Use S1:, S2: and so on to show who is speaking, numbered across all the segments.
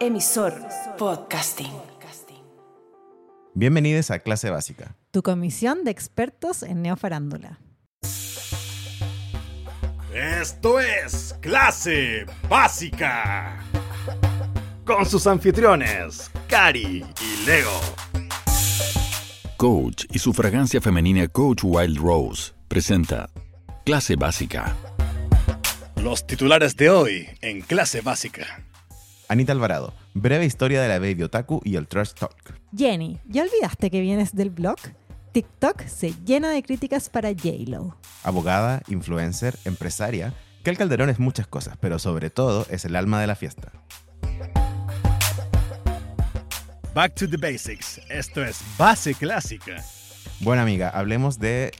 S1: Emisor Podcasting.
S2: Bienvenidos a Clase Básica.
S3: Tu comisión de expertos en neofarándula.
S4: Esto es Clase Básica. Con sus anfitriones, Cari y Leo.
S5: Coach y su fragancia femenina Coach Wild Rose presenta Clase Básica.
S4: Los titulares de hoy en Clase Básica.
S2: Anita Alvarado, breve historia de la baby otaku y el trash talk.
S3: Jenny, ¿ya olvidaste que vienes del blog? TikTok se llena de críticas para J-Lo.
S2: Abogada, influencer, empresaria, que el Calderón es muchas cosas, pero sobre todo es el alma de la fiesta.
S4: Back to the basics. Esto es Base Clásica.
S2: Bueno amiga, hablemos de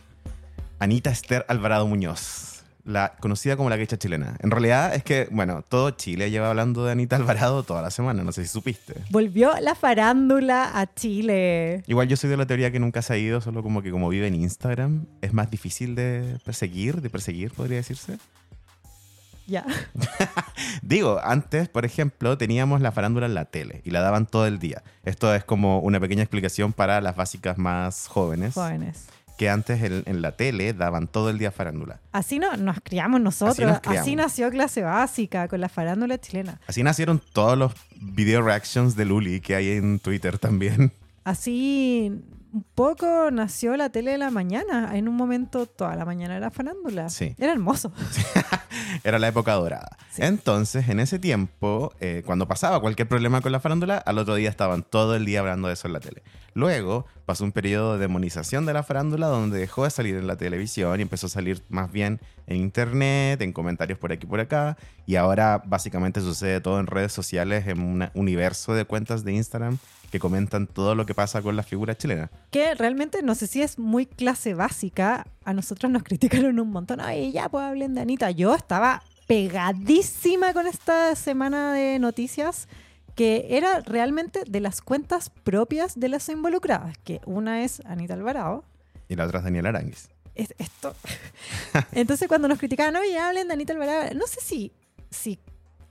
S2: Anita Esther Alvarado Muñoz, la conocida como la quecha chilena. En realidad es que, bueno, todo Chile lleva hablando de Anita Alvarado toda la semana, no sé si supiste.
S3: Volvió la farándula a Chile.
S2: Igual yo soy de la teoría que nunca se ha ido, solo como que como vive en Instagram, es más difícil de perseguir, de perseguir podría decirse.
S3: Ya.
S2: Digo, antes, por ejemplo, teníamos la farándula en la tele y la daban todo el día. Esto es como una pequeña explicación para las básicas más jóvenes,
S3: Jóvenes.
S2: que antes en, en la tele daban todo el día farándula.
S3: Así no, nos criamos nosotros.
S2: Así
S3: Así,
S2: nos criamos.
S3: nació clase básica con la farándula chilena.
S2: Así nacieron todos los video reactions de Luli que hay en Twitter también.
S3: Así un poco nació la tele de la mañana. En un momento toda la mañana era farándula.
S2: Sí.
S3: Era hermoso.
S2: Era la época dorada.
S3: Sí.
S2: Entonces, en ese tiempo, eh, cuando pasaba cualquier problema con la farándula, al otro día estaban todo el día hablando de eso en la tele. Luego pasó un periodo de demonización de la farándula donde dejó de salir en la televisión y empezó a salir más bien en internet, en comentarios por aquí y por acá. Y ahora básicamente sucede todo en redes sociales, en un universo de cuentas de Instagram que comentan todo lo que pasa con la figura chilena.
S3: Que realmente no sé si es muy clase básica. A nosotros nos criticaron un montón. Ay, ya, pues hablen de Anita. Yo estaba pegadísima con esta semana de noticias que era realmente de las cuentas propias de las involucradas, que una es Anita Alvarado.
S2: Y la otra es Daniel Aranguis.
S3: Es- esto. Entonces cuando nos criticaban, oye, hablen de Anita Alvarado, no sé si, si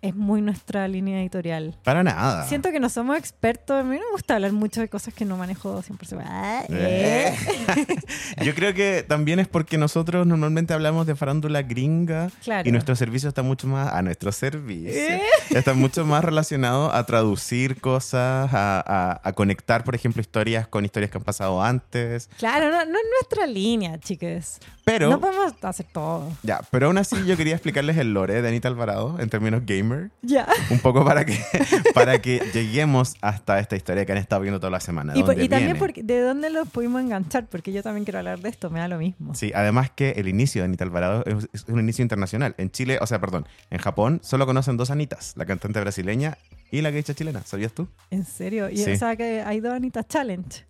S3: es muy nuestra línea editorial.
S2: Para nada.
S3: Siento que no somos expertos, a mí no me gusta hablar mucho de cosas que no manejo 100%. Ah, eh.
S2: Eh. Yo creo que también es porque nosotros normalmente hablamos de farándula gringa
S3: Claro.
S2: y nuestro servicio está mucho más a nuestro servicio.
S3: Eh.
S2: Está mucho más relacionado a traducir cosas, a, a- a conectar, por ejemplo, historias con historias que han pasado antes.
S3: Claro, no, no es nuestra línea, chiques.
S2: Pero,
S3: No podemos hacer todo.
S2: ya, pero aún así yo quería explicarles el lore de Anita Alvarado en términos gamer.
S3: Ya.
S2: Un poco para que, para que lleguemos hasta esta historia que han estado viendo toda la semana.
S3: Y, por-
S2: dónde
S3: y también
S2: viene.
S3: porque, de dónde los pudimos enganchar, porque yo también quiero hablar de esto, me da lo mismo.
S2: Sí, además que el inicio de Anita Alvarado es, es un inicio internacional. En Chile, o sea, perdón, en Japón solo conocen dos Anitas, la cantante brasileña y la geisha chilena. ¿Sabías tú?
S3: En serio. Y
S2: Sí.
S3: o sea que hay dos Anita Challenge.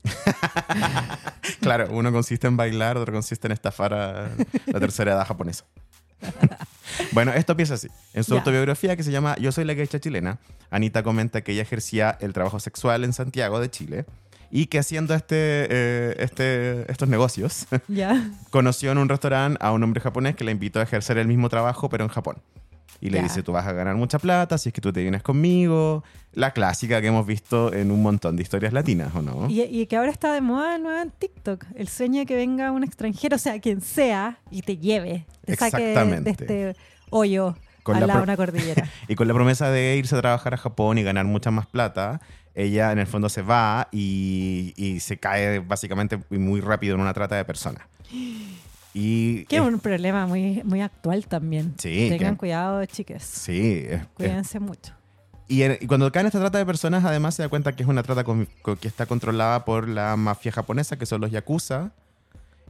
S2: Claro, uno consiste en bailar, otro consiste en estafar a la tercera edad japonesa. bueno, esto empieza así. En su
S3: Ya.
S2: autobiografía que se llama Yo soy la geisha chilena, Anita comenta que ella ejercía el trabajo sexual en Santiago de Chile y que haciendo este, eh, este, estos negocios
S3: Ya.
S2: conoció en un restaurante a un hombre japonés que la invitó a ejercer el mismo trabajo, pero en Japón. Y le
S3: Ya.
S2: dice, tú vas a ganar mucha plata si es que tú te vienes conmigo. La clásica que hemos visto en un montón de historias latinas, ¿o no?
S3: Y, y que ahora está de moda nueva en TikTok. El sueño de que venga un extranjero, o sea, quien sea, y te lleve. Te saque de- de
S2: Exactamente.
S3: este hoyo
S2: Con la
S3: al lado
S2: pro-
S3: de una cordillera.
S2: Y con la promesa de irse a trabajar a Japón y ganar mucha más plata, ella en el fondo se va y, y se cae básicamente muy rápido en una trata de personas. Y
S3: que es
S2: es-
S3: un problema muy, muy actual también.
S2: Eh. Sí,
S3: Tengan
S2: que-
S3: cuidado, chiques.
S2: Sí, es- es
S3: Cuídense mucho.
S2: Y, en- y cuando cae en esta trata de personas, además se da cuenta que es una trata con- con- que está controlada por la mafia japonesa, que son los yakuza,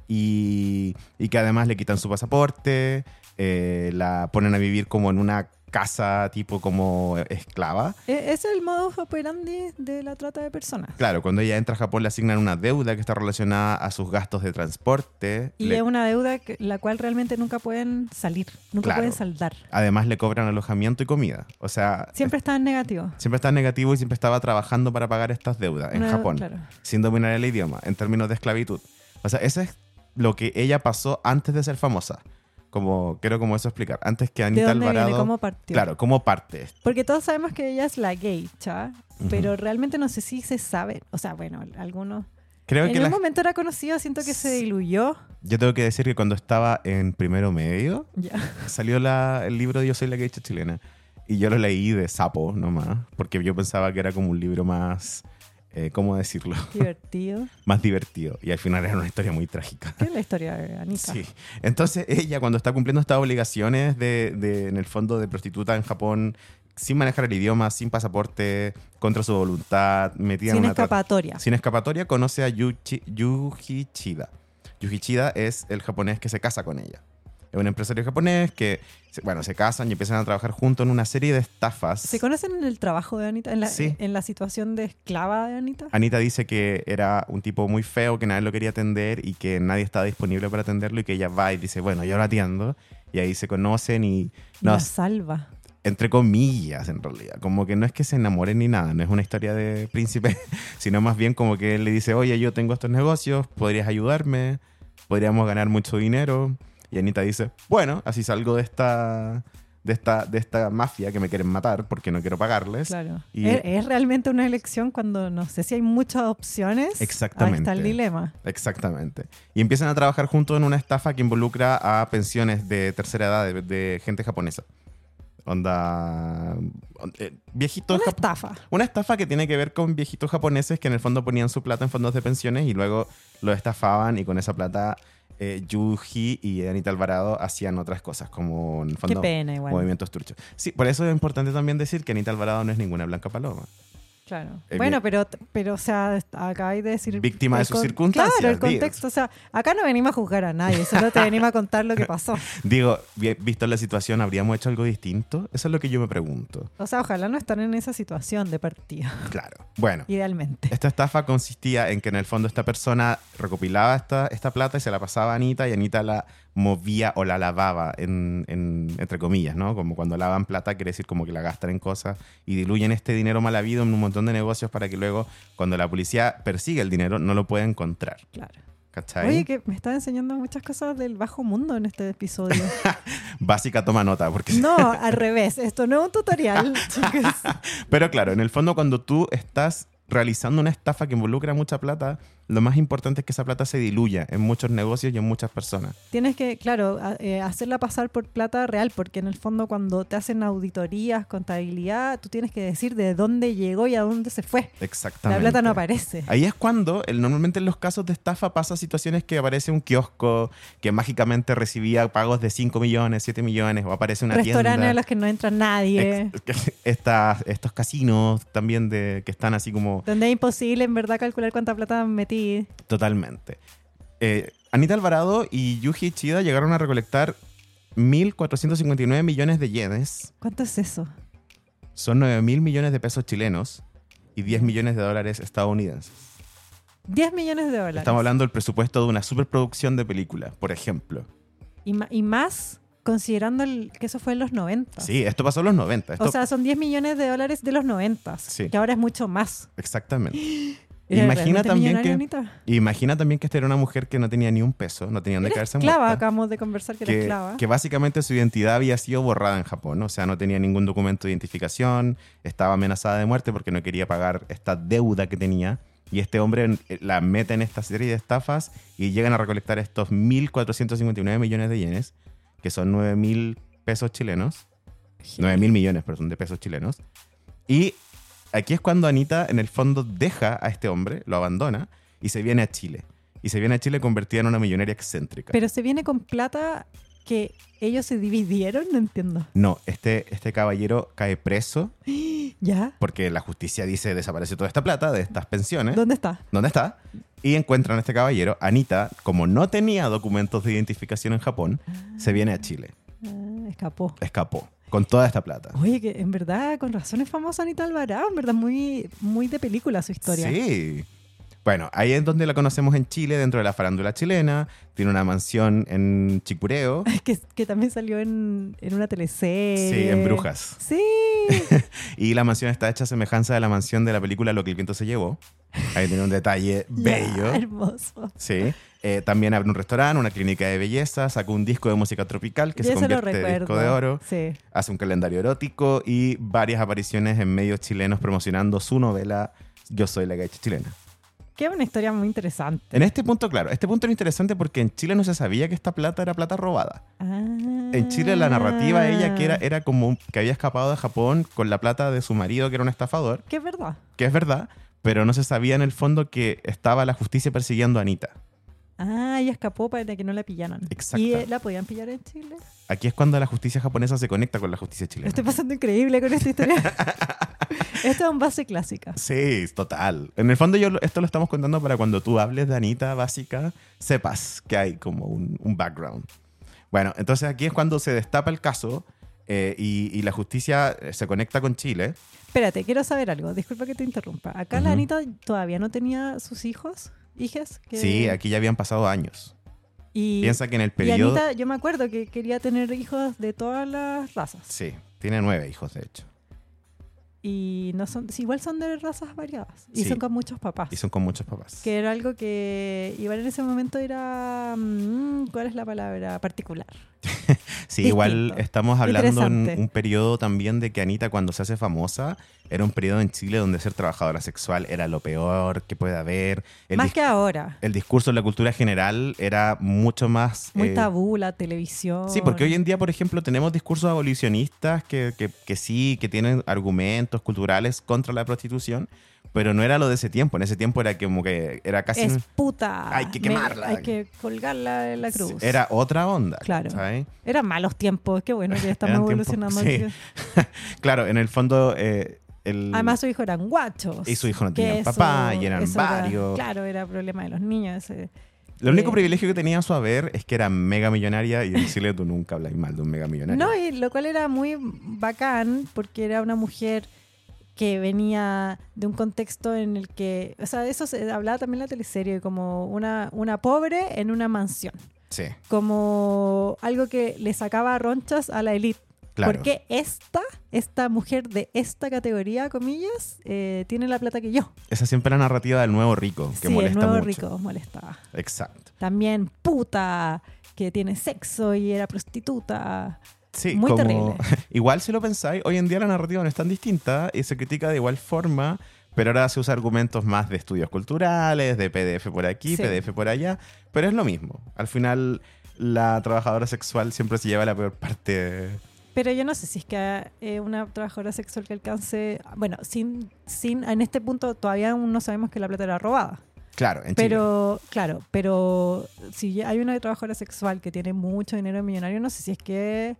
S2: y, y que además le quitan su pasaporte, eh, la ponen a vivir como en una casa tipo como esclava.
S3: E- Es el modus operandi de la trata de personas.
S2: Claro, cuando ella entra a Japón le asignan una deuda que está relacionada a sus gastos de transporte.
S3: Y
S2: Le-
S3: es una deuda que- la cual realmente nunca pueden salir, nunca
S2: Claro.
S3: pueden saldar.
S2: Además le cobran alojamiento y comida. O sea,
S3: Siempre está en negativo.
S2: siempre está negativo y siempre estaba trabajando para pagar estas deudas en
S3: Una-
S2: Japón,
S3: Ah, claro.
S2: sin dominar el idioma, en términos de esclavitud. O sea, eso es lo que ella pasó antes de ser famosa. Como, quiero como eso explicar. Antes que
S3: ¿De
S2: Anita
S3: dónde
S2: Alvarado.
S3: viene? ¿Cómo partió?
S2: Claro, ¿cómo parte?
S3: Porque todos sabemos que ella es la geisha, pero realmente no sé si se sabe. O sea, bueno, algunos.
S2: Creo
S3: en
S2: que
S3: un
S2: la-
S3: momento era conocido, siento que se diluyó.
S2: yo tengo que decir que cuando estaba en primero medio,
S3: Ya.
S2: salió la- el libro de Yo soy la geisha chilena. Y yo lo leí de sapo nomás, porque yo pensaba que era como un libro más, eh, ¿cómo decirlo?
S3: Divertido.
S2: más divertido. Y al final era una historia muy trágica.
S3: ¿Qué es la historia de Anita?
S2: Sí. Entonces ella cuando está cumpliendo estas obligaciones de, de, en el fondo de prostituta en Japón, sin manejar el idioma, sin pasaporte, contra su voluntad, metida en
S3: Sin
S2: una tra-
S3: escapatoria.
S2: sin escapatoria, conoce a Yuchi- Yuji Chida. Yuji Chida es el japonés que se casa con ella. Es un empresario japonés que, se- bueno, se casan y empiezan a trabajar juntos en una serie de estafas.
S3: ¿Se conocen en el trabajo de Anita? ¿En la,
S2: Sí.
S3: en la situación de esclava de Anita?
S2: Anita dice que era un tipo muy feo, que nadie lo quería atender y que nadie estaba disponible para atenderlo y que ella va y dice, bueno, yo lo atiendo. Y ahí se conocen y,
S3: Y la
S2: no,
S3: salva.
S2: entre comillas en realidad, como que no es que se enamoren ni nada, no es una historia de príncipe, sino más bien como que él le dice, oye, yo tengo estos negocios, podrías ayudarme, podríamos ganar mucho dinero. Y Anita dice, bueno, así salgo de esta... De esta, de esta mafia que me quieren matar porque no quiero pagarles.
S3: Claro.
S2: Y-
S3: es, es realmente una elección cuando no sé si hay muchas opciones. Ahí
S2: Exactamente.
S3: está el dilema.
S2: Exactamente. Y empiezan a trabajar juntos en una estafa que involucra a pensiones de tercera edad, de, de gente japonesa. Onda. on- eh, viejitos
S3: Una
S2: jap-
S3: estafa.
S2: Una estafa que tiene que ver con viejitos japoneses que en el fondo ponían su plata en fondos de pensiones y luego lo estafaban y con esa plata eh, Yuji y Anita Alvarado hacían otras cosas, como en el
S3: Qué
S2: fondo
S3: pena igual.
S2: movimientos truchos. Sí, por eso es importante también decir que Anita Alvarado no es ninguna blanca paloma.
S3: Claro.
S2: Eh,
S3: bueno,
S2: bien.
S3: pero, pero, o sea, acá hay de decir...
S2: Víctima de
S3: el
S2: sus
S3: con-
S2: circunstancias,
S3: Claro, el
S2: digo.
S3: contexto. O sea, acá no venimos a juzgar a nadie, solo te venimos a contar lo que pasó.
S2: Digo, vi- visto la situación, ¿habríamos hecho algo distinto? Eso es lo que yo me pregunto.
S3: O sea, ojalá no están en esa situación de partida,
S2: Claro. Bueno,
S3: idealmente.
S2: esta estafa consistía en que en el fondo esta persona recopilaba esta, esta plata y se la pasaba a Anita y Anita la movía o la lavaba, en, en- entre comillas, ¿no? Como cuando lavan plata quiere decir como que la gastan en cosas y diluyen este dinero mal habido en un montón de negocios para que luego cuando la policía persigue el dinero no lo pueda encontrar.
S3: Claro.
S2: ¿Cachai?
S3: Oye, que me estás enseñando muchas cosas del bajo mundo en este episodio.
S2: Básica toma nota porque...
S3: No, al revés. Esto no es un tutorial, chicos.
S2: Pero claro, en el fondo cuando tú estás realizando una estafa que involucra mucha plata, lo más importante es que esa plata se diluya en muchos negocios y en muchas personas.
S3: Tienes que, claro, a- eh, hacerla pasar por plata real, porque en el fondo cuando te hacen auditorías, contabilidad, tú tienes que decir de dónde llegó y a dónde se fue. La
S2: Exactamente.
S3: plata no aparece.
S2: Ahí es cuando, el- normalmente en los casos de estafa pasa situaciones que aparece un kiosco que mágicamente recibía pagos de 5 millones, 7 millones, o aparece una
S3: Restaurantes
S2: tienda.
S3: a los que no entra nadie,
S2: Ex-
S3: E.
S2: estas- estos casinos también de, que están así como
S3: donde es imposible en verdad calcular cuánta plata metí.
S2: Totalmente. Eh, Anita Alvarado y Yuji Chida llegaron a recolectar 1.459 millones de yenes,
S3: ¿Cuánto es eso?
S2: son 9.000 millones de pesos chilenos y 10 millones de dólares estadounidenses.
S3: 10 millones de dólares.
S2: Estamos hablando del presupuesto de una superproducción de película, por ejemplo.
S3: Y, ma- y más considerando el- que eso fue en los 90.
S2: Sí, esto pasó en los 90. Esto,
S3: Ah. O sea, son 10 millones de dólares de los 90,
S2: Sí.
S3: que ahora es mucho más.
S2: exactamente.
S3: Era
S2: Imagina
S3: realmente
S2: también,
S3: millonaria,
S2: que,
S3: Anita.
S2: imagina también que esta era una mujer que no tenía ni un peso, no tenía dónde
S3: Era
S2: caerse
S3: esclava,
S2: muerta.
S3: acabamos de conversar que, era
S2: que,
S3: esclava.
S2: que básicamente su identidad había sido borrada en Japón, o sea, no tenía ningún documento de identificación, estaba amenazada de muerte porque no quería pagar esta deuda que tenía. Y este hombre eh, la mete en esta serie de estafas y llegan a recolectar estos 1.459 millones de yenes, que son 9.000 pesos chilenos. 9.000 millones, perdón, de pesos chilenos. Y aquí es cuando Anita, en el fondo, deja a este hombre, lo abandona y se viene a Chile. Y se viene a Chile convertida en una millonaria excéntrica.
S3: Pero se viene con plata que ellos se dividieron, no entiendo.
S2: No, este, este caballero cae preso
S3: ¿Ya?
S2: porque la justicia dice desapareció toda esta plata de estas pensiones.
S3: ¿Dónde está?
S2: ¿Dónde está? Y encuentran a este caballero, Anita, como no tenía documentos de identificación en Japón, se viene a Chile.
S3: Ah, escapó.
S2: Escapó con toda esta plata.
S3: Oye, que en verdad, con razón es famosa Anita Alvarado, en verdad, muy, muy de película su historia.
S2: Sí. Bueno, ahí es donde la conocemos en Chile, dentro de la farándula chilena. Tiene una mansión en Chicureo.
S3: Que, que también salió en, en una teleserie.
S2: Sí, en Brujas.
S3: Sí.
S2: Y la mansión está hecha a semejanza de la mansión de la película Lo que el viento se llevó. Ahí tiene un detalle
S3: Ya,
S2: bello.
S3: hermoso.
S2: Sí. Eh, también abre un restaurante, una clínica de belleza, sacó un disco de música tropical que
S3: Yo
S2: se
S3: eso lo
S2: convierte en
S3: recuerdo.
S2: disco de oro,
S3: Sí.
S2: hace un calendario erótico y varias apariciones en medios chilenos promocionando su novela Yo soy la gacha chilena.
S3: Que es una historia muy interesante.
S2: En este punto, claro, este punto era interesante porque en Chile no se sabía que esta plata era plata robada.
S3: Ah.
S2: En Chile la narrativa de ella que era, era como un- que había escapado de Japón con la plata de su marido que era un estafador,
S3: Que es verdad.
S2: que es verdad, pero no se sabía en el fondo que estaba la justicia persiguiendo a Anita.
S3: Ah, ella escapó para que no la pillaran.
S2: Exacto.
S3: ¿Y eh, la podían pillar en Chile?
S2: Aquí es cuando la justicia japonesa se conecta con la justicia
S3: Lo
S2: chilena.
S3: estoy pasando increíble con esta historia. Esto es un base clásica.
S2: Sí, total. En el fondo yo lo- esto lo estamos contando para cuando tú hables de Anita básica, sepas que hay como un, un background. Bueno, entonces aquí es cuando se destapa el caso eh, y, y la justicia eh, se conecta con Chile.
S3: Espérate, quiero saber algo. Disculpa que te interrumpa. Acá la
S2: Ujú.
S3: Anita todavía no tenía sus hijos, hijas. que-
S2: Sí, aquí ya habían pasado años.
S3: Y,
S2: Piensa que en el
S3: y
S2: periodo...
S3: Anita, yo me acuerdo que quería tener hijos de todas las razas.
S2: Sí, tiene nueve hijos, de hecho.
S3: Y no son, sí, igual son de razas variadas. Y
S2: Sí.
S3: son con muchos papás.
S2: Y son con muchos papás.
S3: Que era algo que igual en ese momento era. mm, ¿Cuál es la palabra? Particular.
S2: Sí,
S3: Distinto.
S2: igual estamos hablando en
S3: Interesante.
S2: un periodo también de que Anita cuando se hace famosa era un periodo en Chile donde ser trabajadora sexual era lo peor que puede haber. El,
S3: Más
S2: dis- eh,
S3: que ahora.
S2: el discurso en la cultura general era mucho más...
S3: Muy
S2: eh,
S3: tabú la televisión.
S2: Sí, porque hoy en día, por ejemplo, tenemos discursos abolicionistas que, que- que sí, que tienen argumentos culturales contra la prostitución, pero no era lo de ese tiempo. En ese tiempo era como que era casi...
S3: es puta.
S2: Hay que quemarla.
S3: hay que colgarla en la cruz.
S2: Era otra onda.
S3: Claro.
S2: ¿cachai?
S3: Eran malos tiempos. Qué bueno que estamos
S2: Eran tiempos-
S3: evolucionando.
S2: sí. Claro, en el fondo... eh, el...
S3: Además, su hijo eran guachos.
S2: Y su hijo no
S3: Que
S2: tenía
S3: eso-
S2: papá, y eran
S3: eso era-
S2: varios.
S3: claro, era problema de los niños. ese.
S2: El único
S3: Eh,
S2: privilegio que tenía a su haber es que era mega millonaria y en Chile tú nunca hablas mal de un mega millonario.
S3: No, y lo cual era muy bacán porque era una mujer que venía de un contexto en el que, o sea, de eso se hablaba también en la teleserie, como una, una pobre en una mansión,
S2: Sí,
S3: como algo que le sacaba ronchas a la élite.
S2: claro.
S3: Porque esta, esta mujer de esta categoría, comillas, eh, tiene la plata que yo.
S2: Esa es siempre la narrativa del nuevo rico, que
S3: sí,
S2: molesta
S3: el nuevo
S2: mucho.
S3: rico molestaba.
S2: Exacto.
S3: También puta, que tiene sexo y era prostituta.
S2: Sí,
S3: Muy
S2: como-
S3: terrible.
S2: Igual si lo pensáis, hoy en día la narrativa no es tan distinta y se critica de igual forma, pero ahora se usa argumentos más de estudios culturales, de PDF por aquí,
S3: Sí.
S2: PDF por allá, pero es lo mismo. Al final, la trabajadora sexual siempre se lleva la peor parte.
S3: Pero yo no sé si es que eh, una trabajadora sexual que alcance, bueno, sin, sin, en este punto todavía aún no sabemos que la plata era robada.
S2: Claro, en Chile.
S3: Pero, claro, pero si ya hay una trabajadora sexual que tiene mucho dinero millonario, no sé si es que,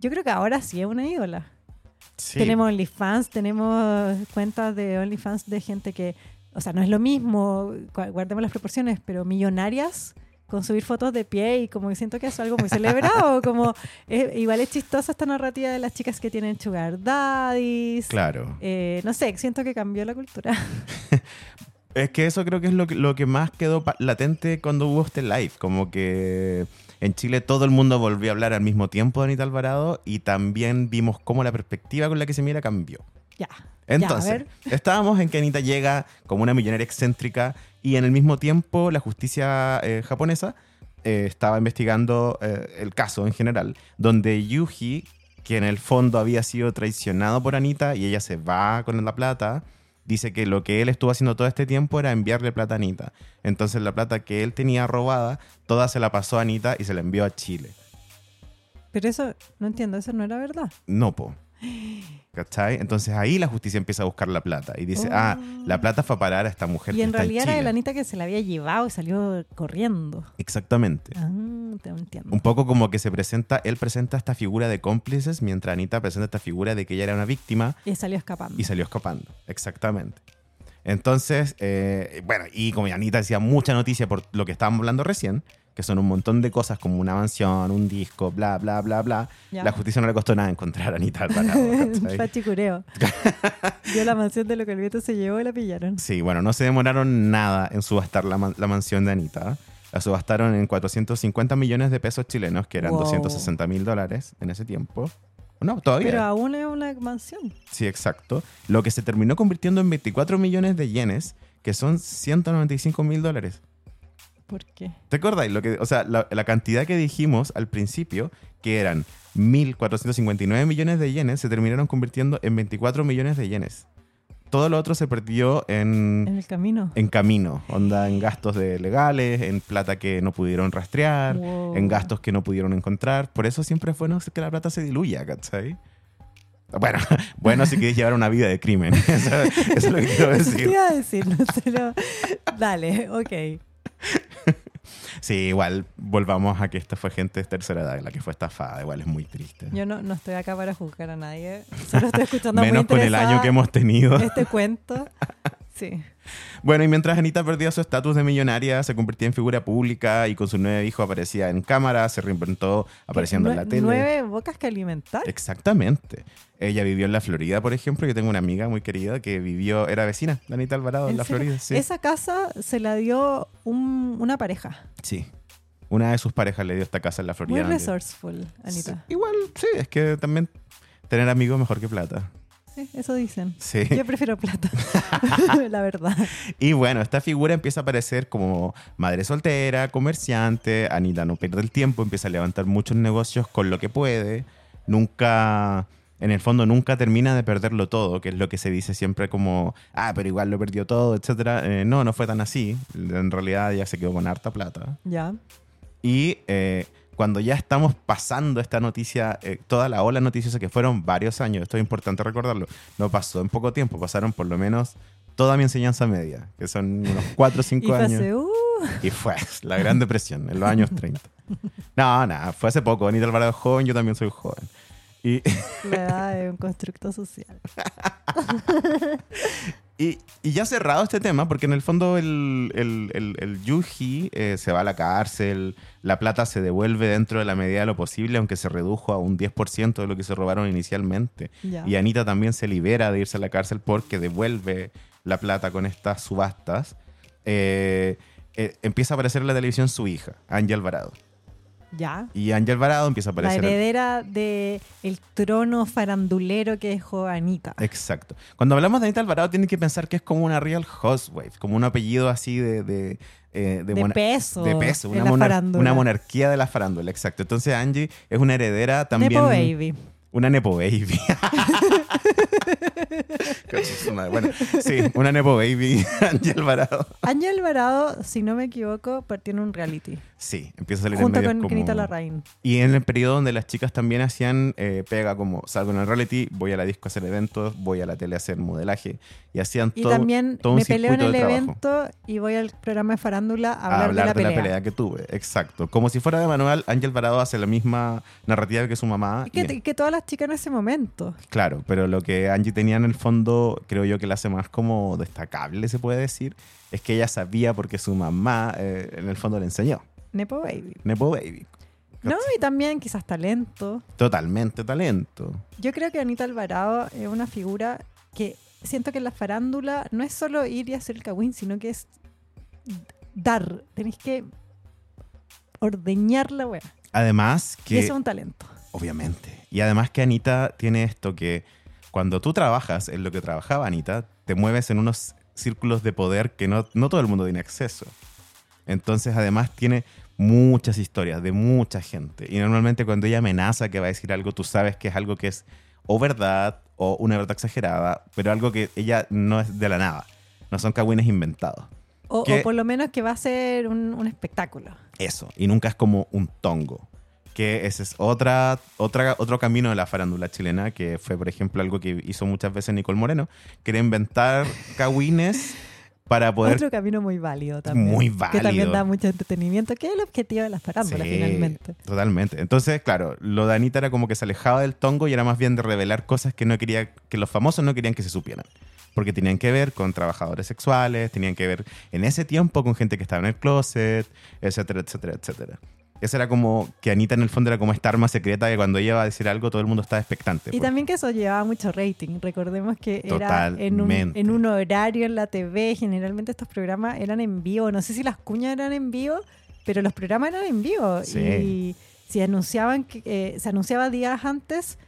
S3: yo creo que ahora sí es una ídola.
S2: Sí.
S3: Tenemos OnlyFans, tenemos cuentas de OnlyFans de gente que, o sea, no es lo mismo, gu- guardemos las proporciones, pero millonarias con subir fotos de pie y como que siento que es algo muy celebrado, como eh, igual es chistosa esta narrativa de las chicas que tienen sugar daddies.
S2: Claro.
S3: Eh, no sé, siento que cambió la cultura.
S2: Es que eso creo que es lo que, lo que más quedó pa- latente cuando hubo este live. Como que en Chile todo el mundo volvió a hablar al mismo tiempo de Anita Alvarado y también vimos cómo la perspectiva con la que se mira cambió.
S3: ya. ya, a
S2: Entonces,
S3: ver.
S2: estábamos en que Anita llega como una millonaria excéntrica y en el mismo tiempo la justicia eh, japonesa eh, estaba investigando eh, el caso en general, donde Yuji, que en el fondo había sido traicionado por Anita y ella se va con la plata, dice que lo que él estuvo haciendo todo este tiempo era enviarle plata a Anita. Entonces la plata que él tenía robada, toda se la pasó a Anita y se la envió a Chile.
S3: Pero eso, no entiendo, eso no era verdad.
S2: No, po. ¿Cachai? Entonces ahí la justicia empieza a buscar la plata y dice,
S3: Oh.
S2: ah, la plata fue a parar a esta mujer.
S3: Y
S2: que
S3: en
S2: está
S3: realidad era
S2: Chile".
S3: de la Anita que se la había llevado y salió corriendo.
S2: Exactamente.
S3: Ah, te entiendo.
S2: Eh, Un poco como que se presenta, él presenta esta figura de cómplices, mientras Anita presenta esta figura de que ella era una víctima
S3: Y salió escapando.
S2: y salió escapando. Exactamente. Entonces, eh, bueno, y como Anita decía mucha noticia por lo que estábamos hablando recién, que son un montón de cosas como una mansión, un disco, bla, bla, bla, bla.
S3: Ya.
S2: La justicia no le costó nada encontrar a Anita Alvarado, ¿cachai?
S3: Pachicureo. Dio la mansión de lo que el viento se llevó y la pillaron.
S2: Sí, bueno, no se demoraron nada en subastar la, man- la mansión de Anita. La subastaron en 450 millones de pesos chilenos, que eran
S3: Wow.
S2: 260 mil dólares en ese tiempo. No, todavía.
S3: Pero aún es una mansión.
S2: Sí, exacto. Lo que se terminó convirtiendo en 24 millones de yenes, que son 195 mil dólares.
S3: ¿Por qué?
S2: ¿Te acordáis? Lo que, o sea, la, la cantidad que dijimos al principio, que eran 1.459 millones de yenes, se terminaron convirtiendo en 24 millones de yenes. Todo lo otro se perdió
S3: En
S2: en,
S3: el camino.
S2: en camino, onda en gastos de legales, en plata que no pudieron rastrear,
S3: Wow.
S2: en gastos que no pudieron encontrar. Por eso siempre es bueno que la plata se diluya, ¿cachai? Bueno, bueno si quieres llevar una vida de crimen. Eso, eso es lo que quiero
S3: Eso te
S2: decir.
S3: iba a decir, no sé, no. Dale, ok.
S2: Sí, igual volvamos a que esta fue gente de tercera edad la que fue estafada. Igual es muy triste.
S3: Yo no, no estoy acá para juzgar a nadie. Solo estoy escuchando muy
S2: Menos con el año
S3: interesada
S2: que hemos tenido.
S3: este cuento. Sí.
S2: Bueno, y mientras Anita perdía su estatus de millonaria, se convertía en figura pública y con sus nueve hijos aparecía en cámara, se reinventó apareciendo en la
S3: Nue-
S2: tele.
S3: Nueve bocas que alimentar.
S2: Exactamente. Ella vivió en la Florida, por ejemplo. Yo tengo una amiga muy querida que vivió, era vecina, de Anita Alvarado, en,
S3: ¿En
S2: la
S3: serio?
S2: Florida. Sí.
S3: Esa casa se la dio un- una pareja.
S2: sí. Una de sus parejas le dio esta casa en la Florida.
S3: Muy
S2: Anita.
S3: resourceful, Anita.
S2: Sí, igual, sí, es que también tener amigos es mejor que plata.
S3: Sí, eso dicen.
S2: Sí.
S3: Yo prefiero plata, la verdad.
S2: Y bueno, esta figura empieza a aparecer como madre soltera, comerciante, Anita no pierde el tiempo, empieza a levantar muchos negocios con lo que puede, nunca, en el fondo nunca termina de perderlo todo, que es lo que se dice siempre como, ah, pero igual lo perdió todo, etc. no, no fue tan así, en realidad ya se quedó con harta plata.
S3: Ya.
S2: Y eh, cuando ya estamos pasando esta noticia, eh, toda la ola noticiosa que fueron varios años, esto es importante recordarlo, no pasó en poco tiempo, pasaron por lo menos toda mi enseñanza media, que son unos 4 o
S3: Y
S2: 5 años.
S3: pasé, uh,
S2: Y fue la Gran Depresión, en los años 30. No, nada, fue hace poco, Anita Alvarado es joven, yo también soy joven. Y,
S3: la edad de un constructo social.
S2: Y, y ya cerrado este tema, porque en el fondo el, el, el- el Yuji eh, se va a la cárcel, la plata se devuelve dentro de la medida de lo posible, aunque se redujo a un 10% de lo que se robaron inicialmente.
S3: Ya.
S2: Y Anita también se libera de irse a la cárcel porque devuelve la plata con estas subastas. Eh, eh, empieza a aparecer en la televisión su hija, Ángel Alvarado.
S3: Ya.
S2: Y Ángel Alvarado empieza a
S3: La
S2: aparecer... en-
S3: heredera del trono farandulero que dejó Anita.
S2: Exacto. Cuando hablamos de Anita Alvarado, tienen que pensar que es como una real housewife, como un apellido así de. de, eh, de
S3: De,
S2: mona-
S3: peso.
S2: de peso,
S3: en
S2: una,
S3: la
S2: monar-
S3: farándula.
S2: una monarquía de la farándula, exacto. Entonces Angie es una heredera también.
S3: Nepo baby.
S2: Una Nepo Baby. Concha su madre. bueno, sí, una Nepo Baby, Angie Alvarado.
S3: Ángel Alvarado, si no me equivoco, partió en un reality.
S2: Sí, empieza a salir en
S3: junto
S2: medios
S3: con
S2: como-
S3: Kenita Larraín.
S2: Y en el periodo donde las chicas también hacían eh, pega, como salgo en el reality, voy a la disco a hacer eventos, voy a la tele a hacer modelaje. Y hacían
S3: Y
S2: todo,
S3: también
S2: todo un
S3: me peleo en
S2: circuito
S3: el
S2: de trabajo.
S3: evento y voy al programa de farándula a
S2: a
S3: hablar, de, la, pelea.
S2: que tuve. Exacto. Como si fuera de manual, Ángel Varado hace la misma narrativa que su mamá.
S3: Y que,
S2: y-
S3: y que todas las chicas en ese momento.
S2: Claro, pero lo que Angie tenía en el fondo, creo yo que la hace más como destacable, se puede decir, es que ella sabía porque su mamá eh, en el fondo le enseñó.
S3: Nepo Baby.
S2: Nepo Baby.
S3: No, y también quizás talento.
S2: Totalmente talento.
S3: Yo creo que Anita Alvarado es una figura que siento que en la farándula no es solo ir y hacer el cagüín, sino que es dar. Tenéis que ordeñar la wea.
S2: Además
S3: Y
S2: que...
S3: eso es un talento.
S2: Obviamente. Y además que Anita tiene esto que cuando tú trabajas en lo que trabajaba Anita, te mueves en unos círculos de poder que no, no todo el mundo tiene acceso. Entonces además tiene muchas historias de mucha gente. Y normalmente cuando ella amenaza que va a decir algo, tú sabes que es algo que es o verdad o una verdad exagerada, pero algo que ella no es de la nada. No son cagüines inventados.
S3: O,
S2: Que-
S3: o por lo menos que va a ser un, un espectáculo.
S2: Eso. Y nunca es como un tongo. Que ese es otra, otra, otro camino de la farándula chilena, que fue, por ejemplo, algo que hizo muchas veces Nicole Moreno, que era inventar cagüines para poder...
S3: Otro camino muy válido también.
S2: Muy
S3: Que también
S2: válido.
S3: da mucho entretenimiento, que es el objetivo de las farándulas
S2: Sí,
S3: finalmente.
S2: Totalmente. Entonces, claro, lo de Anita era como que se alejaba del tongo y era más bien de revelar cosas que no quería, que los famosos no querían que se supieran. Porque tenían que ver con trabajadores sexuales, tenían que ver en ese tiempo con gente que estaba en el closet, etcétera, etcétera, etcétera. Esa era como que Anita en el fondo era como esta arma secreta que cuando ella va a decir algo todo el mundo estaba expectante.
S3: Y
S2: Porque-
S3: también que eso llevaba mucho rating. Recordemos que era en un,
S2: Totalmente.
S3: en un horario en la TV. Generalmente estos programas eran en vivo. No sé si las cuñas eran en vivo, pero los programas eran en vivo.
S2: Sí.
S3: Y si anunciaban que, eh, se anunciaba días antes,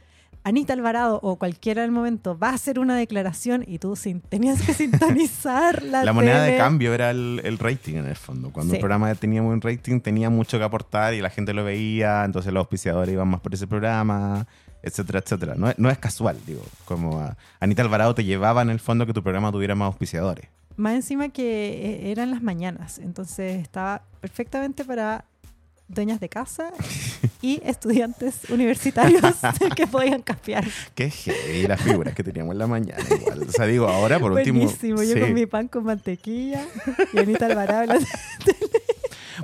S3: Anita Alvarado o cualquiera del momento va a hacer una declaración y tú sin- tenías que sintonizar la,
S2: La, moneda de
S3: tele.
S2: cambio era el, el rating en el fondo. Cuando
S3: Sí.
S2: el programa tenía buen rating, tenía mucho que aportar y la gente lo veía, entonces los auspiciadores iban más por ese programa, etcétera, etcétera. No, es- no es casual, digo. Como a Anita Alvarado te llevaba en el fondo que tu programa tuviera más auspiciadores.
S3: Más encima que eh, eran las mañanas, entonces estaba perfectamente para dueñas de casa y estudiantes universitarios que podían cambiar.
S2: Qué heavy las figuras que teníamos en la mañana. Igual. O sea, digo, ahora por último.
S3: Buenísimo, yo
S2: sí.
S3: con mi pan con mantequilla y Anita Alvarado. la-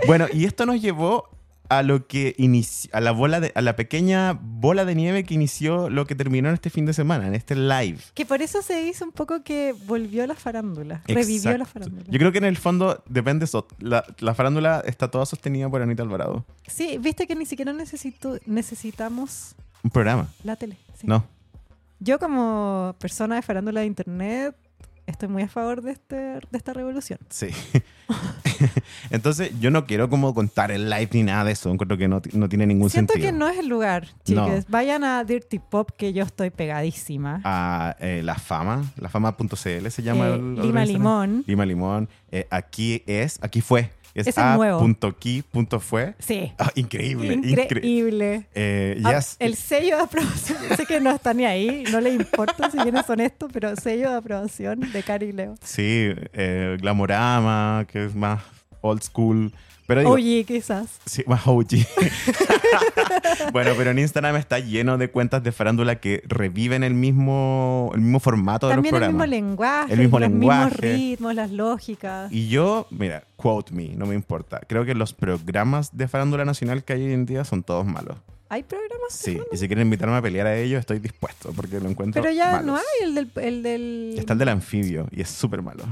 S2: Bueno, y esto nos llevó a lo que inici- a la bola de, a la pequeña bola de nieve que inició lo que terminó en este fin de semana, en este live.
S3: Que por eso se dice un poco que volvió la farándula, revivió la
S2: Exacto.
S3: farándula.
S2: Yo creo que en el fondo depende eso. La, la farándula está toda sostenida por Anita Alvarado.
S3: Sí, viste que ni siquiera necesito, necesitamos
S2: Un programa.
S3: la tele. sí.
S2: No.
S3: Yo como persona de farándula de internet estoy muy a favor de, este, de esta revolución.
S2: Sí. Entonces, yo no quiero como contar el live ni nada de eso. Encuentro que no, ti- no tiene ningún
S3: Siento
S2: sentido.
S3: que no es el lugar, chicas. Vayan a Dirty Pop, que yo estoy pegadísima.
S2: A eh, La Fama, lafama.cl se llama.
S3: Eh,
S2: el- el
S3: Lima
S2: Instagram.
S3: Limón.
S2: Lima Limón. Eh, aquí es, aquí fue. Es,
S3: Ese es nuevo.
S2: a.ki.fue.
S3: Sí.
S2: Ah, increíble, increíble.
S3: Increíble.
S2: Eh,
S3: Ah,
S2: yes.
S3: El sello de aprobación, sé que no está ni ahí, no le importa si vienes honesto, pero sello de aprobación de Cari Leo.
S2: Sí, eh, Glamorama, que es más old school. Pero digo,
S3: Oye, quizás.
S2: Sí, más OG. bueno, pero en Instagram está lleno de cuentas de farándula que reviven el mismo, el mismo formato
S3: También
S2: de
S3: el
S2: los
S3: mismo
S2: programas.
S3: lenguaje,
S2: El mismo
S3: los
S2: lenguaje.
S3: mismos ritmos, las lógicas.
S2: y yo, mira, quote me, no me importa. Creo que los programas de farándula nacional que hay hoy en día son todos malos.
S3: ¿Hay programas? de
S2: Sí,
S3: farándula?
S2: y si quieren invitarme a pelear a ellos, estoy dispuesto porque lo encuentro
S3: Pero ya
S2: malos.
S3: no hay el del... El del...
S2: Está el del anfibio y es súper malo.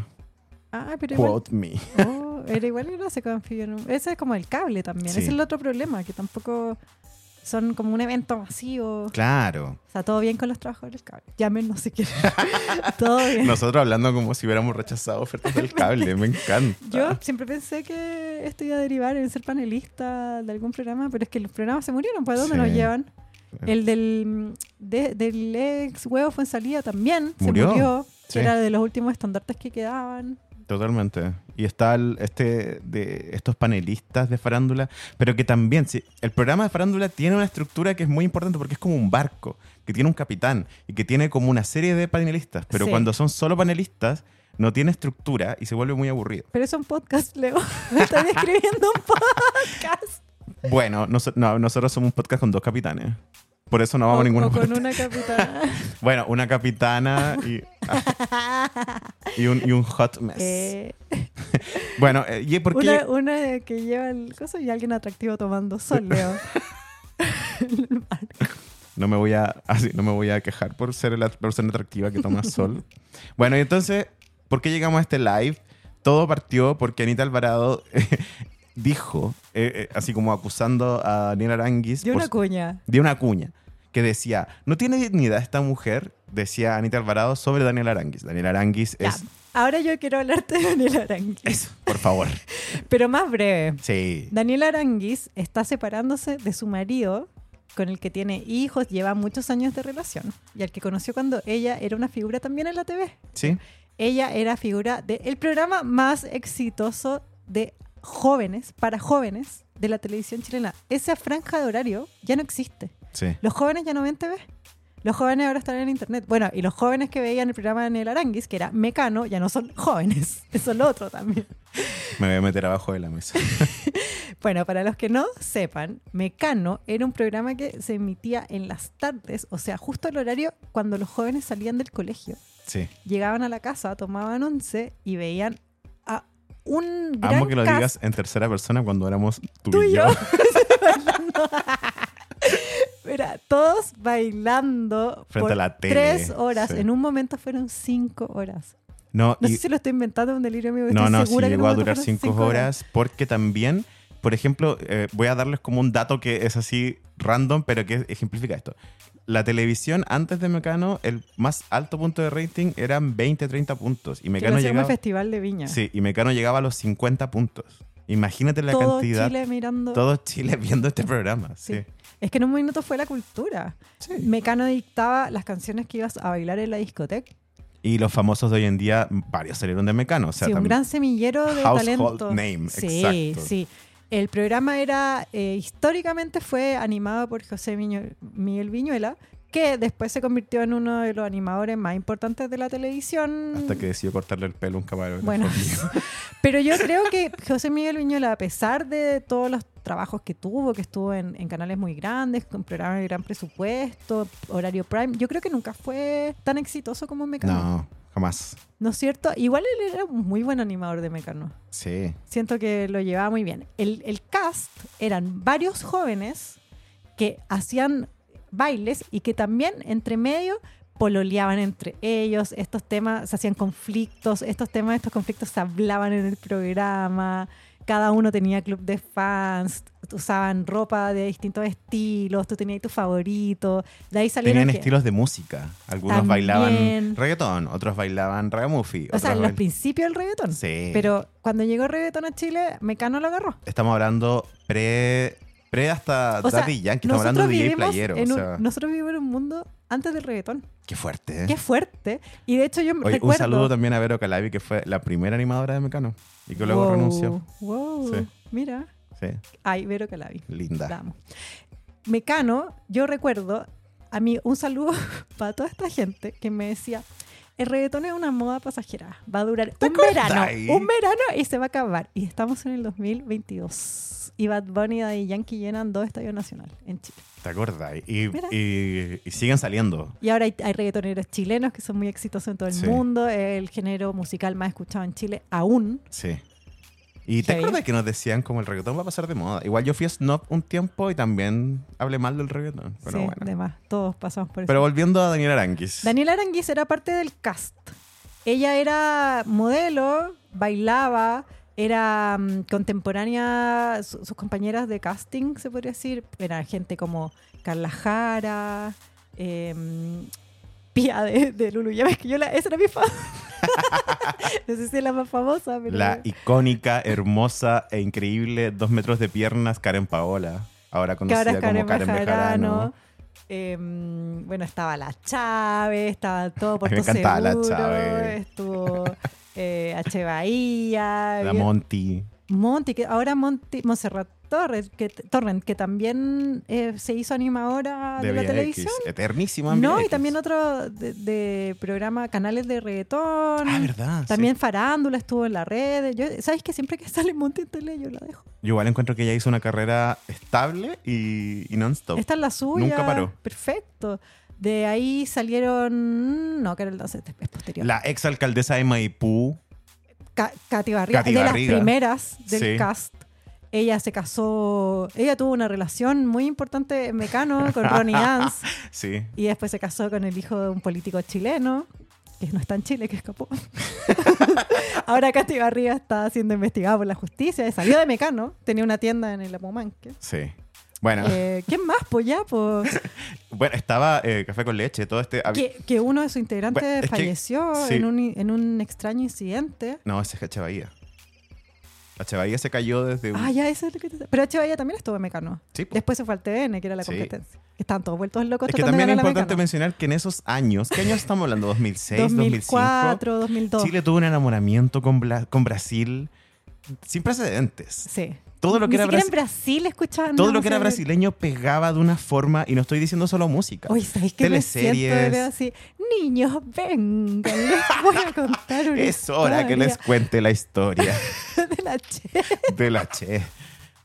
S3: Ah, pero igual...
S2: Quote me.
S3: Oh, era igual y no se confío. ¿no? Ese es como el cable también.
S2: Sí.
S3: Ese es el otro problema, que tampoco son como un evento masivo. O
S2: Claro.
S3: sea, todo bien con los trabajadores del cable. Llámenos si quieren. todo bien.
S2: Nosotros hablando como si hubiéramos rechazado ofertas del cable, me encanta.
S3: Yo siempre pensé que esto iba a derivar en ser panelista de algún programa, pero es que los programas se murieron. ¿Para dónde
S2: Sí.
S3: nos llevan? El del, de- del ex huevo fue en salida también.
S2: Murió.
S3: Se murió. que
S2: Sí.
S3: Era de los últimos estandartes que quedaban.
S2: Totalmente. Y está el- este de estos panelistas de farándula, pero que también, sí, el programa de farándula tiene una estructura que es muy importante porque es como un barco, que tiene un capitán y que tiene como una serie de panelistas, pero
S3: Sí.
S2: cuando son solo panelistas no tiene estructura y se vuelve muy aburrido.
S3: Pero es un podcast, Leo. Estoy escribiendo un podcast.
S2: Bueno, noso- no, nosotros somos un podcast con dos capitanes. Por eso no vamos
S3: o,
S2: a ninguna
S3: o con
S2: parte.
S3: una capitana.
S2: Bueno, una capitana y, ah, y un, y un hot mess.
S3: Eh,
S2: Bueno, eh, ¿y por qué
S3: una,
S2: yo-
S3: una que lleva el coso y alguien atractivo tomando sol, Leo.
S2: No me voy a, así, no me voy a quejar por ser la persona atractiva que toma sol. bueno, y entonces, ¿por qué llegamos a este live? Todo partió porque Anita Alvarado dijo, eh, eh, así como acusando a Daniel Aranguis
S3: De
S2: por
S3: una
S2: su-
S3: cuña.
S2: de una cuña, que decía, no tiene dignidad esta mujer, decía Anita Alvarado sobre Daniel Aranguis. Daniel Aranguis
S3: Ya.
S2: es...
S3: Ahora yo quiero hablarte de Daniel Aranguis,
S2: Eso, por favor.
S3: pero más breve.
S2: Sí.
S3: Daniel Aranguis está separándose de su marido, con el que tiene hijos, lleva muchos años de relación, y al que conoció cuando ella era una figura también en la TV.
S2: Sí.
S3: Ella era figura del programa más exitoso de jóvenes, para jóvenes, de la televisión chilena. Esa franja de horario ya no existe.
S2: Sí.
S3: Los jóvenes ya no ven TV. Los jóvenes ahora están en internet. Bueno, y los jóvenes que veían el programa en el Aranguis, que era mecano, ya no son jóvenes. Eso es lo otro también.
S2: Me voy a meter abajo de la mesa.
S3: Bueno, para los que no sepan, Mecano era un programa que se emitía en las tardes, o sea, justo al horario cuando los jóvenes salían del colegio.
S2: Sí.
S3: Llegaban a la casa, tomaban once y veían a un gran
S2: Amo que lo
S3: cast-
S2: digas en tercera persona cuando éramos tú,
S3: Tú y
S2: y yo.
S3: yo. Era todos bailando
S2: Frente
S3: por
S2: a la tele,
S3: tres horas.
S2: sí.
S3: En un momento fueron cinco horas.
S2: No,
S3: No
S2: y-
S3: sé si lo estoy inventando es un delirio mío.
S2: No,
S3: estoy
S2: no, sí
S3: segura que en
S2: llegó
S3: un
S2: a
S3: momento
S2: durar
S3: fueron
S2: cinco horas porque también, por ejemplo, eh, voy a darles como un dato que es así random, pero que ejemplifica esto. La televisión antes de Mecano, el más alto punto de rating eran 20, 30 puntos. Y
S3: Que lo
S2: Mecano
S3: hacíamos en el
S2: llegaba,
S3: Festival de Viña.
S2: sí, y Mecano llegaba a los 50 puntos. Imagínate la
S3: todo
S2: cantidad.
S3: Chile mirando.
S2: Todo Chile viendo este programa. Sí.
S3: Sí. Es que en un minuto fue la cultura.
S2: Sí.
S3: Mecano dictaba las canciones que ibas a bailar en la discoteca.
S2: Y los famosos de hoy en día, varios salieron de Mecano. O sea,
S3: sí, un
S2: también-
S3: gran semillero de
S2: Household
S3: talento.
S2: name,
S3: sí,
S2: exacto.
S3: sí. El programa era, eh, históricamente fue animado por José Miño- Miguel Viñuela, que después se convirtió en uno de los animadores más importantes de la televisión.
S2: Hasta que decidió cortarle el pelo a un camarógrafo.
S3: Bueno,
S2: mío.
S3: pero yo creo que José Miguel Viñuela, a pesar de todos los trabajos que tuvo, que estuvo en, en canales muy grandes, con programas de gran presupuesto, horario prime, yo creo que nunca fue tan exitoso como Mecano. ¿No,
S2: No, jamás.
S3: es cierto? Igual él era un muy buen animador de Mecano.
S2: Sí.
S3: Siento que lo llevaba muy bien. El, el cast eran varios jóvenes que hacían bailes y que también entre medio pololeaban entre ellos, estos temas, se hacían conflictos, estos temas, estos conflictos se hablaban en el programa, cada uno tenía club de fans, usaban ropa de distintos estilos, tú tenías tu favorito, de ahí salieron...
S2: Tenían
S3: que-
S2: estilos de música. Algunos
S3: También.
S2: bailaban reggaetón, otros bailaban ragamuffin.
S3: O
S2: otros
S3: sea, en los
S2: bail-
S3: principios del reggaetón.
S2: Sí.
S3: Pero cuando llegó el reggaetón a Chile, Mecano lo agarró.
S2: Estamos hablando pre, pre hasta
S3: O sea,
S2: Daddy Yankee. Estamos hablando de DJ
S3: vivimos
S2: Playero.
S3: en
S2: o
S3: un-
S2: sea,
S3: Nosotros vivimos en un mundo antes del reggaetón.
S2: qué fuerte. ¿eh?
S3: Qué fuerte. Y de hecho yo me
S2: Oye,
S3: recuerdo...
S2: un saludo también a Vero Calabi, que fue la primera animadora de Mecano. Y que luego
S3: Wow,
S2: renunció.
S3: Wow.
S2: Sí.
S3: Mira.
S2: Sí,
S3: Ay, Vero Calabi.
S2: linda.
S3: La amo. Mecano, yo recuerdo, a mí un saludo para toda esta gente que me decía, el reggaetón es una moda pasajera, va a durar un verano,
S2: acordáis?
S3: un verano y se va a acabar. Y estamos en el 2022. Y Bad Bunny y Daddy Yankee llenan dos estadios nacionales en Chile.
S2: ¿Te acuerdas? Y,
S3: Mira.
S2: y- y siguen saliendo.
S3: Y ahora hay, hay reggaetoneros chilenos que son muy exitosos en todo el
S2: Sí.
S3: mundo. eh, El género musical más escuchado en Chile aún.
S2: Sí. ¿Y te
S3: Heavy.
S2: acuerdas que nos decían como el reggaetón va a pasar de moda? Igual yo fui a Snob un tiempo y también hablé mal del reggaetón. Pero
S3: sí,
S2: bueno.
S3: demás. Todos pasamos por eso.
S2: Pero volviendo a Daniel Aranquis.
S3: Daniela Aranguiz era parte del cast. Ella era modelo, bailaba, era mm, contemporánea, su- sus compañeras de casting, se podría decir, eran gente como Carla Jara, em, Pía de, de Lulu. Ya ves que yo la, esa era mi favorita. no sé si es la más famosa, pero...
S2: La icónica, hermosa e increíble dos metros de piernas Karen Paola. Ahora
S3: que
S2: conocida
S3: ahora es Karen
S2: como Karen
S3: Bejarano.
S2: Bejarano.
S3: Em, bueno, estaba la Chávez, estaba todo por
S2: me encantaba la Chávez.
S3: Estuvo eh, H. Bahía.
S2: La
S3: bien-
S2: Monty.
S3: Monty, que ahora Monty, Montserrat Torres, que, Torrent, que también eh, se hizo animadora Ah, de,
S2: De
S3: la
S2: VX,
S3: televisión.
S2: Eternísima. en
S3: No, y
S2: VX.
S3: también otro de, de programa, canales de reggaetón.
S2: Ah, verdad. sí.
S3: También Farándula estuvo en la red. Yo, ¿Sabes que siempre que sale Monty en tele yo la dejo?
S2: Yo igual encuentro que ella hizo una carrera estable y, y non-stop.
S3: Esta es la suya.
S2: Nunca paró.
S3: Perfecto. De ahí salieron. mm, No, que era el 12, es posterior.
S2: La exalcaldesa de Maipú.
S3: Ca- Katy Barriga,
S2: Katy
S3: de las
S2: Barriga.
S3: primeras del
S2: Sí.
S3: cast. Ella se casó. Ella tuvo una relación muy importante en Mecano con Ronnie Dance.
S2: Sí.
S3: Y después se casó con el hijo de un político chileno, que no está en Chile, que escapó. Ahora Katy Barriga está siendo investigada por la justicia. Salió de Mecano, tenía una tienda en el Apumanque.
S2: Sí. Bueno,
S3: Eh, ¿Quién más? Pues ya, pues.
S2: bueno estaba eh, Café con Leche, todo este... habi-
S3: que, que uno de sus integrantes
S2: Bueno, es que-
S3: falleció
S2: sí.
S3: en, un, en un extraño incidente.
S2: No, ese es H. Bahía. H. Bahía se cayó desde... un-
S3: Ah, ya, eso es lo que te... Pero H. Bahía también estuvo en Mecano.
S2: Sí, pues. po.
S3: Después se fue al TVN, que era la
S2: Sí.
S3: competencia. Que Estaban todos vueltos locos
S2: Es que
S3: tratando de
S2: también es
S3: ganar la
S2: importante
S3: Mecano.
S2: mencionar que en esos años, ¿qué años estamos hablando? ¿2006, 2004,
S3: 2004, 2002.
S2: Chile tuvo un enamoramiento con, Bla- con Brasil sin precedentes.
S3: Sí.
S2: Todo lo que era
S3: Ni siquiera
S2: Brasi-
S3: en Brasil escuchaban
S2: Todo
S3: la
S2: lo que era
S3: música de-
S2: brasileño pegaba de una forma, y no estoy diciendo solo música.
S3: Oye, ¿sabes qué me siento de
S2: Teleseries.
S3: ver así? Niños, vengan, les voy a contar una
S2: es hora que les
S3: historia
S2: cuente la historia
S3: de la Che.
S2: de la Che.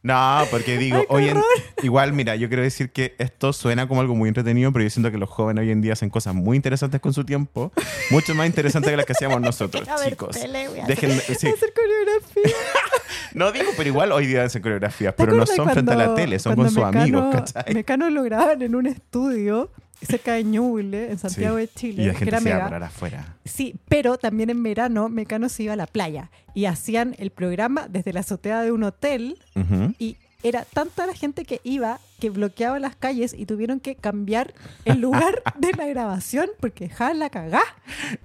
S2: No, porque digo,
S3: Ay, qué
S2: hoy en-
S3: horror.
S2: igual, mira, yo quiero decir que esto suena como algo muy entretenido, pero yo siento que los jóvenes hoy en día hacen cosas muy interesantes con su tiempo, mucho más interesantes que las que hacíamos nosotros,
S3: Quiero ver
S2: chicos.
S3: tele, voy a hacer-
S2: Déjenme, sí.
S3: hacer coreografía.
S2: No digo, pero igual hoy día hacen coreografías,
S3: ¿Te
S2: pero no
S3: acuerdas
S2: son frente a la
S3: cuando-
S2: tele, son con
S3: cuando
S2: sus
S3: Mecano-
S2: amigos, ¿cachai?
S3: Mecano lo grababan en un estudio cerca de Ñuble, en Santiago
S2: Sí.
S3: de Chile.
S2: Y la
S3: que
S2: gente
S3: era
S2: se iba a
S3: mega.
S2: parar afuera.
S3: Sí, pero también en verano Mecano se iba a la playa y hacían el programa desde la azotea de un hotel
S2: Ujú.
S3: y era tanta la gente que iba que bloqueaba las calles y tuvieron que cambiar el lugar de la grabación porque dejaban la cagá.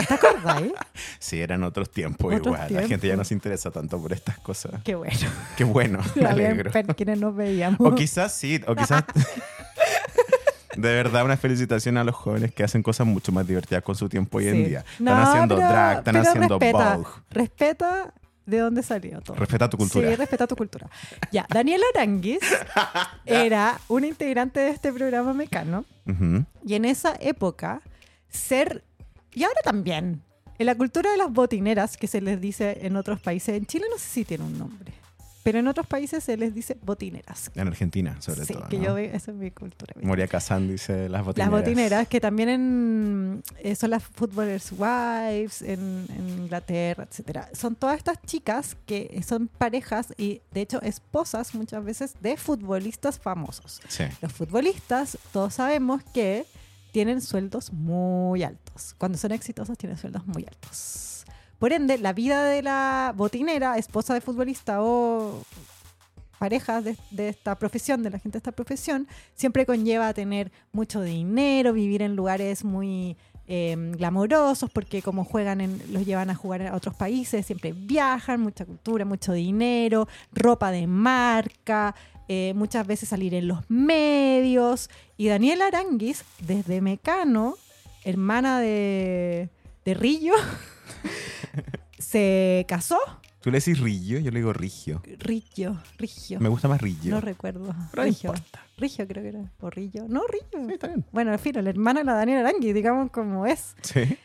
S3: ¿Te acordás? eh?
S2: Sí, eran otros tiempos
S3: Otros
S2: igual. La gente ya
S3: tiempos.
S2: no se interesa tanto por estas cosas.
S3: Qué bueno.
S2: Qué bueno, me
S3: La bien
S2: alegro.
S3: per- quienes nos veíamos.
S2: O quizás sí, o quizás... De verdad, una felicitación a los jóvenes que hacen cosas mucho más divertidas con su tiempo hoy en
S3: Sí.
S2: día.
S3: No,
S2: Están haciendo
S3: pero-
S2: drag, están
S3: pero
S2: haciendo
S3: respeta,
S2: vogue.
S3: Respeta de dónde salió todo.
S2: Respeta tu cultura.
S3: Sí, respeta tu cultura. Ya, Daniela Aranguis era un integrante de este programa mecano
S2: Ujú.
S3: y en esa época ser, y ahora también, en la cultura de las botineras que se les dice en otros países, en Chile no sé si tiene un nombre, pero en otros países se les dice botineras.
S2: En Argentina, sobre
S3: sí,
S2: todo.
S3: que
S2: ¿no?
S3: yo veo, esa es mi cultura. mi
S2: Moria Kazan dice las botineras.
S3: las botineras, que también en, eh, son las Footballers Wives en, en Inglaterra, etcétera. Son todas estas chicas que son parejas y, de hecho, esposas muchas veces de futbolistas famosos.
S2: Sí.
S3: Los futbolistas, todos sabemos que tienen sueldos muy altos. Cuando son exitosos, tienen sueldos muy altos. Por ende, la vida de la botinera, esposa de futbolista o parejas de, de esta profesión, de la gente de esta profesión, siempre conlleva tener mucho dinero, vivir en lugares muy eh, glamorosos, porque como juegan, en, los llevan a jugar a otros países, siempre viajan, mucha cultura, mucho dinero, ropa de marca, eh, muchas veces salir en los medios. Y Daniel Aranguis, desde Mecano, hermana de, de Rillo, se casó.
S2: Tú le decís Rillo, yo le digo Rigio.
S3: Rillo, Rillo.
S2: Me gusta más Rillo.
S3: No recuerdo.
S2: Pero no
S3: Rillo.
S2: importa.
S3: Rillo creo que era. O Rillo. No, Rillo.
S2: Sí, está bien.
S3: Bueno, al fin, el hermano de la Daniela Arangui, digamos como es.
S2: Sí.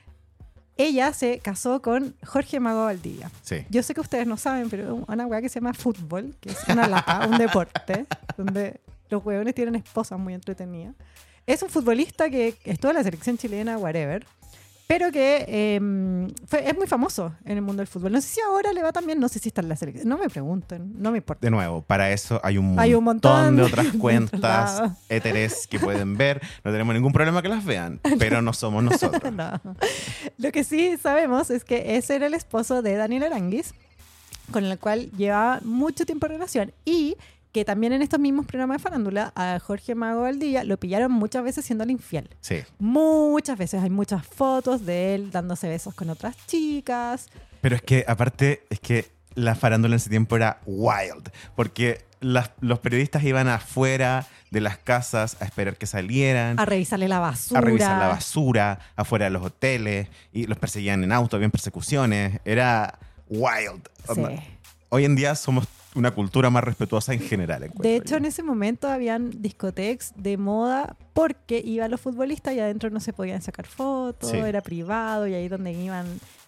S3: Ella se casó con Jorge Mago Valdivia.
S2: Sí.
S3: Yo sé que ustedes no saben, pero es una weá que se llama fútbol, que es una lata, un deporte, donde los hueones tienen esposas muy entretenidas. Es un futbolista que estuvo en la selección chilena, whatever, pero que eh, fue- es muy famoso en el mundo del fútbol. No sé si ahora le va también, no sé si está en la selección. No me pregunten, no me importa.
S2: De nuevo, para eso hay un,
S3: Hay un montón
S2: de
S3: de
S2: otras
S3: otros
S2: cuentas
S3: lados.
S2: éteres que pueden ver. No tenemos ningún problema que las vean, pero no somos nosotros.
S3: No. Lo que sí sabemos es que ese era el esposo de Daniel Aranguis, con el cual llevaba mucho tiempo en relación y que también en estos mismos programas de farándula a Jorge Mago Valdivia lo pillaron muchas veces siendo el infiel.
S2: Sí.
S3: Muchas veces hay muchas fotos de él dándose besos con otras chicas.
S2: Pero es que, aparte, es que la farándula en ese tiempo era wild, porque las- los periodistas iban afuera de las casas a esperar que salieran.
S3: A revisarle la
S2: a
S3: basura.
S2: revisar la basura afuera de los hoteles y los perseguían en auto, habían persecuciones, era wild. Onda,
S3: Sí.
S2: Hoy en día somos una cultura más respetuosa en general. encuentro
S3: De hecho,
S2: yo.
S3: en ese momento habían discotecas de moda porque iban los futbolistas y adentro no se podían sacar fotos,
S2: Sí.
S3: era privado y ahí donde iban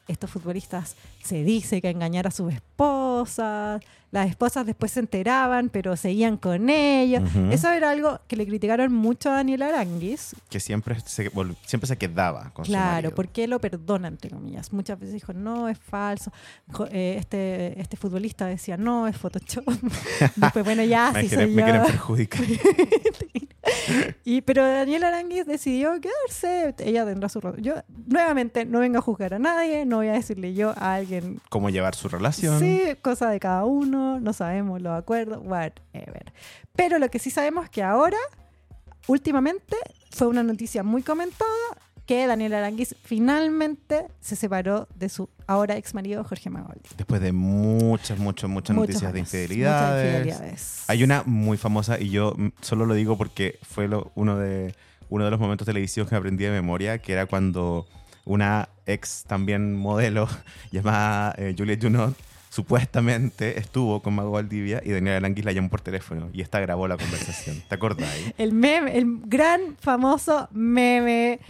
S3: estos futbolistas se dice que a engañar a sus esposas, las esposas después se enteraban pero seguían con ellas.
S2: Ujú.
S3: Eso era algo que le criticaron mucho a Daniel Aranguis,
S2: que siempre se, vol- siempre se quedaba con su
S3: Claro,
S2: marido.
S3: porque lo perdona, entre comillas. Muchas veces dijo, no, es falso. Jo- eh, este, este futbolista decía, no, es Photoshop. Después, bueno, ya,
S2: me,
S3: sí
S2: quieren,
S3: soy
S2: me
S3: yo.
S2: quieren perjudicar.
S3: y, pero Daniel Aranguis decidió quedarse. Ella tendrá su razón. Yo, nuevamente, no vengo a juzgar a nadie, no voy a decirle yo a alguien,
S2: ¿Cómo llevar su relación?
S3: sí, cosa de cada uno, no sabemos los acuerdos, whatever. Pero lo que sí sabemos es que ahora, últimamente, fue una noticia muy comentada que Daniel Aranguis finalmente se separó de su ahora ex marido Jorge Magoldi.
S2: Después de muchas, muchas, muchas
S3: Muchos
S2: noticias de
S3: años,
S2: infidelidades.
S3: muchas infidelidades.
S2: Hay una muy famosa y yo mm, solo lo digo porque fue lo- uno, de, uno de los momentos televisivos que aprendí de memoria, que era cuando una ex también modelo llamada eh, Juliette Junot supuestamente estuvo con Mago Valdivia y Daniela Aranguis la llamó por teléfono y esta grabó la conversación. ¿Te acordás?
S3: El meme, el gran famoso meme,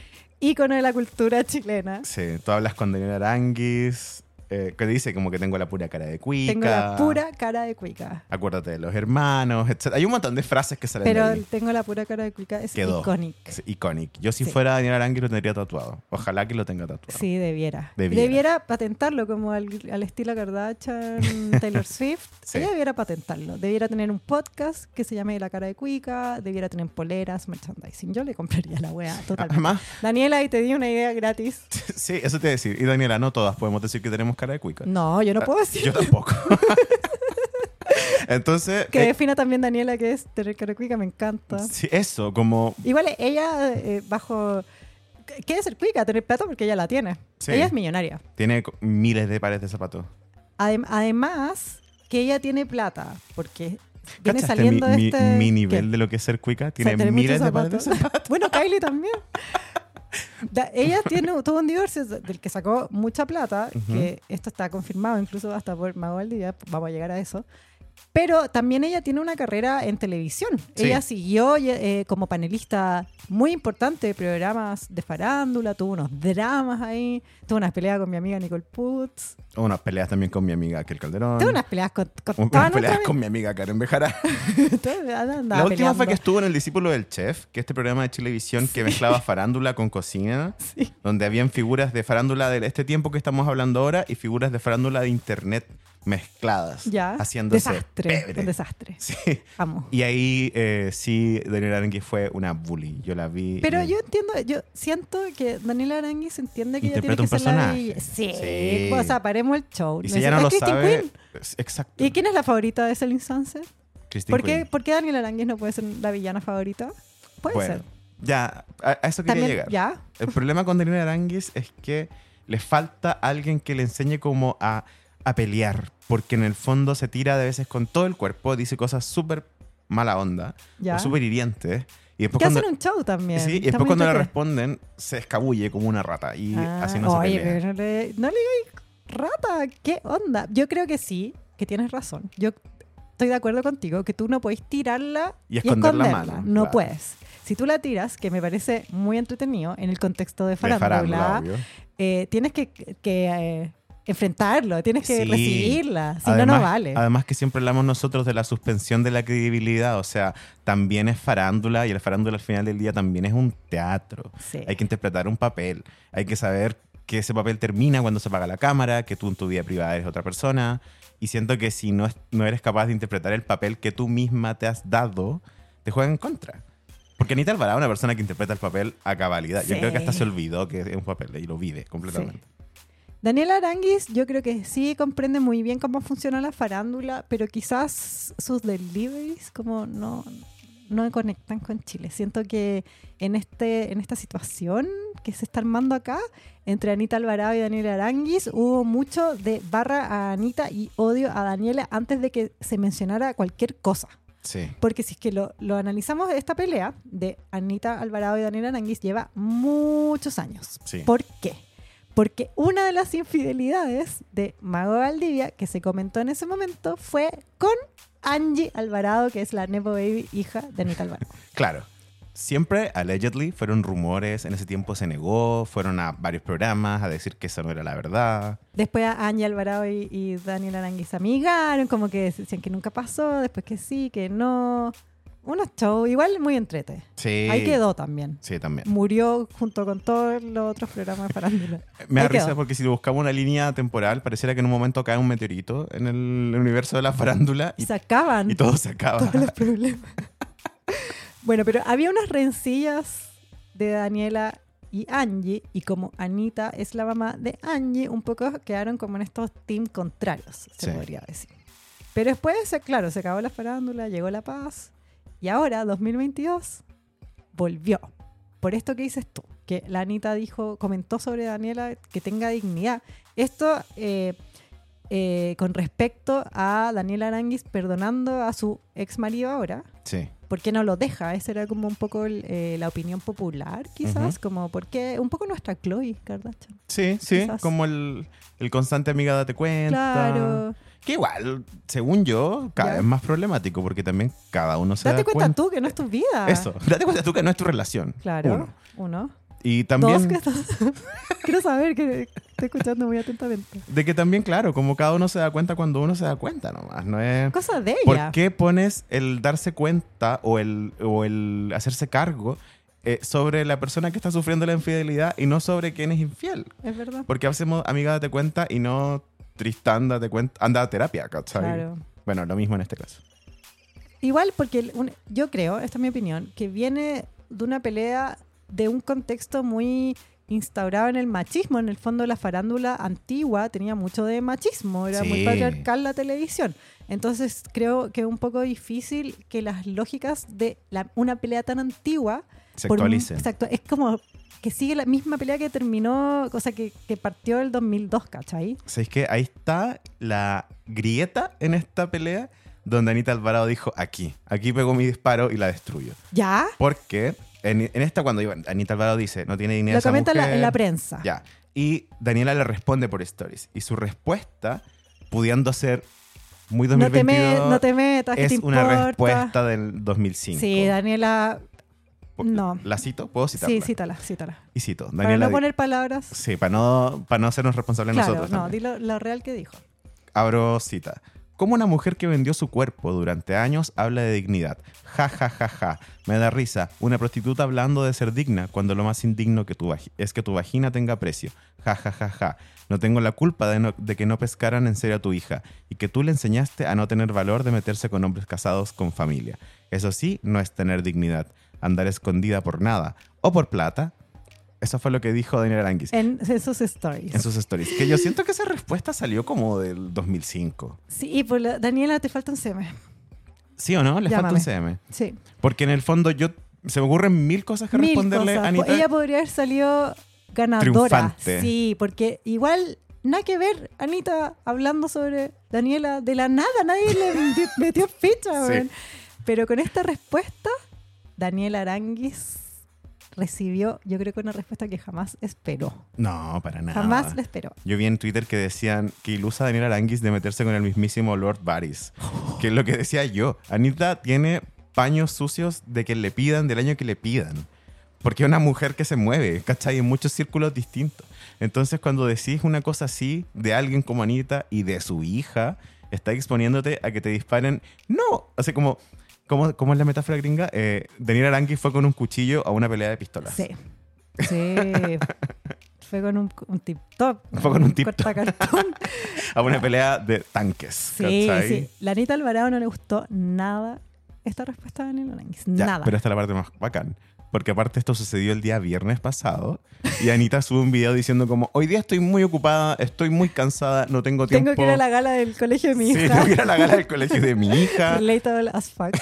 S3: ícono de la cultura chilena.
S2: Sí, tú hablas con Daniela Aranguis, eh, que dice como que tengo la pura cara de cuica.
S3: Tengo la pura cara de cuica.
S2: Acuérdate de los hermanos, etc. Hay un montón de frases que salen de
S3: Pero
S2: ahí.
S3: tengo la pura cara de cuica es
S2: Quedó.
S3: icónico.
S2: Es icónico. Yo si
S3: Sí.
S2: fuera Daniel Arangui lo tendría tatuado. Ojalá que lo tenga tatuado.
S3: Sí, debiera.
S2: Debiera.
S3: debiera. patentarlo como al, al estilo Kardashian, Taylor Swift.
S2: Sí.
S3: Ella debiera patentarlo. Debiera tener un podcast que se llame La Cara de Cuica. Debiera tener poleras, merchandising. Yo le compraría la wea totalmente.
S2: Además,
S3: Daniela, y te di una idea gratis.
S2: sí, eso te iba a decir. Y Ah, Daniela, no todas podemos decir que tenemos cara de cuica.
S3: No, yo no puedo decir.
S2: Yo tampoco. Entonces,
S3: Que
S2: eh,
S3: defina también Daniela, que es Terrecarocuica, me encanta.
S2: sí, eso, como
S3: Igual ella, eh, bajo. ¿Qué- ¿Qué es ser cuica? Tener plata porque ella la tiene.
S2: Sí.
S3: Ella es millonaria.
S2: tiene co- miles de pares de zapatos.
S3: Adem- además, que ella tiene plata porque viene
S2: ¿Cachaste
S3: saliendo
S2: mi,
S3: de
S2: mi-
S3: este.
S2: mi
S3: ¿Qué?
S2: nivel de lo que es ser cuica?
S3: O sea,
S2: Tiene
S3: tener muchos
S2: miles de pares de zapatos.
S3: bueno, Kylie también. Da- ella tiene, tuvo un divorcio del que sacó mucha plata, que esto está confirmado incluso hasta por Magoldi, ya vamos a llegar a eso. Pero también ella tiene una carrera en televisión.
S2: Sí.
S3: Ella siguió eh, como panelista muy importante de programas de farándula, tuvo unos dramas ahí, tuvo unas peleas con mi amiga Nicole Putz,
S2: Unas peleas también con mi amiga Raquel Calderón.
S3: tuvo unas peleas con, con
S2: Unas
S3: toda nuestra
S2: peleas con mi amiga Karen Bejará.
S3: vida. Toda- andaba
S2: La última
S3: peleando.
S2: fue que estuvo en El Discípulo del Chef, que este programa de televisión que mezclaba farándula con cocina,
S3: Sí.
S2: donde habían figuras de farándula de este tiempo que estamos hablando ahora y figuras de farándula de internet mezcladas.
S3: ya.
S2: Haciéndose
S3: desastre,
S2: pebre.
S3: un desastre.
S2: Sí.
S3: Amo.
S2: Y ahí eh, sí, Daniel Arangui fue una bully. Yo la vi.
S3: Pero
S2: y-
S3: yo entiendo, yo siento que Daniela Aránguiz entiende que ella tiene
S2: Interpreta
S3: que
S2: un
S3: ser la
S2: personaje.
S3: de... Sí.
S2: Sí.
S3: o sea, paremos el show.
S2: Y si ella no lo
S3: Es Christine
S2: sabe.
S3: Quinn.
S2: es- Exacto.
S3: ¿Y quién es la favorita de Celine Sunset?
S2: Christine
S3: ¿Por qué,
S2: Quinn.
S3: por qué Daniela Aránguiz no puede ser la villana favorita? Puede
S2: Bueno,
S3: ser.
S2: Ya, a, a eso quería
S3: También,
S2: llegar.
S3: ya.
S2: El problema con Daniel Aranguis es que le falta alguien que le enseñe cómo a, a pelear, porque en el fondo se tira de veces con todo el cuerpo, dice cosas súper mala onda,
S3: Ya.
S2: o súper hirientes, y después
S3: Que
S2: cuando,
S3: hacen un show también.
S2: sí, y
S3: Está
S2: después
S3: muy
S2: cuando le
S3: entrete.
S2: responden se escabulle como una rata y
S3: Ah,
S2: así no se
S3: Oye,
S2: pelea.
S3: pero no le, no le digáis rata, ¿qué onda? Yo creo que sí, que tienes razón. Yo estoy de acuerdo contigo que tú no podéis tirarla
S2: Y esconder la mano,
S3: No
S2: claro.
S3: puedes. Si tú la tiras, que me parece muy entretenido en el contexto de
S2: De farándula,
S3: farándula,
S2: obvio.
S3: eh, tienes que, que, eh, enfrentarlo, tienes que
S2: Sí.
S3: recibirla. Si no,
S2: Además-
S3: no vale.
S2: Además que siempre hablamos nosotros de la suspensión de la credibilidad, o sea, también es farándula y el farándula al final del día también es un teatro.
S3: Sí.
S2: Hay que interpretar un papel, hay que saber que ese papel termina cuando se apaga la cámara, que tú en tu vida privada eres otra persona. Y siento que si no, es- no eres capaz de interpretar el papel que tú misma te has dado, te juegan en contra. Porque Anita Alvarado es una persona que interpreta el papel a cabalidad. Yo
S3: Sí.
S2: creo que hasta se olvidó que es un papel y lo vive completamente.
S3: Daniela Aranguis, yo creo que sí comprende muy bien cómo funciona la farándula, pero quizás sus deliveries como no, no conectan con Chile. Siento que en, este, en esta situación que se está armando acá, entre Anita Alvarado y Daniela Aranguis, hubo mucho de barra a Anita y odio a Daniela antes de que se mencionara cualquier cosa.
S2: Sí.
S3: Porque si es que lo, lo analizamos, esta pelea de Anita Alvarado y Daniela Aranguis lleva muchos años.
S2: Sí.
S3: ¿Por qué? Porque una de las infidelidades de Mago Valdivia que se comentó en ese momento fue con Angie Alvarado, que es la Nepo Baby, hija de Anita Alvarado.
S2: Claro. Siempre, allegedly, fueron rumores. En ese tiempo se negó, fueron a varios programas a decir que eso no era la verdad.
S3: Después a Angie Alvarado y, y Daniela Aranguis se amigaron, como que decían que nunca pasó, después que sí, que no. Unos shows, igual muy entrete.
S2: Sí.
S3: Ahí quedó también.
S2: Sí, también.
S3: Murió junto con todos los otros programas de farándula.
S2: Me da
S3: Ahí
S2: risa
S3: quedó.
S2: porque si buscaba una línea temporal, pareciera que en un momento cae un meteorito en el universo de la farándula y,
S3: se acaban
S2: y todo se acaba.
S3: todos los problemas. bueno, pero había unas rencillas de Daniela y Angie, y como Anita es la mamá de Angie, un poco quedaron como en estos team contrarios, se
S2: Sí.
S3: podría decir. Pero después, eh, claro, se acabó la farándula, llegó la paz, y ahora, 2022, volvió. Por esto que dices tú, que la Anita dijo, comentó sobre Daniela que tenga dignidad. Esto eh, eh, con respecto a Daniela Aranguis perdonando a su ex marido ahora.
S2: Sí.
S3: ¿Por qué no lo deja? Esa era como un poco el, eh, la opinión popular, quizás. Como, ¿por qué? Un poco nuestra Chloe Kardashian.
S2: Sí, sí,
S3: Quizás.
S2: como el, el constante amiga date cuenta.
S3: Claro.
S2: Que igual, según yo, cada
S3: Ya.
S2: vez más problemático porque también cada uno se
S3: Date
S2: da
S3: cuenta, tú que no es tu vida.
S2: Eso, date cuenta tú que no es tu relación.
S3: Claro.
S2: Uno.
S3: Uno.
S2: Y también...
S3: Dos que estás- Quiero saber que estoy escuchando muy atentamente.
S2: De que también, claro, como cada uno se da cuenta cuando uno se da cuenta nomás, no es...
S3: Cosa de ella.
S2: ¿Por qué pones el darse cuenta o el, o el hacerse cargo eh, sobre la persona que está sufriendo la infidelidad y no sobre quién es infiel?
S3: Es verdad.
S2: Porque hacemos amiga date cuenta y no Tristán date cuenta, anda a terapia, ¿cachai?
S3: Claro.
S2: Bueno, lo mismo en este caso.
S3: Igual porque el- un- yo creo, esta es mi opinión, que viene de una pelea de un contexto muy instauraban el machismo. En el fondo, la farándula antigua tenía mucho de machismo, era muy
S2: Sí.
S3: patriarcal la televisión. Entonces, creo que es un poco difícil que las lógicas de la- una pelea tan antigua
S2: Se
S3: por un-
S2: actualicen.
S3: Exacto, es como que sigue la misma pelea que terminó, o sea, que, que partió el 2002, ¿cachai?
S2: ¿Sabéis que ahí está la grieta en esta pelea donde Anita Alvarado dijo, aquí, aquí pegó mi disparo y la destruyo?
S3: ¿Ya?
S2: Porque en, en esta cuando iba- Anita Alvarado dice, no tiene dinero.
S3: Lo
S2: esa
S3: comenta en la-
S2: mujer".
S3: en la prensa.
S2: Ya. Y Daniela le responde por stories. Y su respuesta, pudiendo ser muy
S3: No te,
S2: 2022,
S3: me- no te metas, que
S2: es
S3: te
S2: una
S3: importa.
S2: respuesta del 2005.
S3: Sí, Daniela.
S2: Po-
S3: no.
S2: ¿La cito? ¿Puedo citarla?
S3: Sí, cítala, cítala.
S2: Y cito.
S3: Para
S2: Daniela
S3: no
S2: di-
S3: poner palabras.
S2: Sí, para no, para no hacernos responsables
S3: Claro,
S2: nosotros.
S3: no,
S2: también.
S3: di lo, lo real que dijo.
S2: Abro cita. Como una mujer que vendió su cuerpo durante años habla de dignidad. Ja, ja, ja, ja. Me da risa. Una prostituta hablando de ser digna cuando lo más indigno que tu vagi- es que tu vagina tenga precio. Ja, ja, ja, ja. No tengo la culpa de, no- de que no pescaran en serio a tu hija y que tú le enseñaste a no tener valor de meterse con hombres casados con familia. Eso sí, no es tener dignidad. Andar escondida por nada o por plata. Eso fue lo que dijo Daniel Aranguis
S3: En, en sus stories.
S2: en sus stories. Que yo siento que esa respuesta salió como del 2005.
S3: Sí, y por la- Daniela, te falta un seme.
S2: ¿Sí o no? Le falta un CM.
S3: Llámame. Sí.
S2: Porque en el fondo yo se me ocurren mil cosas que
S3: Mil
S2: responderle
S3: cosas.
S2: a Anita.
S3: Ella podría haber salido ganadora.
S2: Triunfante.
S3: Sí, porque igual nada que ver Anita hablando sobre Daniela de la nada, nadie le metió- metió ficha,
S2: Sí.
S3: weón. Pero con esta respuesta, Daniela Aranguis recibió, yo creo que una respuesta que jamás esperó.
S2: No, para nada.
S3: Jamás la esperó.
S2: Yo vi en Twitter que decían que ilusa a Daniel Aranguis de meterse con el mismísimo Lord Baris. Que es lo que decía yo. Anita tiene paños sucios de que le pidan, del año que le pidan. Porque es una mujer que se mueve, ¿cachai? En muchos círculos distintos. Entonces, cuando decís una cosa así de alguien como Anita y de su hija, está exponiéndote a que te disparen. No, o sea, como, como, como es la metáfora gringa, eh, Daniel Aranguis fue con un cuchillo a una pelea de pistolas.
S3: Sí. Sí. Fue con un, un tip top.
S2: Fue con un tip top.
S3: cortacartón.
S2: A una pelea de tanques.
S3: Sí,
S2: ¿cachai?
S3: sí. La Anita Alvarado no le gustó nada esta respuesta de Daniel Aranguis.
S2: Ya,
S3: nada.
S2: Pero esta es la parte más bacán. Porque aparte esto sucedió el día viernes pasado y Anita sube un video diciendo como hoy día estoy muy ocupada, estoy muy cansada, no tengo tiempo.
S3: Tengo que ir a la gala del colegio de mi
S2: Sí,
S3: hija.
S2: tengo que ir a la gala del colegio de mi hija.
S3: Relatable as fuck.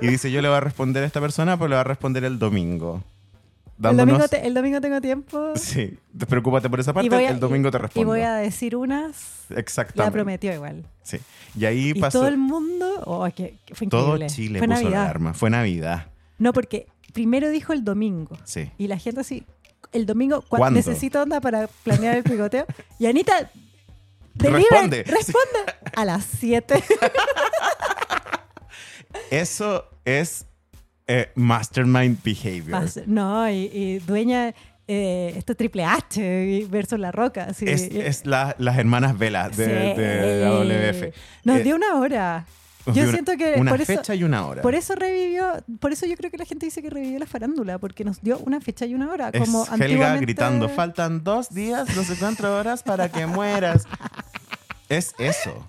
S2: Y dice yo le voy a responder a esta persona, pero le voy a responder el domingo.
S3: El
S2: Dándonos...
S3: domingo, te- el domingo tengo tiempo.
S2: Sí, te- preocúpate por esa
S3: y
S2: parte,
S3: voy a-
S2: el domingo te
S3: Y
S2: respondo.
S3: voy a decir unas.
S2: Exactamente.
S3: La prometió igual.
S2: Sí. Y ahí
S3: Y
S2: pasó
S3: todo el mundo. Oh, es que que fue
S2: todo
S3: increíble.
S2: Chile
S3: fue
S2: puso la
S3: Navidad.
S2: alarma. Fue Navidad.
S3: No, porque primero dijo el domingo.
S2: Sí.
S3: Y la gente así, el domingo, cua-
S2: ¿Cuándo?
S3: necesito onda para planear el picoteo. Y Anita, deliver,
S2: Responde.
S3: responde, a las 7.
S2: Eso es eh, mastermind behavior.
S3: no, y, y dueña, eh, esto Triple H versus La Roca. así.
S2: Es, es la- las hermanas velas de,
S3: Sí.
S2: de la WF.
S3: Nos
S2: Eh,
S3: dio una hora.
S2: nos
S3: Yo
S2: dio una-
S3: siento que
S2: Una
S3: por eso-
S2: fecha y una hora.
S3: Por eso revivió, por eso yo creo que la gente dice que revivió la farándula, porque nos dio una fecha y una hora.
S2: es
S3: como
S2: Helga
S3: antiguamente-
S2: gritando, faltan dos días, no sé cuántas horas para que mueras. es eso.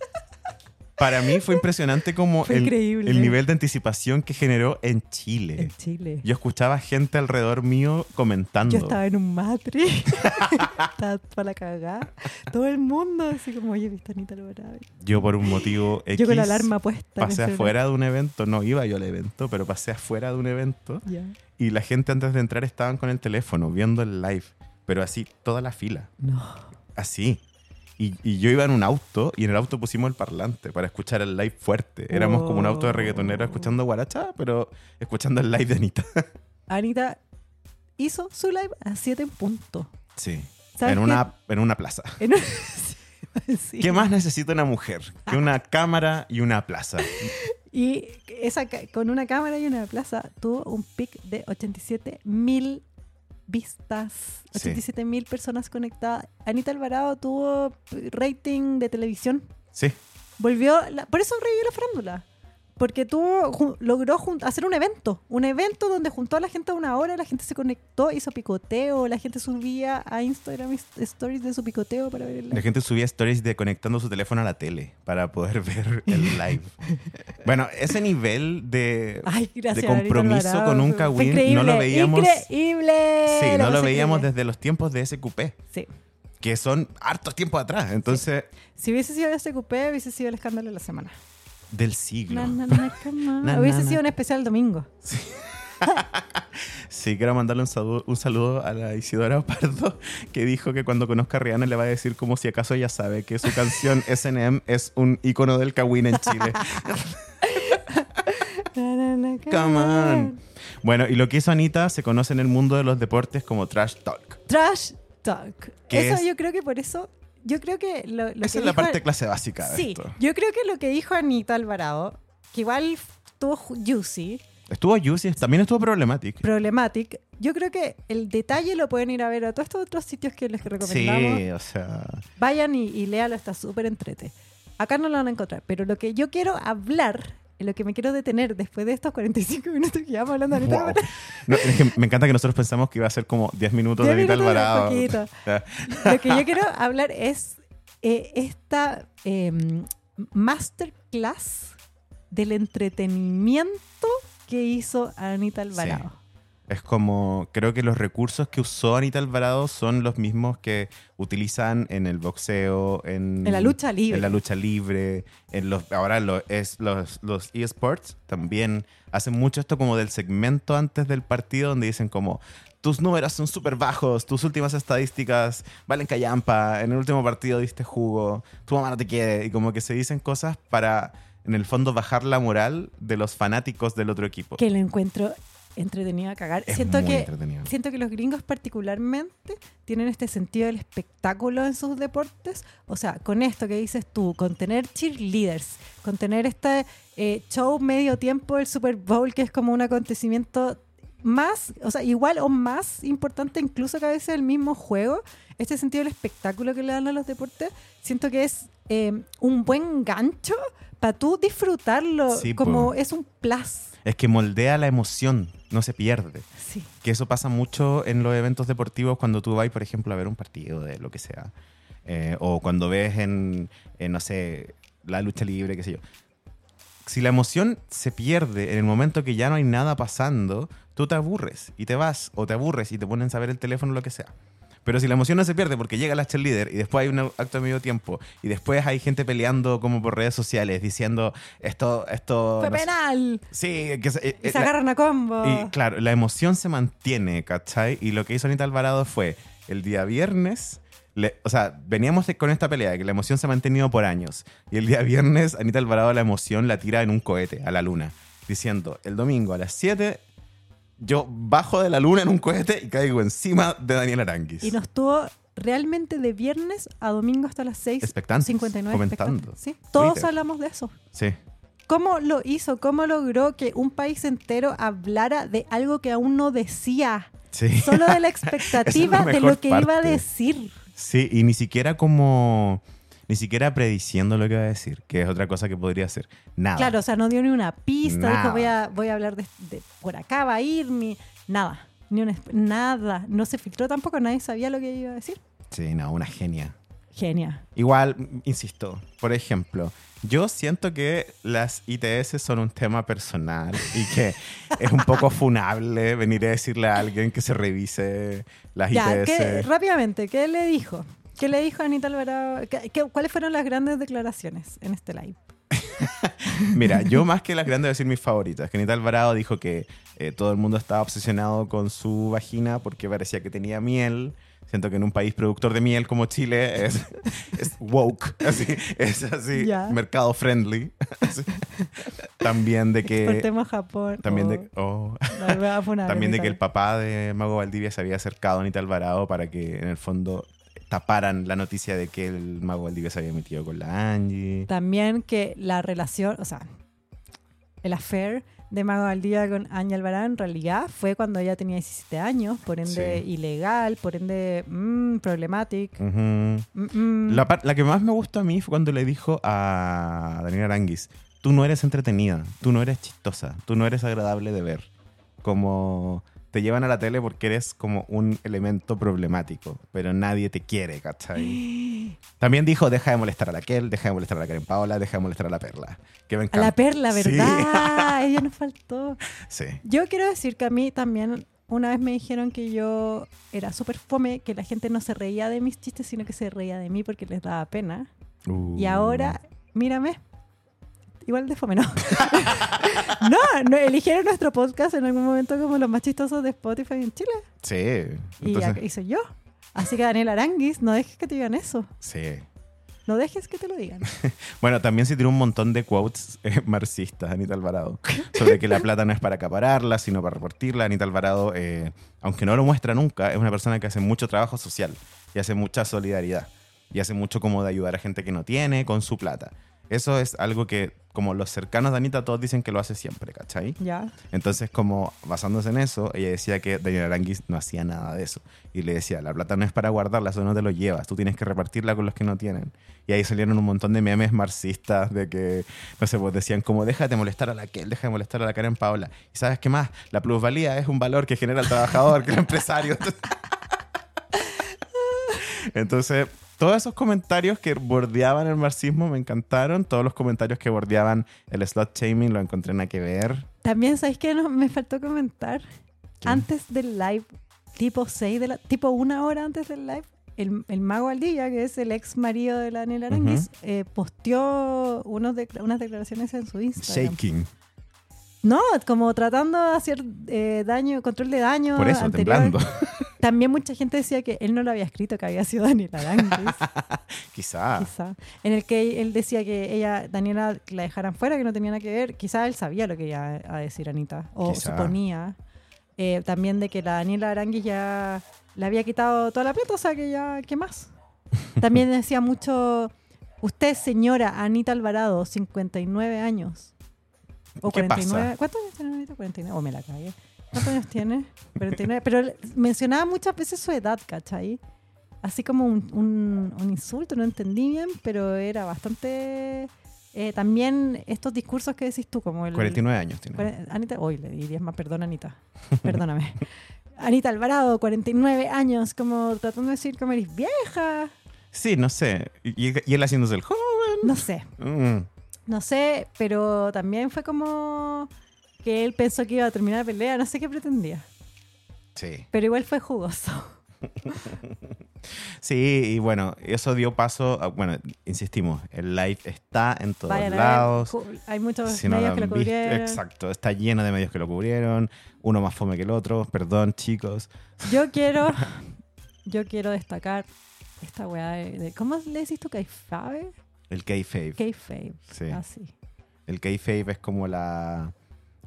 S2: Para mí fue impresionante como
S3: Fue
S2: el,
S3: increíble.
S2: el nivel de anticipación que generó en Chile.
S3: en Chile.
S2: Yo escuchaba gente alrededor mío comentando.
S3: Yo estaba en un matri. estaba para la cagada. Todo el mundo así como, oye, viste a Anita Alvarado.
S2: Yo por un motivo X
S3: Yo con la alarma puesta. en el
S2: pasé
S3: celular.
S2: afuera de un evento, no iba yo al evento, pero pasé afuera de un evento
S3: Ya.
S2: Y la gente antes de entrar estaban con el teléfono, viendo el live. Pero así, toda la fila.
S3: No.
S2: Así. Y, y yo iba en un auto y en el auto pusimos el parlante para escuchar el live fuerte. Éramos como un auto de reggaetonero
S3: Wow.
S2: escuchando guaracha, pero escuchando el live de Anita.
S3: Anita hizo su live a 7 en punto.
S2: Sí.
S3: ¿Sabes
S2: En
S3: qué?
S2: una, en una plaza.
S3: En un- Sí.
S2: ¿Qué más necesita una mujer? Que una cámara y una plaza.
S3: Y esa, ca- con una cámara y una plaza tuvo un pic de 87 mil vistas,
S2: Sí.
S3: 87 mil personas conectadas. Anita Alvarado tuvo rating de televisión
S2: Sí.
S3: Volvió. la- por eso revivió la farándula. Porque tuvo, ju- logró jun- hacer un evento, un evento donde juntó a la gente a una hora, la gente se conectó, hizo picoteo, la gente subía a Instagram his- stories de su picoteo para ver el
S2: La gente subía stories de conectando su teléfono a la tele para poder ver el live. bueno, ese nivel de,
S3: Ay, gracias.
S2: de
S3: Alvarito
S2: compromiso
S3: Alvarado.
S2: con un
S3: Fue
S2: Kawin no
S3: increíble,
S2: lo veíamos.
S3: Increíble.
S2: Sí,
S3: La
S2: no
S3: cosa
S2: lo veíamos
S3: increíble.
S2: desde los tiempos de SQP,
S3: Sí.
S2: que son hartos tiempos atrás. Entonces,
S3: Si hubiese sido ese cupé, hubiese sido el escándalo de la semana.
S2: del siglo.
S3: Na, na, na, cama.
S2: Na,
S3: hubiese
S2: na, na.
S3: sido un especial domingo.
S2: Sí, quiero mandarle un saludo, un saludo a la Isidora Pardo, que dijo que cuando conozca a Rihanna le va a decir como si acaso ella sabe que su canción SNM es un icono del Kawin en Chile.
S3: Na, na, na,
S2: Come
S3: cama.
S2: on. Bueno, y lo que hizo Anita se conoce en el mundo de los deportes como trash talk.
S3: Trash talk.
S2: ¿Qué
S3: Eso
S2: es?
S3: yo creo que por eso. Yo creo que lo, lo que
S2: Esa es la
S3: dijo-
S2: parte clase básica de
S3: Sí,
S2: esto.
S3: yo creo que lo que dijo Anita Alvarado, que igual estuvo ju- juicy,
S2: Estuvo Juicy, también estuvo Problematic.
S3: problematic. Yo creo que el detalle lo pueden ir a ver a todos estos otros sitios que les recomendamos.
S2: Sí, o sea.
S3: Vayan y, y léalo, está súper entrete. Acá no lo van a encontrar, pero lo que yo quiero hablar, en lo que me quiero detener después de estos 45 minutos que llevamos hablando ahorita,
S2: wow. No, es que me encanta que nosotros pensamos que iba a ser como 10 minutos de
S3: 10
S2: Anita
S3: minutos de
S2: Alvarado.
S3: poquito. lo que yo quiero hablar es eh, esta eh, masterclass del entretenimiento que hizo Anita Alvarado.
S2: Es como, creo que los recursos que usó Anita Alvarado son los mismos que utilizan en el boxeo, en,
S3: En la lucha libre.
S2: En la lucha libre, en los, ahora lo- es, los, los eSports también hacen mucho esto como del segmento antes del partido donde dicen como, tus números son súper bajos, tus últimas estadísticas valen callampa, en el último partido diste jugo, tu mamá no te quiere, y como que se dicen cosas para, en el fondo, bajar la moral de los fanáticos del otro equipo.
S3: Que lo encuentro entretenido a cagar.
S2: Es
S3: siento
S2: muy
S3: que
S2: entretenido.
S3: siento que los gringos particularmente tienen este sentido del espectáculo en sus deportes. O sea, con esto que dices tú, con tener cheerleaders, con tener este eh, show medio tiempo del Super Bowl, que es como un acontecimiento más, o sea, igual o más importante incluso que a veces el mismo juego, este sentido del espectáculo que le dan a los deportes, siento que es eh, un buen gancho para tú disfrutarlo,
S2: Sí, po.
S3: como es un plus.
S2: Es que moldea la emoción, no se pierde.
S3: Sí.
S2: Que eso pasa mucho en los eventos deportivos cuando tú vas, por ejemplo, a ver un partido de lo que sea. Eh, o cuando ves en, en, no sé, la lucha libre, qué sé yo. Si la emoción se pierde en el momento que ya no hay nada pasando, tú te aburres y te vas, o te aburres y te ponen a ver el teléfono, lo que sea. Pero si la emoción no se pierde porque llega la cheerleader y después hay un acto de medio tiempo y después hay gente peleando como por redes sociales diciendo esto, esto...
S3: Fue
S2: no sé-
S3: penal.
S2: Sí, que se- eh,
S3: Y
S2: eh,
S3: se
S2: la-
S3: agarran a combo.
S2: y claro, la emoción se mantiene, ¿cachai? Y lo que hizo Anita Alvarado fue el día viernes. le- o sea, veníamos con esta pelea de que la emoción se ha mantenido por años. Y el día viernes, Anita Alvarado la emoción la tira en un cohete a la luna. Diciendo, el domingo a las 7, yo bajo de la luna en un cohete y caigo encima de Daniel Aranguis.
S3: Y nos tuvo realmente de viernes a domingo hasta las 6.
S2: Expectantes,
S3: 59
S2: comentando.
S3: expectantes, ¿sí? Todos
S2: Twitter.
S3: hablamos de eso.
S2: Sí.
S3: ¿Cómo lo hizo? ¿Cómo logró que un país entero hablara de algo que aún no decía?
S2: Sí.
S3: Solo de la
S2: Esa
S3: expectativa
S2: es la
S3: de lo
S2: mejor
S3: que iba a
S2: parte.
S3: decir.
S2: Sí, y ni siquiera como. Ni siquiera prediciendo lo que va a decir, que es otra cosa que podría hacer. Nada.
S3: Claro, o sea, no dio ni una pista,
S2: Nada.
S3: dijo voy a, voy a hablar de, de- por acá, va a ir, ni nada. Ni una, esp- nada. No se filtró tampoco, nadie sabía lo que iba a decir.
S2: Sí, no, una genia.
S3: Genia.
S2: Igual, m- insisto, por ejemplo, yo siento que las ITS son un tema personal y que es un poco funable venir a decirle a alguien que se revise las
S3: Ya,
S2: ITS.
S3: ¿qué- rápidamente, ¿qué le dijo? ¿Qué le dijo Anita Alvarado? ¿Qué- qué- ¿Cuáles fueron las grandes declaraciones en este live?
S2: Mira, yo más que las grandes voy a decir mis favoritas. Que Anita Alvarado dijo que eh, todo el mundo estaba obsesionado con su vagina porque parecía que tenía miel. Siento que en un país productor de miel como Chile es, es woke, así, es así,
S3: Ya.
S2: mercado friendly. Así. También de que...
S3: Exportemos a Japón.
S2: También de,
S3: Oh,
S2: oh.
S3: la voy a funar,
S2: también de que el
S3: Anita.
S2: papá de Mago Valdivia se había acercado a Anita Alvarado para que en el fondo taparan la noticia de que el Mago Valdivia se había metido con la Angie.
S3: También que la relación, o sea, el affair de Mago Valdivia con Ángel Alvarado en realidad fue cuando ella tenía 17 años, por ende
S2: Sí.
S3: ilegal, por ende mm, problematic.
S2: Ujú.
S3: mm, mm.
S2: La, par- la que más me gustó a mí fue cuando le dijo a Daniel Aranguis, tú no eres entretenida, tú no eres chistosa, tú no eres agradable de ver. Como te llevan a la tele porque eres como un elemento problemático, pero nadie te quiere, ¿cachai? También dijo, deja de molestar a la Kel, deja de molestar a la Karen Paola, deja de molestar a la Perla. Que me
S3: A la
S2: encanta.
S3: perla,
S2: Sí.
S3: ¿verdad? Ella nos faltó.
S2: Sí.
S3: Yo quiero decir que a mí también una vez me dijeron que yo era súper fome, que la gente no se reía de mis chistes, sino que se reía de mí porque les daba pena. Y
S2: Uh.
S3: ahora, mírame. Igual de fome, no. no, no, eligieron nuestro podcast en algún momento como los más chistosos de Spotify en Chile.
S2: Sí.
S3: Y ya
S2: Entonces,
S3: soy yo. Así que Daniel Aranguis, no dejes que te digan eso.
S2: sí.
S3: No dejes que te lo digan.
S2: Bueno, también sí tiene un montón de quotes eh, marxistas, Anita Alvarado, sobre que la plata no es para acapararla, sino para repartirla. Anita Alvarado, eh, aunque no lo muestra nunca, es una persona que hace mucho trabajo social y hace mucha solidaridad y hace mucho como de ayudar a gente que no tiene con su plata. Eso es algo que, como los cercanos de Anita, todos dicen que lo hace siempre, ¿cachai?
S3: Ya.
S2: Entonces, como basándose en eso, ella decía que Daniel Aranguis no hacía nada de eso. Y le decía, la plata no es para guardarla, eso no te lo llevas, tú tienes que repartirla con los que no tienen. Y ahí salieron un montón de memes marxistas de que, no sé, pues decían como, déjate molestar a la Kel, deja de molestar a la Karen Paola. ¿Y sabes qué más? La plusvalía es un valor que genera el trabajador, que el empresario. Entonces, todos esos comentarios que bordeaban el marxismo me encantaron. Todos los comentarios que bordeaban el slot shaming lo encontré nada que ver.
S3: También, ¿sabes qué? No, me faltó comentar.
S2: ¿Qué?
S3: Antes del live, tipo 6 de la... Tipo una hora antes del live, el, el mago Aldilla, que es el ex marido de la Daniel Aranguis, eh, posteó unos de- unas declaraciones en su Instagram.
S2: Shaking.
S3: No, como tratando de hacer eh, daño, control de daño.
S2: Por eso,
S3: anterior.
S2: temblando.
S3: También mucha gente decía que él no lo había escrito, que había sido Daniel Aranguis.
S2: Quizá.
S3: quizá. En el que él decía que ella, Daniela, la dejaran fuera, que no tenía nada que ver. Quizá él sabía lo que iba a decir Anita, o
S2: Quizá.
S3: suponía. Eh, también de que la Daniela Aranguis ya le había quitado toda la plata, o sea que ya, ¿qué más? También decía mucho, usted señora Anita Alvarado, 59 años. O
S2: ¿Qué pasa?
S3: 49. ¿Cuántos años tiene Anita? 49. O me la cagué. ¿Cuántos años tiene? 49. Pero él mencionaba muchas veces su edad, ¿cachai? Así como un, un- un insulto, no entendí bien, pero era bastante... eh, también estos discursos que decís tú, como el...
S2: 49 años tiene.
S3: cuare- Anita, hoy le dirías más, perdón Anita, perdóname. Anita Alvarado, 49 años, como tratando de decir como eres vieja.
S2: Sí, no sé. Y, y- y él haciéndose el joven.
S3: No sé,
S2: Mm.
S3: no sé, pero también fue como que él pensó que iba a terminar la pelea, no sé qué pretendía,
S2: Sí.
S3: pero igual fue jugoso.
S2: Sí, y bueno, eso dio paso a- Bueno, insistimos, el live está en todos
S3: Vayan a ver,
S2: lados.
S3: cu- hay muchos
S2: Si no
S3: medios
S2: lo
S3: que lo
S2: han visto-
S3: cubrieron.
S2: exacto, está lleno de medios que lo cubrieron, uno más fome que el otro, perdón chicos.
S3: Yo quiero, yo quiero destacar esta weá de, de- ¿cómo le decís tú? ¿Kayfabe?
S2: El K-Fave.
S3: Kayfabe,
S2: Sí.
S3: así.
S2: El K-Fave es como la,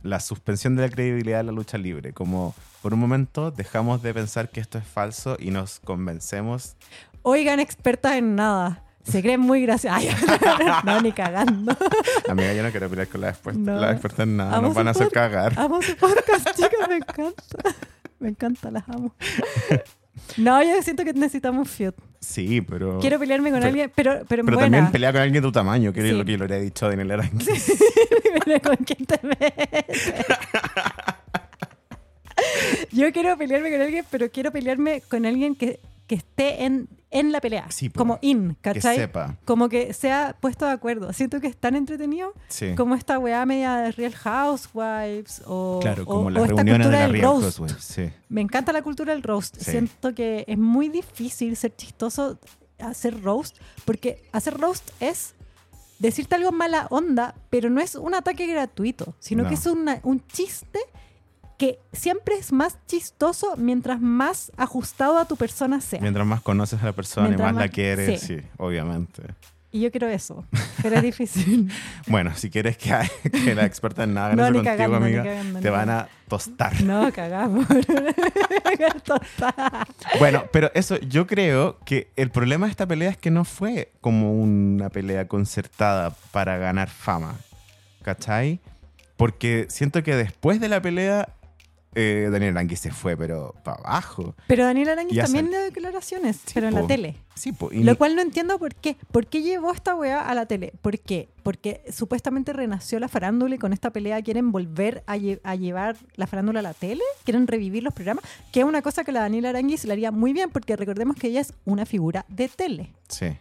S2: la suspensión de la credibilidad de la lucha libre, como por un momento dejamos de pensar que esto es falso y nos convencemos
S3: Oigan, expertas en nada. Se creen muy graciosas. Ay, no, ni cagando.
S2: Amiga, yo no quiero pelear con la experta.
S3: No.
S2: La experta en nada,
S3: Amo
S2: nos van
S3: su
S2: a hacer
S3: pod-
S2: cagar.
S3: Amo su podcast, chicas, me encanta. Me encanta, las amo. No, yo siento que necesitamos un feud.
S2: Sí, pero.
S3: Quiero pelearme con
S2: Oh. Pero-
S3: alguien, pero, pero, en
S2: pero
S3: buena.
S2: también pelear con alguien de tu tamaño, que es
S3: Sí.
S2: lo que yo le habría dicho a Daniel Aranguis.
S3: Pero con quién te metes. Yo quiero pelearme con alguien, pero quiero pelearme con alguien que, que esté en, en la pelea.
S2: Sí, po.
S3: como in,
S2: Que
S3: ¿cachai?
S2: sepa.
S3: Como que sea puesto de acuerdo. Siento que es tan entretenido
S2: Sí.
S3: como esta weá media de Real Housewives o,
S2: claro,
S3: o-
S2: como
S3: o
S2: las
S3: esta
S2: reuniones de
S3: cultura
S2: la
S3: del
S2: Real
S3: roast.
S2: Crossway. Sí.
S3: Me encanta la cultura del roast.
S2: Sí.
S3: Siento que es muy difícil ser chistoso hacer roast, porque hacer roast es decirte algo mala onda, pero no es un ataque gratuito, sino
S2: No.
S3: que es una- un chiste que siempre es más chistoso mientras más ajustado a tu persona sea.
S2: Mientras más conoces a la persona y
S3: Mientras
S2: más, la
S3: más-
S2: quieres, sí.
S3: sí.
S2: obviamente.
S3: Y yo quiero eso, pero es difícil.
S2: Bueno, si quieres que, que la experta en nada
S3: No,
S2: no,
S3: ni
S2: contigo,
S3: cagando, ni
S2: amiga,
S3: cagando,
S2: te
S3: ni
S2: van a tostar.
S3: No, cagamos. Total.
S2: Bueno, pero eso, yo creo que el problema de esta pelea es que no fue como una pelea concertada para ganar fama. ¿Cachai? Porque siento que después de la pelea eh, Daniel Aránguiz se fue, pero para abajo.
S3: Pero Daniel Aránguiz
S2: Ya
S3: también
S2: sal-
S3: dio declaraciones,
S2: Sí,
S3: pero en
S2: po.
S3: la tele.
S2: Sí, po, y
S3: Lo
S2: ni-
S3: cual no entiendo por qué. ¿Por qué llevó esta weá a la tele? ¿Por qué? Porque supuestamente renació la farándula y con esta pelea quieren volver a, lle- a llevar la farándula a la tele. Quieren revivir los programas. Que es una cosa que la Daniela Aránguiz le haría muy bien porque recordemos que ella es una figura de tele.
S2: Sí.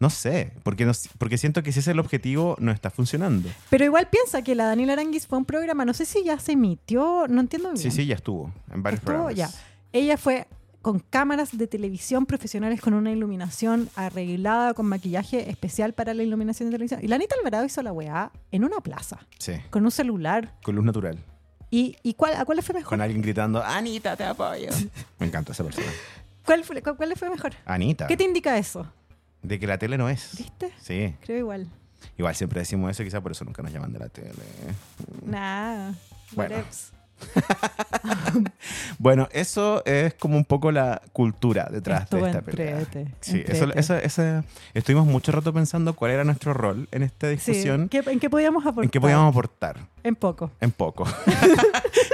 S2: No sé, porque, no- porque siento que si ese es el objetivo, no está funcionando.
S3: Pero igual piensa que la Daniela Aránguiz fue a un programa, no sé si ya se emitió, no entiendo bien.
S2: Sí, sí, ya estuvo en varios
S3: Estuvo
S2: programas.
S3: ya. Ella fue con cámaras de televisión profesionales con una iluminación arreglada, con maquillaje especial para la iluminación de televisión. Y la Anita Alvarado hizo la weá en una plaza,
S2: Sí,
S3: con un celular.
S2: con luz natural.
S3: ¿Y, y cuál, a cuál le fue mejor?
S2: Con alguien gritando, Anita, te apoyo. Me encanta esa persona.
S3: ¿Cuál, fue- cu- cuál le fue mejor?
S2: Anita.
S3: ¿Qué te indica eso?
S2: De que la tele no es.
S3: ¿Viste?
S2: Sí.
S3: Creo igual.
S2: Igual siempre decimos eso, quizá por eso nunca nos llaman de la tele.
S3: Nada.
S2: Bueno. Bueno, eso es como un poco la cultura detrás
S3: Estuvo
S2: de esta pelea.
S3: entrete,
S2: sí, eso,
S3: entrete.
S2: eso- eso- estuvimos mucho rato pensando cuál era nuestro rol en esta
S3: Sí.
S2: discusión,
S3: ¿Qué- ¿En qué podíamos aportar?
S2: en qué podíamos aportar.
S3: En poco.
S2: En poco.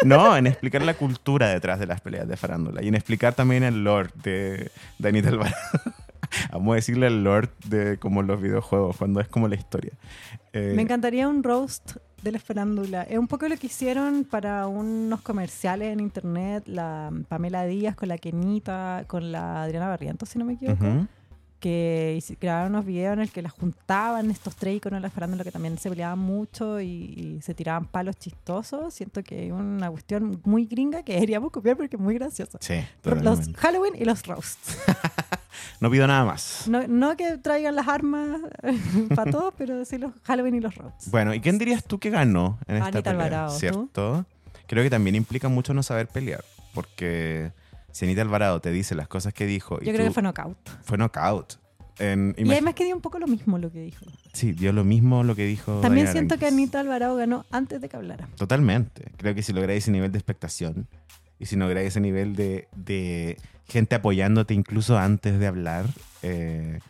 S2: no, en explicar la cultura detrás de las peleas de farándula y en explicar también el lore de, de Anita Alvarado. Vamos a decirle el lore de como los videojuegos, cuando es como la historia. Eh,
S3: Me encantaría un roast de la farándula. Es un poco lo que hicieron para unos comerciales en internet, la Pamela Díaz con la Kenita, con la Adriana Barrientos, si no me equivoco,
S2: ujú.
S3: que hici- grabaron unos videos en el que las juntaban estos tres iconos de la farándula que también se peleaban mucho y, y se tiraban palos chistosos. Siento que es una cuestión muy gringa que deberíamos copiar porque es muy graciosa.
S2: Sí,
S3: Los
S2: totalmente.
S3: Halloween y los roasts.
S2: No pido nada más.
S3: No, no que traigan las armas para todos, pero sí los Halloween y los roasts.
S2: Bueno, ¿y quién dirías tú que ganó en esta
S3: Anita
S2: pelea?
S3: Alvarado, ¿tú?
S2: ¿Cierto? Creo que también implica mucho no saber pelear, porque si Anita Alvarado te dice las cosas que dijo y
S3: Yo creo
S2: tú-
S3: que fue knockout.
S2: fue knockout. En-
S3: Y
S2: imagi-
S3: además que dio un poco lo mismo lo que dijo.
S2: Sí, dio lo mismo lo que dijo.
S3: También
S2: Daniel
S3: siento que
S2: Aranguis.
S3: Anita Alvarado ganó antes de que hablara.
S2: Totalmente. Creo que si lográis ese nivel de expectación y si lográis ese nivel de, de gente apoyándote incluso antes de hablar, eh,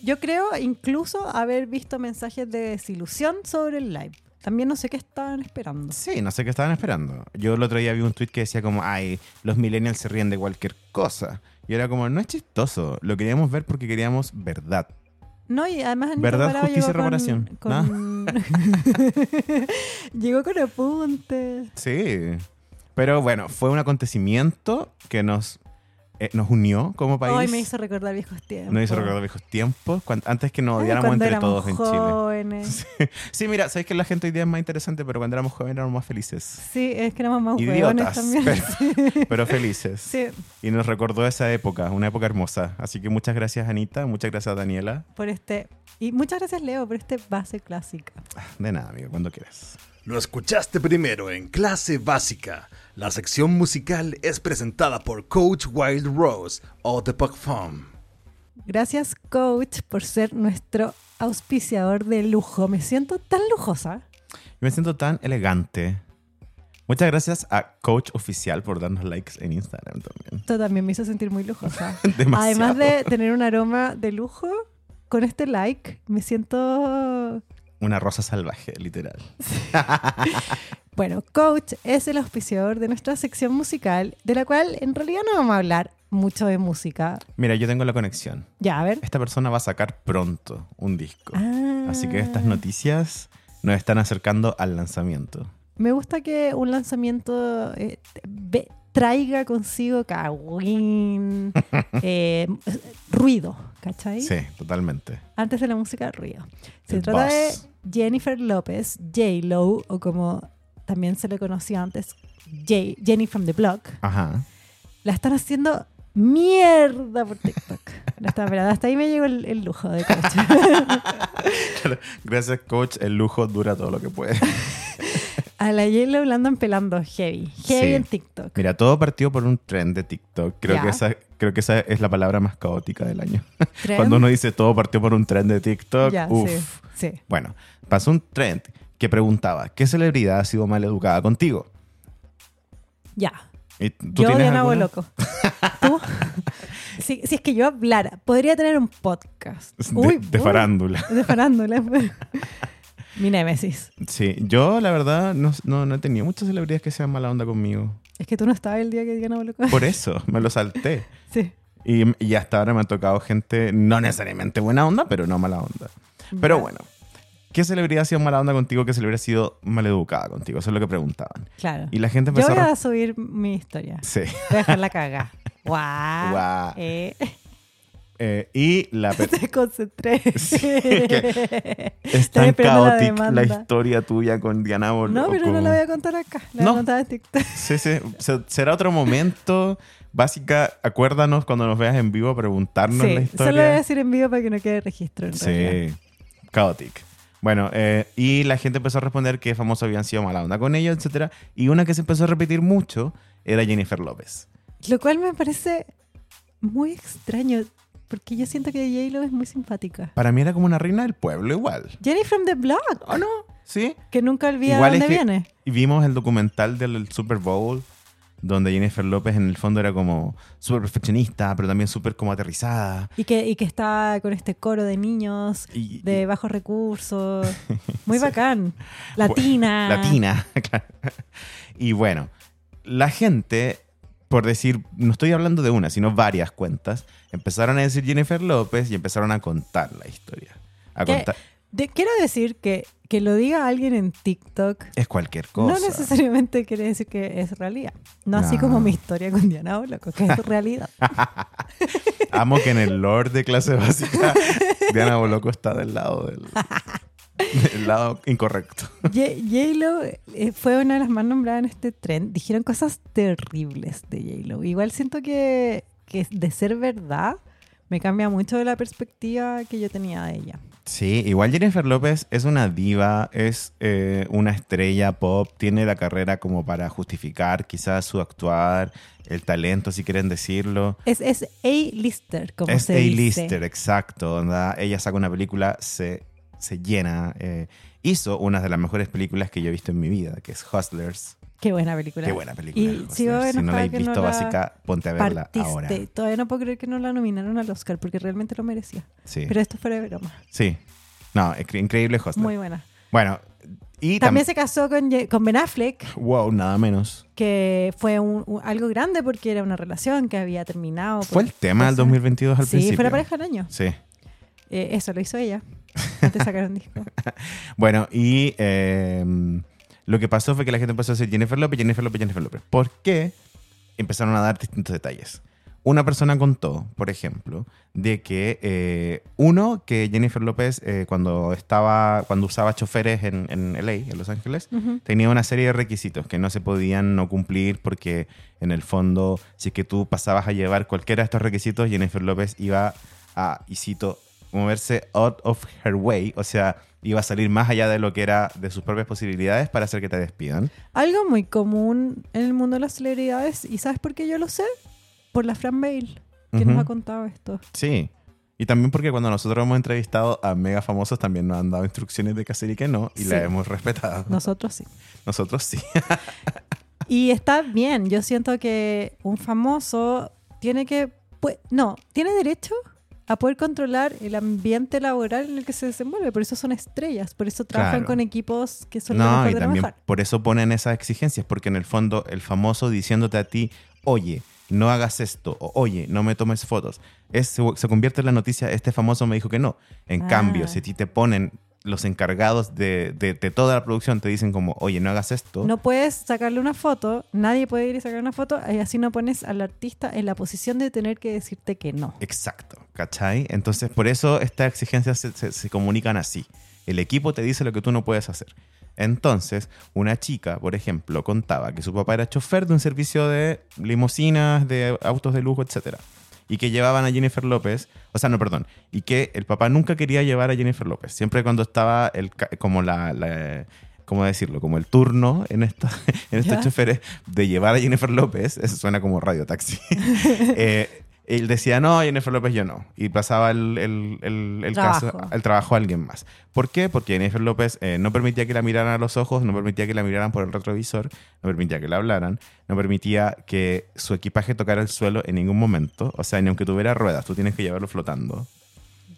S3: Yo creo incluso haber visto mensajes de desilusión sobre el live. También no sé qué estaban esperando.
S2: sí, no sé qué estaban esperando. Yo el otro día vi un tweet que decía como, ay, los millennials se ríen de cualquier cosa. Y era como, no es chistoso, lo queríamos ver porque queríamos verdad.
S3: No, y además Anita
S2: ¿Verdad,
S3: Alvarado
S2: justicia
S3: llegó
S2: y reparación?
S3: con... llegó con apuntes.
S2: Sí. Pero bueno, fue un acontecimiento que nos, eh, nos unió como país.
S3: Hoy me hizo recordar viejos tiempos.
S2: Nos hizo recordar viejos tiempos, cuan- antes que nos
S3: Ay,
S2: odiáramos
S3: cuando
S2: entre
S3: éramos
S2: todos en Chile.
S3: jóvenes.
S2: Sí. Sí, mira, sabéis que la gente hoy día es más interesante, pero cuando éramos jóvenes éramos más felices.
S3: Sí, es que éramos más hueones
S2: Idiotas,
S3: también.
S2: pero, pero felices.
S3: Sí,
S2: Y nos recordó esa época, una época hermosa. Así que muchas gracias, Anita. Muchas gracias, Daniela.
S3: por este... Y muchas gracias, Leo, por este base clásica.
S2: De nada, amigo, cuando quieras.
S4: Lo escuchaste primero en clase básica. La sección musical es presentada por Coach Wild Rose o The Puck Farm.
S3: Gracias, coach, por ser nuestro auspiciador de lujo. Me siento tan lujosa.
S2: Yo me siento tan elegante. Muchas gracias a Coach Oficial por darnos likes en Instagram también.
S3: Esto también me hizo sentir muy lujosa.
S2: Demasiado.
S3: Además de tener un aroma de lujo, con este like me siento...
S2: Una rosa salvaje, literal.
S3: Bueno, coach es el auspiciador de nuestra sección musical, de la cual en realidad no vamos a hablar mucho de música.
S2: Mira, yo tengo la conexión.
S3: Ya, a ver.
S2: Esta persona va a sacar pronto un disco.
S3: Ah.
S2: Así que estas noticias nos están acercando al lanzamiento.
S3: Me gusta que un lanzamiento eh, te- ve- traiga consigo cagüín, eh, ruido, ¿cachai?
S2: Sí, totalmente.
S3: Antes de la música, ruido. Se
S2: El
S3: trata
S2: buzz.
S3: de Jennifer López, J-Lo, o como también se le conocía antes, J- Jenny from the Block.
S2: Ajá.
S3: La están haciendo mierda por TikTok. La están esperando. Hasta ahí me llegó el, el lujo de coche.
S2: Gracias, coach. El lujo dura todo lo que puede.
S3: A la J-Lo la andan pelando heavy. Heavy
S2: Sí.
S3: en TikTok.
S2: Mira, todo partió por un trend de TikTok. Creo,
S3: Ya.
S2: que esa, creo que esa es la palabra más caótica del año.
S3: Trend.
S2: Cuando uno dice todo partió por un trend de TikTok,
S3: Ya,
S2: uf.
S3: sí. sí.
S2: Bueno, pasó un trend que preguntaba, ¿qué celebridad ha sido mal educada contigo?
S3: Ya.
S2: ¿Y tú
S3: Yo
S2: tienes
S3: Diana
S2: alguna?
S3: Boloco. ¿Tú? si, si es que yo hablara, podría tener un podcast.
S2: De,
S3: Uy,
S2: de
S3: uy,
S2: farándula.
S3: De farándula. pues. Mi némesis.
S2: Sí, yo la verdad no, no, no he tenido muchas celebridades que sean mala onda conmigo.
S3: Es que tú no estabas el día que Diana voló con-
S2: Por eso me lo salté.
S3: Sí.
S2: Y, y hasta ahora me ha tocado gente, no necesariamente buena onda, pero no mala onda. Pero bueno, ¿qué celebridad ha sido mala onda contigo que celebridad ha sido maleducada contigo? Eso es lo que preguntaban.
S3: Claro.
S2: Y la gente
S3: Yo
S2: empezó
S3: voy
S2: a...
S3: a
S2: re-
S3: subir mi historia.
S2: Sí.
S3: Voy a dejarla cagar. Guau.
S2: Guau.
S3: Eh,
S2: Eh, y la... per-
S3: te concentré.
S2: Sí, es es
S3: Estoy
S2: tan
S3: esperando la
S2: caótica la,
S3: demanda.
S2: historia tuya con Diana Bol-
S3: No,
S2: o
S3: pero no
S2: con-
S3: la voy a contar acá. La voy
S2: No.
S3: a contar en TikTok.
S2: Sí, sí. Se- Será otro momento. Básica, acuérdanos cuando nos veas en vivo a preguntarnos la
S3: Sí,
S2: historia.
S3: solo voy a decir en vivo para que no quede registro. en realidad.
S2: Sí, chaotic. Bueno, eh, y la gente empezó a responder que famosos habían sido mala onda con ellos, etcétera. Y una que se empezó a repetir mucho era Jennifer López.
S3: Lo cual me parece muy extraño, porque yo siento que J-Lo es muy simpática.
S2: Para mí era como una reina del pueblo igual.
S3: Jenny from the Block,
S2: ¿O Oh, no? ¿Sí?
S3: que nunca olvida
S2: Igual
S3: de
S2: es
S3: dónde
S2: que-
S3: viene.
S2: Y vimos el documental del Super Bowl donde Jennifer López en el fondo era como súper perfeccionista, pero también súper como aterrizada.
S3: Y que, y que está con este coro de niños
S2: Y,
S3: de bajos recursos. Muy bacán. Latina.
S2: Latina, claro. Y bueno, la gente, por decir, no estoy hablando de una, sino varias cuentas, empezaron a decir Jennifer López y empezaron a contar la historia. A
S3: ¿Qué?
S2: contar,
S3: De- quiero decir que, que lo diga alguien en TikTok
S2: es cualquier cosa.
S3: no necesariamente quiere decir que es realidad. No, así
S2: No.
S3: como mi historia con Diana Boloco, que es realidad.
S2: Amo que en el lore de clase básica Diana Boloco está del lado del, del lado incorrecto.
S3: Ye- J-Lo eh, fue una de las más nombradas en este tren. Dijeron cosas terribles de J-Lo. Igual siento que, que de ser verdad me cambia mucho de la perspectiva que yo tenía de ella.
S2: Sí, igual Jennifer López es una diva, es eh, una estrella pop, tiene la carrera como para justificar quizás su actuar, el talento, si quieren decirlo.
S3: Es, es A-lister, como
S2: es
S3: se dice.
S2: A-lister, exacto. onda, Ella saca una película, se, se llena. eh, hizo una de las mejores películas que yo he visto en mi vida, que es Hustlers.
S3: Qué buena película.
S2: Qué buena película.
S3: Y
S2: Hustlers.
S3: sigo
S2: si no la
S3: enojada
S2: has
S3: que
S2: visto,
S3: no la
S2: básica, ponte a verla
S3: Partiste.
S2: ahora.
S3: Todavía no puedo creer que no la nominaron al Oscar porque realmente lo merecía.
S2: Sí.
S3: Pero esto fuera de broma.
S2: sí. No, es cre- increíble Hustlers.
S3: Muy buena.
S2: Bueno, y
S3: También
S2: también...
S3: se casó con, Ye- con Ben Affleck.
S2: Wow, nada menos.
S3: que fue un- un- algo grande porque era una relación que había terminado.
S2: Fue el tema del 2022 al
S3: pues, sí,
S2: principio.
S3: fue la pareja del año.
S2: Sí.
S3: Eh, eso lo hizo ella. Antes sacaron disco.
S2: Bueno, y eh, lo que pasó fue que la gente empezó a decir Jennifer López, Jennifer López, Jennifer López. ¿Por qué? Empezaron a dar distintos detalles. Una persona contó, por ejemplo, de que eh, uno, que Jennifer López eh, cuando estaba, cuando usaba choferes en, en LA, en Los Ángeles,
S3: Ujú.
S2: tenía una serie de requisitos que no se podían no cumplir porque en el fondo, si es que tú pasabas a llevar cualquiera de estos requisitos, Jennifer López iba a, y cito, moverse out of her way, o sea, iba a salir más allá de lo que era de sus propias posibilidades para hacer que te despidan.
S3: Algo muy común en el mundo de las celebridades. ¿Y sabes por qué yo lo sé? Por la Fran Bale, que
S2: Ujú.
S3: nos ha contado esto.
S2: Sí. Y también porque cuando nosotros hemos entrevistado a mega famosos también nos han dado instrucciones de qué hacer y qué no, y
S3: Sí.
S2: la hemos respetado.
S3: Nosotros sí.
S2: Nosotros sí.
S3: Y está bien. Yo siento que un famoso tiene que. pu- no, tiene derecho a poder controlar el ambiente laboral en el que se desenvuelve. Por eso son estrellas. Por eso trabajan
S2: Claro.
S3: con equipos que son lo
S2: No,
S3: mejor
S2: y
S3: de lo
S2: también
S3: mejor.
S2: por eso ponen esas exigencias, porque en el fondo el famoso diciéndote a ti, oye, no hagas esto, o oye, no me tomes fotos, es- se, se convierte en la noticia, este famoso me dijo que no. En
S3: Ah.
S2: cambio, si a ti te ponen los encargados de, de- de toda la producción, te dicen como, oye, no hagas esto,
S3: No puedes sacarle una foto, nadie puede ir y sacar una foto, y así no pones al artista en la posición de tener que decirte que no.
S2: Exacto, ¿cachai? Entonces, por eso estas exigencias se, se- se comunican así. El equipo te dice lo que tú no puedes hacer. Entonces, una chica, por ejemplo, contaba que su papá era chofer de un servicio de limusinas, de autos de lujo, etc. Y que llevaban a Jennifer López, o sea, no, perdón, y que el papá nunca quería llevar a Jennifer López. Siempre cuando estaba el, ca- como la, la- ¿cómo decirlo? Como el turno en, esta, en estos
S3: Ya.
S2: choferes de llevar a Jennifer López, eso suena como radio taxi. Eh, él decía, no, Jennifer López, yo no. Y pasaba el, el- el- el
S3: Trabajo.
S2: caso, el trabajo a alguien más. ¿Por qué? Porque Jennifer López eh, no permitía que la miraran a los ojos, no permitía que la miraran por el retrovisor, no permitía que la hablaran, no permitía que su equipaje tocara el suelo en ningún momento. O sea, ni aunque tuviera ruedas, tú tienes que llevarlo flotando.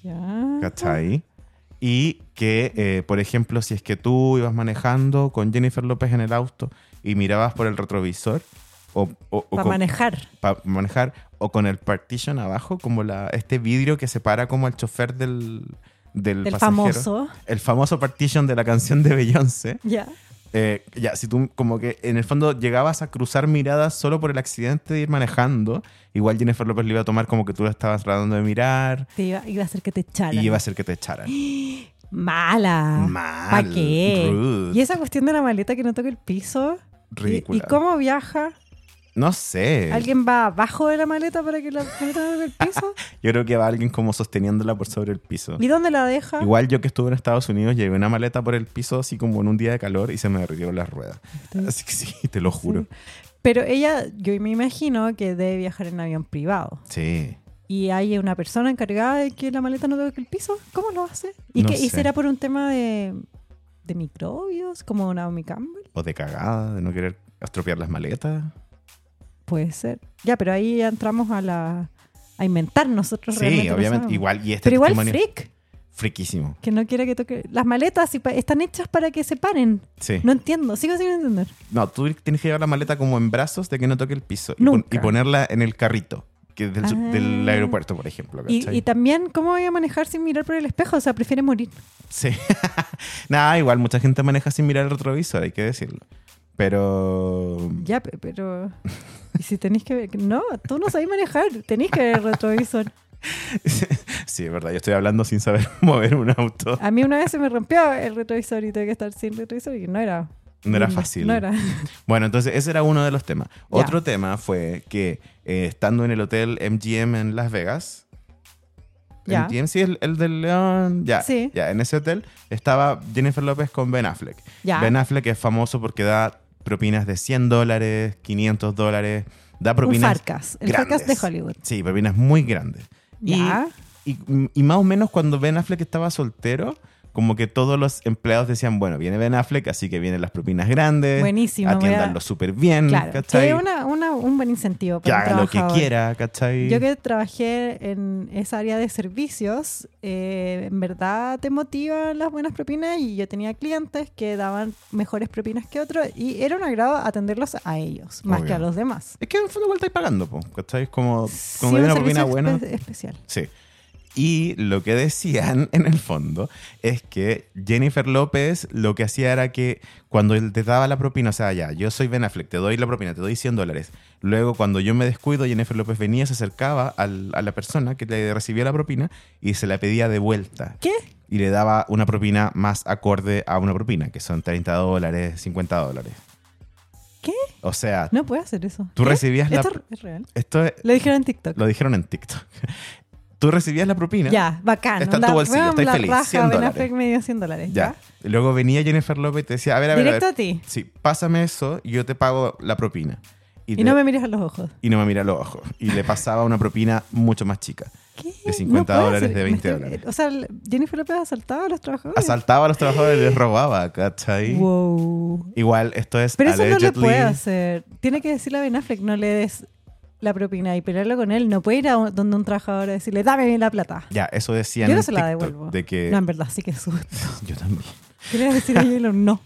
S3: Ya.
S2: ¿Cachai? Y que, eh, por ejemplo, si es que tú ibas manejando con Jennifer López en el auto y mirabas por el retrovisor, o, o- o
S3: Para
S2: con-
S3: manejar.
S2: pa manejar o con el partition abajo, como la, este vidrio que separa como al chofer del, del,
S3: Del
S2: pasajero.
S3: famoso.
S2: El famoso partition de la canción de Beyoncé.
S3: Ya.
S2: Eh, ya, si tú como que en el fondo llegabas a cruzar miradas solo por el accidente de ir manejando, igual Jennifer López le iba a tomar como que tú lo estabas tratando de mirar
S3: Te iba, iba a hacer que te echaran.
S2: y iba a hacer que te echaran.
S3: Mala.
S2: Mal,
S3: ¿Para qué?
S2: rude.
S3: Y esa cuestión de la maleta que no toca el piso. ¿Y-
S2: Ridícula. Eh.
S3: ¿Y cómo viaja?
S2: No sé.
S3: ¿Alguien va abajo de la maleta para que la maleta no toque el piso?
S2: Yo creo que va alguien como sosteniéndola por sobre el piso.
S3: ¿Y dónde la deja?
S2: Igual yo que estuve en Estados Unidos llevé una maleta por el piso así como en un día de calor y se me derritieron las ruedas. Así que sí, te lo juro.
S3: Pero ella, yo me imagino que debe viajar en avión privado.
S2: Sí.
S3: Y hay una persona encargada de que la maleta no toque el piso. ¿Cómo lo hace? ¿Y,
S2: No
S3: qué- y
S2: sé.
S3: será por un tema de, de microbios, como Naomi Campbell?
S2: O de cagada, de no querer estropear las maletas.
S3: Puede ser. Ya, pero ahí ya entramos a la a inventar nosotros realmente.
S2: Sí,
S3: no
S2: obviamente.
S3: sabemos.
S2: Igual, y este
S3: Pero igual
S2: testimonio-
S3: freak,
S2: Friquísimo.
S3: que no quiere que toque. Las maletas si pa- están hechas para que se paren.
S2: Sí.
S3: No entiendo, sigo sin entender.
S2: No, tú tienes que llevar la maleta como en brazos de que no toque el piso. Y,
S3: Nunca.
S2: pon- y ponerla en el carrito que es del, su-
S3: Ah.
S2: del aeropuerto, por ejemplo.
S3: Y,
S2: ¿cachai?
S3: y también, ¿cómo voy a manejar sin mirar por el espejo? O sea, prefiere morir.
S2: Sí. Nada, igual mucha gente maneja sin mirar el retrovisor, hay que decirlo. Pero.
S3: Ya, pe- pero. Y si tenéis que ver. No, tú no sabés manejar. Tenéis que ver el retrovisor.
S2: sí, es verdad, yo estoy hablando sin saber mover un auto.
S3: A mí una vez se me rompió el retrovisor y tuve que estar sin retrovisor y no era.
S2: No era
S3: lindo,
S2: fácil.
S3: No era.
S2: Bueno, entonces ese era uno de los temas.
S3: Ya.
S2: Otro tema fue que eh, estando en el hotel MGM en Las Vegas.
S3: Ya.
S2: MGM, sí, el, el del León. Ya,
S3: Sí.
S2: ya. En ese hotel estaba Jennifer López con Ben Affleck.
S3: Ya.
S2: Ben Affleck es famoso porque da propinas de 100 dólares, 500 dólares. Da
S3: Un
S2: propinas.
S3: Farcas. El Farcas de
S2: grandes.
S3: Hollywood.
S2: Sí, propinas muy grandes. Y-
S3: Ya.
S2: Y, y más o menos cuando Ben Affleck estaba soltero, como que todos los empleados decían, bueno, viene Ben Affleck, así que vienen las propinas grandes.
S3: Buenísimo, me voy a-
S2: Atiéndanlo súper bien,
S3: Claro.
S2: Mm, ¿cachai?
S3: Que una, una, un buen incentivo
S2: que
S3: para un
S2: haga lo que
S3: trabajador.
S2: quiera, ¿cachai?
S3: Yo que trabajé en esa área de servicios, eh, en verdad te motivan las buenas propinas y yo tenía clientes que daban mejores propinas que otros y era un agrado atenderlos a ellos, más
S2: Obvio.
S3: que a los demás.
S2: Es que en el fondo igual estáis pagando, po, ¿cachai? Es como, como
S3: Sí,
S2: hay
S3: un
S2: una
S3: servicio
S2: propina buena.
S3: espe- especial.
S2: Sí. Y lo que decían en el fondo es que Jennifer López lo que hacía era que cuando él te daba la propina, o sea, ya, yo soy Ben Affleck, te doy la propina, te doy 100 dólares. Luego, cuando yo me descuido, Jennifer López venía, se acercaba al- a la persona que le recibía la propina y se la pedía de vuelta.
S3: ¿Qué?
S2: Y le daba una propina más acorde a una propina, que son 30 dólares, 50 dólares.
S3: ¿Qué?
S2: O sea,
S3: No puede hacer eso.
S2: Tú
S3: ¿Qué?
S2: recibías la-
S3: Esto es real.
S2: esto es-
S3: Lo dijeron en TikTok.
S2: lo dijeron en TikTok. Tú recibías la propina.
S3: Ya, bacán.
S2: Está en tu
S3: onda,
S2: bolsillo,
S3: weón,
S2: estoy
S3: la
S2: feliz,
S3: raja,
S2: 100
S3: Ben
S2: dólares.
S3: Affleck me dio 100 dólares.
S2: Ya.
S3: Ya.
S2: Luego venía Jennifer López y te decía, a ver, a ver,
S3: Directo
S2: a,
S3: a,
S2: ver.
S3: ti.
S2: Sí, pásame eso y yo te pago la propina. Y,
S3: Y,
S2: te-
S3: no me mires a los ojos.
S2: y no me mira los ojos. Y le pasaba una propina mucho más chica.
S3: ¿Qué?
S2: De 50
S3: puede
S2: dólares,
S3: ser.
S2: de
S3: Me
S2: 20
S3: estoy-
S2: dólares.
S3: O sea, Jennifer López asaltaba a los trabajadores.
S2: Asaltaba a los trabajadores y les robaba, ¿cachai?
S3: Wow.
S2: Igual, esto es
S3: Pero eso no le
S2: allegedly-
S3: puede hacer. Tiene que decirle a Ben Affleck, no le des la propina y pelearlo con él. No puede ir a un- donde un trabajador a decirle, dame bien la plata.
S2: Ya, eso decían
S3: Yo no
S2: en
S3: se la
S2: TikTok,
S3: devuelvo.
S2: De que...
S3: No, en verdad, sí que susto.
S2: Yo también.
S3: Quería decir a Elon, no.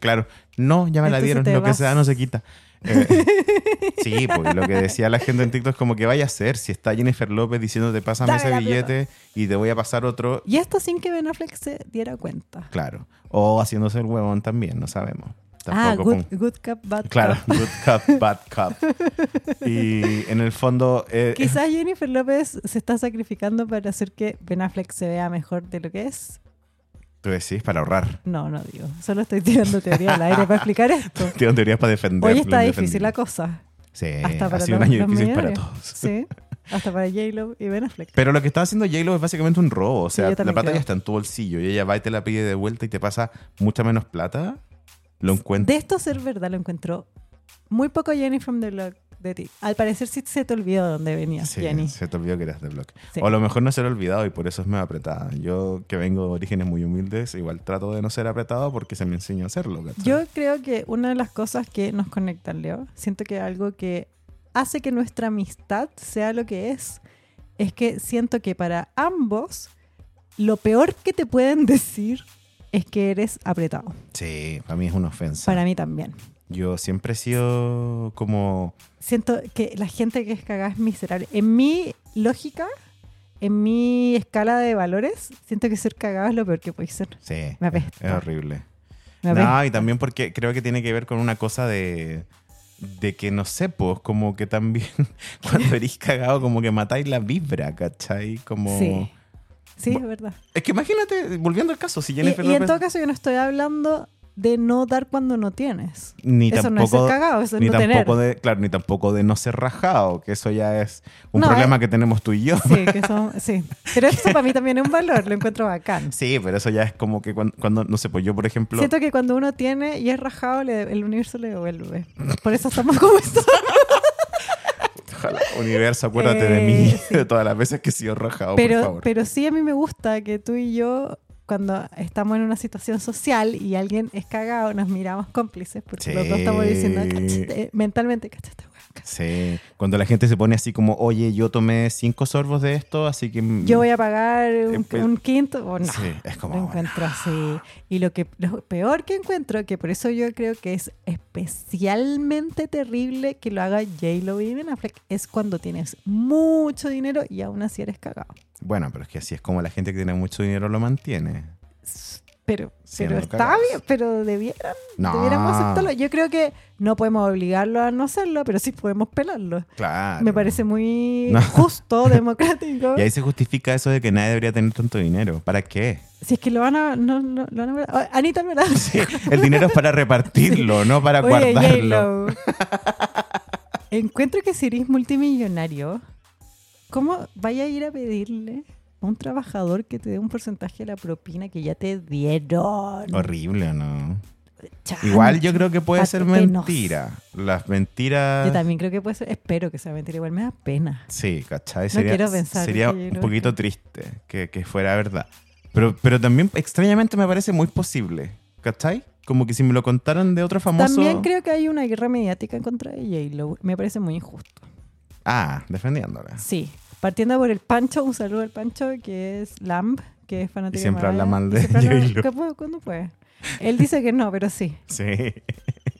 S2: claro, no, ya me la
S3: Entonces
S2: dieron,
S3: te
S2: lo que
S3: vas.
S2: se da no se quita. Eh, sí, pues lo que decía la gente en TikTok es como que vaya a ser, si está Jennifer López diciéndote pásame
S3: Dame
S2: ese
S3: la
S2: billete y te voy a pasar otro,
S3: Y esto sin que Ben Affleck se diera cuenta.
S2: claro, o haciéndose el huevón también, no sabemos.
S3: Ah,
S2: Tampoco
S3: good,
S2: con-
S3: good cup, bad
S2: Claro,
S3: cup.
S2: good cup, bad cup. Y en el fondo... eh,
S3: Quizás Jennifer López se está sacrificando para hacer que Ben Affleck se vea mejor de lo que es.
S2: Tú decís para ahorrar.
S3: No, no digo. Solo estoy tirando teoría al aire para explicar esto.
S2: Tienen teorías para defender.
S3: Hoy está
S2: lo
S3: difícil la
S2: indefendible.
S3: cosa.
S2: Sí,
S3: Hasta
S2: Eh, ha
S3: para
S2: sido un
S3: los-
S2: año
S3: los
S2: difícil para
S3: millonarios.
S2: todos.
S3: Sí, hasta para J-Lo y Ben Affleck.
S2: Pero lo que está haciendo J-Lo es básicamente un robo. O
S3: Sí,
S2: sea,
S3: yo
S2: la
S3: también
S2: plata
S3: creo.
S2: ya está en tu bolsillo y ella va y te la pide de vuelta y te pasa mucha menos plata. Lo encuentro.
S3: De esto ser verdad lo encontró muy poco Jenny from the Block de ti. Al parecer sí se te olvidó dónde venías,
S2: Sí,
S3: Jenny.
S2: se te olvidó que eras de bloque.
S3: Sí.
S2: O a lo mejor no se lo ha olvidado y por eso es medio apretada. Yo, que vengo de orígenes muy humildes, igual trato de no ser apretado porque se me enseñó a hacerlo. ¿cachai?
S3: Yo creo que una de las cosas que nos conectan, Leo, siento que algo que hace que nuestra amistad sea lo que es, es que siento que para ambos lo peor que te pueden decir es que eres apretado.
S2: Sí, para mí es una ofensa.
S3: Para mí también.
S2: Yo siempre he sido como...
S3: Siento que la gente que es cagada es miserable. En mi lógica, en mi escala de valores, siento que ser cagado es lo peor que puede ser.
S2: Sí,
S3: Me apesta.
S2: es horrible.
S3: Ah, Me
S2: No,
S3: apesta.
S2: y también porque creo que tiene que ver con una cosa de, de que no sé, pues como que también cuando erís cagado, como que matáis la vibra, ¿cachai? Como...
S3: Sí. Sí,
S2: Bu-
S3: es verdad.
S2: Es que imagínate, volviendo al caso, si
S3: Y,
S2: Jennifer
S3: y en
S2: López-
S3: todo caso, yo no estoy hablando de no dar cuando no tienes.
S2: ni
S3: eso no es
S2: tampoco,
S3: ser cagado, eso es
S2: ni
S3: no tener.
S2: tampoco de, claro, ni tampoco de no ser rajado, que eso ya es un
S3: No,
S2: problema
S3: eh.
S2: que tenemos tú y yo.
S3: Sí, que son, sí. Pero eso para mí también es un valor, lo encuentro bacán.
S2: Sí, pero eso ya es como que cuando, cuando- no sé, pues yo por ejemplo,
S3: Siento que cuando uno tiene y es rajado, le- el universo le devuelve. Por eso estamos como estamos.
S2: Oh, ojalá, universo, acuérdate de
S3: Eh,
S2: mí,
S3: sí.
S2: de todas las veces que he sido rajado, por
S3: Pero,
S2: favor.
S3: pero sí a mí me gusta que tú y yo, cuando estamos en una situación social y alguien es cagado, nos miramos cómplices, porque los dos estamos diciendo
S2: Sí.
S3: "Cachate", eh, mentalmente, cachate, weón, cachate".
S2: Sí, cuando la gente se pone así como, oye, yo tomé cinco sorbos de esto, así que...
S3: Yo voy a pagar
S2: Eh,
S3: un,
S2: pues-
S3: un quinto o no.
S2: Sí, es como...
S3: Lo encuentro así. Y lo, que, lo peor que encuentro, que por eso yo creo que es especialmente terrible que lo haga J-Lo y Ben Affleck, es cuando tienes mucho dinero y aún así eres cagado.
S2: Bueno, pero es que así es como la gente que tiene mucho dinero lo mantiene.
S3: S- Pero,
S2: Siendo
S3: pero está
S2: cagados.
S3: bien, pero debieran,
S2: No.
S3: debiéramos aceptarlo. Yo creo que no podemos obligarlo a no hacerlo, pero sí podemos pelarlo.
S2: Claro.
S3: Me parece muy
S2: No.
S3: justo, democrático.
S2: Y ahí se justifica eso de que nadie debería tener tanto dinero. ¿Para qué?
S3: Si es que lo van a... No, no- lo van a oh, Anita Alvarado.
S2: El dinero es para repartirlo, no para
S3: Oye,
S2: guardarlo.
S3: J-Lo. Encuentro que si eres multimillonario, ¿cómo vaya a ir a pedirle a un trabajador que te dé un porcentaje de la propina que ya te dieron?
S2: Horrible, ¿no?
S3: Chan,
S2: Igual yo creo que puede ser
S3: Patétenos.
S2: mentira. Las
S3: Ah, Yo
S2: mentiras...
S3: también creo que puede ser, espero que sea mentira, igual me da pena.
S2: Sí, ¿cachai?
S3: quiero pensar
S2: sería
S3: que yo
S2: un
S3: creo
S2: poquito triste que, que fuera verdad. Pero, pero también extrañamente me parece muy posible, ¿cachai? Como que si me lo contaran de otro famoso...
S3: También creo que hay una guerra mediática en contra de J-Lo, me parece muy injusto.
S2: Ah, defendiéndola.
S3: Sí, partiendo por el Pancho, un saludo al Pancho, que es Lamb, que es fanático
S2: Y siempre
S3: de
S2: habla
S3: Mariah,
S2: mal
S3: y
S2: de
S3: siempre habla-
S2: J.Lo.
S3: ¿Cuándo- ¿Cuándo fue? Él dice que no, pero sí.
S2: Sí.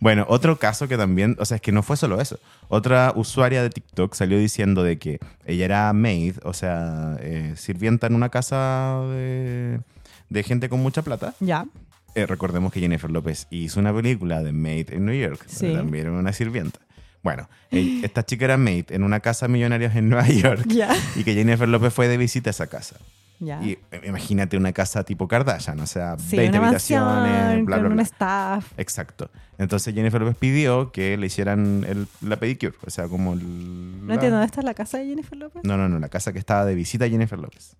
S2: Bueno, otro caso que también, o sea, es que no fue solo eso. Otra usuaria de TikTok salió diciendo de que ella era maid, o sea, eh, sirvienta en una casa de, de gente con mucha plata.
S3: Ya.
S2: Eh, recordemos que Jennifer López hizo una película de maid en New York, donde
S3: Sí.
S2: también era una sirvienta. Bueno, eh, esta chica era maid en una casa de millonarios en Nueva York
S3: Ya.
S2: y que Jennifer López fue de visita a esa casa.
S3: Ya.
S2: Y eh, imagínate una casa tipo Kardashian, o sea,
S3: sí,
S2: 20
S3: una
S2: habitaciones,
S3: mansión
S2: bla,
S3: con
S2: bla,
S3: un
S2: bla.
S3: staff.
S2: Exacto. Entonces Jennifer López pidió que le hicieran el- la pedicure, o sea, como el-
S3: No
S2: la-
S3: entiendo, ¿esta es la casa de Jennifer López?
S2: No, no, no, la casa que estaba de visita a Jennifer López.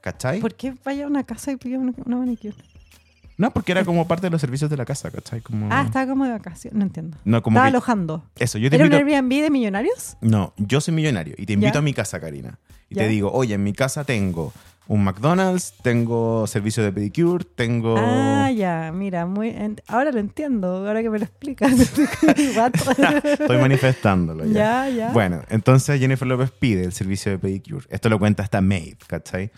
S2: ¿Cachai?
S3: ¿Por qué vaya a una casa y pida una, una manicure?
S2: No, porque era como parte de los servicios de la casa, ¿cachai? Como...
S3: Ah, estaba como de vacaciones. No entiendo.
S2: No, como
S3: estaba
S2: que-
S3: alojando.
S2: Eso, yo te
S3: ¿Era un
S2: invito...
S3: Airbnb de millonarios?
S2: No, yo soy millonario y te invito
S3: Ya.
S2: a mi casa, Karina. Y
S3: Ya.
S2: te digo, oye, en mi casa tengo un McDonald's, tengo servicio de pedicure, tengo...
S3: Ah, ya, mira, muy ent- ahora lo entiendo, ahora que me lo explicas. What?
S2: Estoy manifestándolo ya.
S3: ya, ya.
S2: Bueno, entonces Jennifer López pide el servicio de pedicure. Esto lo cuenta esta maid, ¿cachai?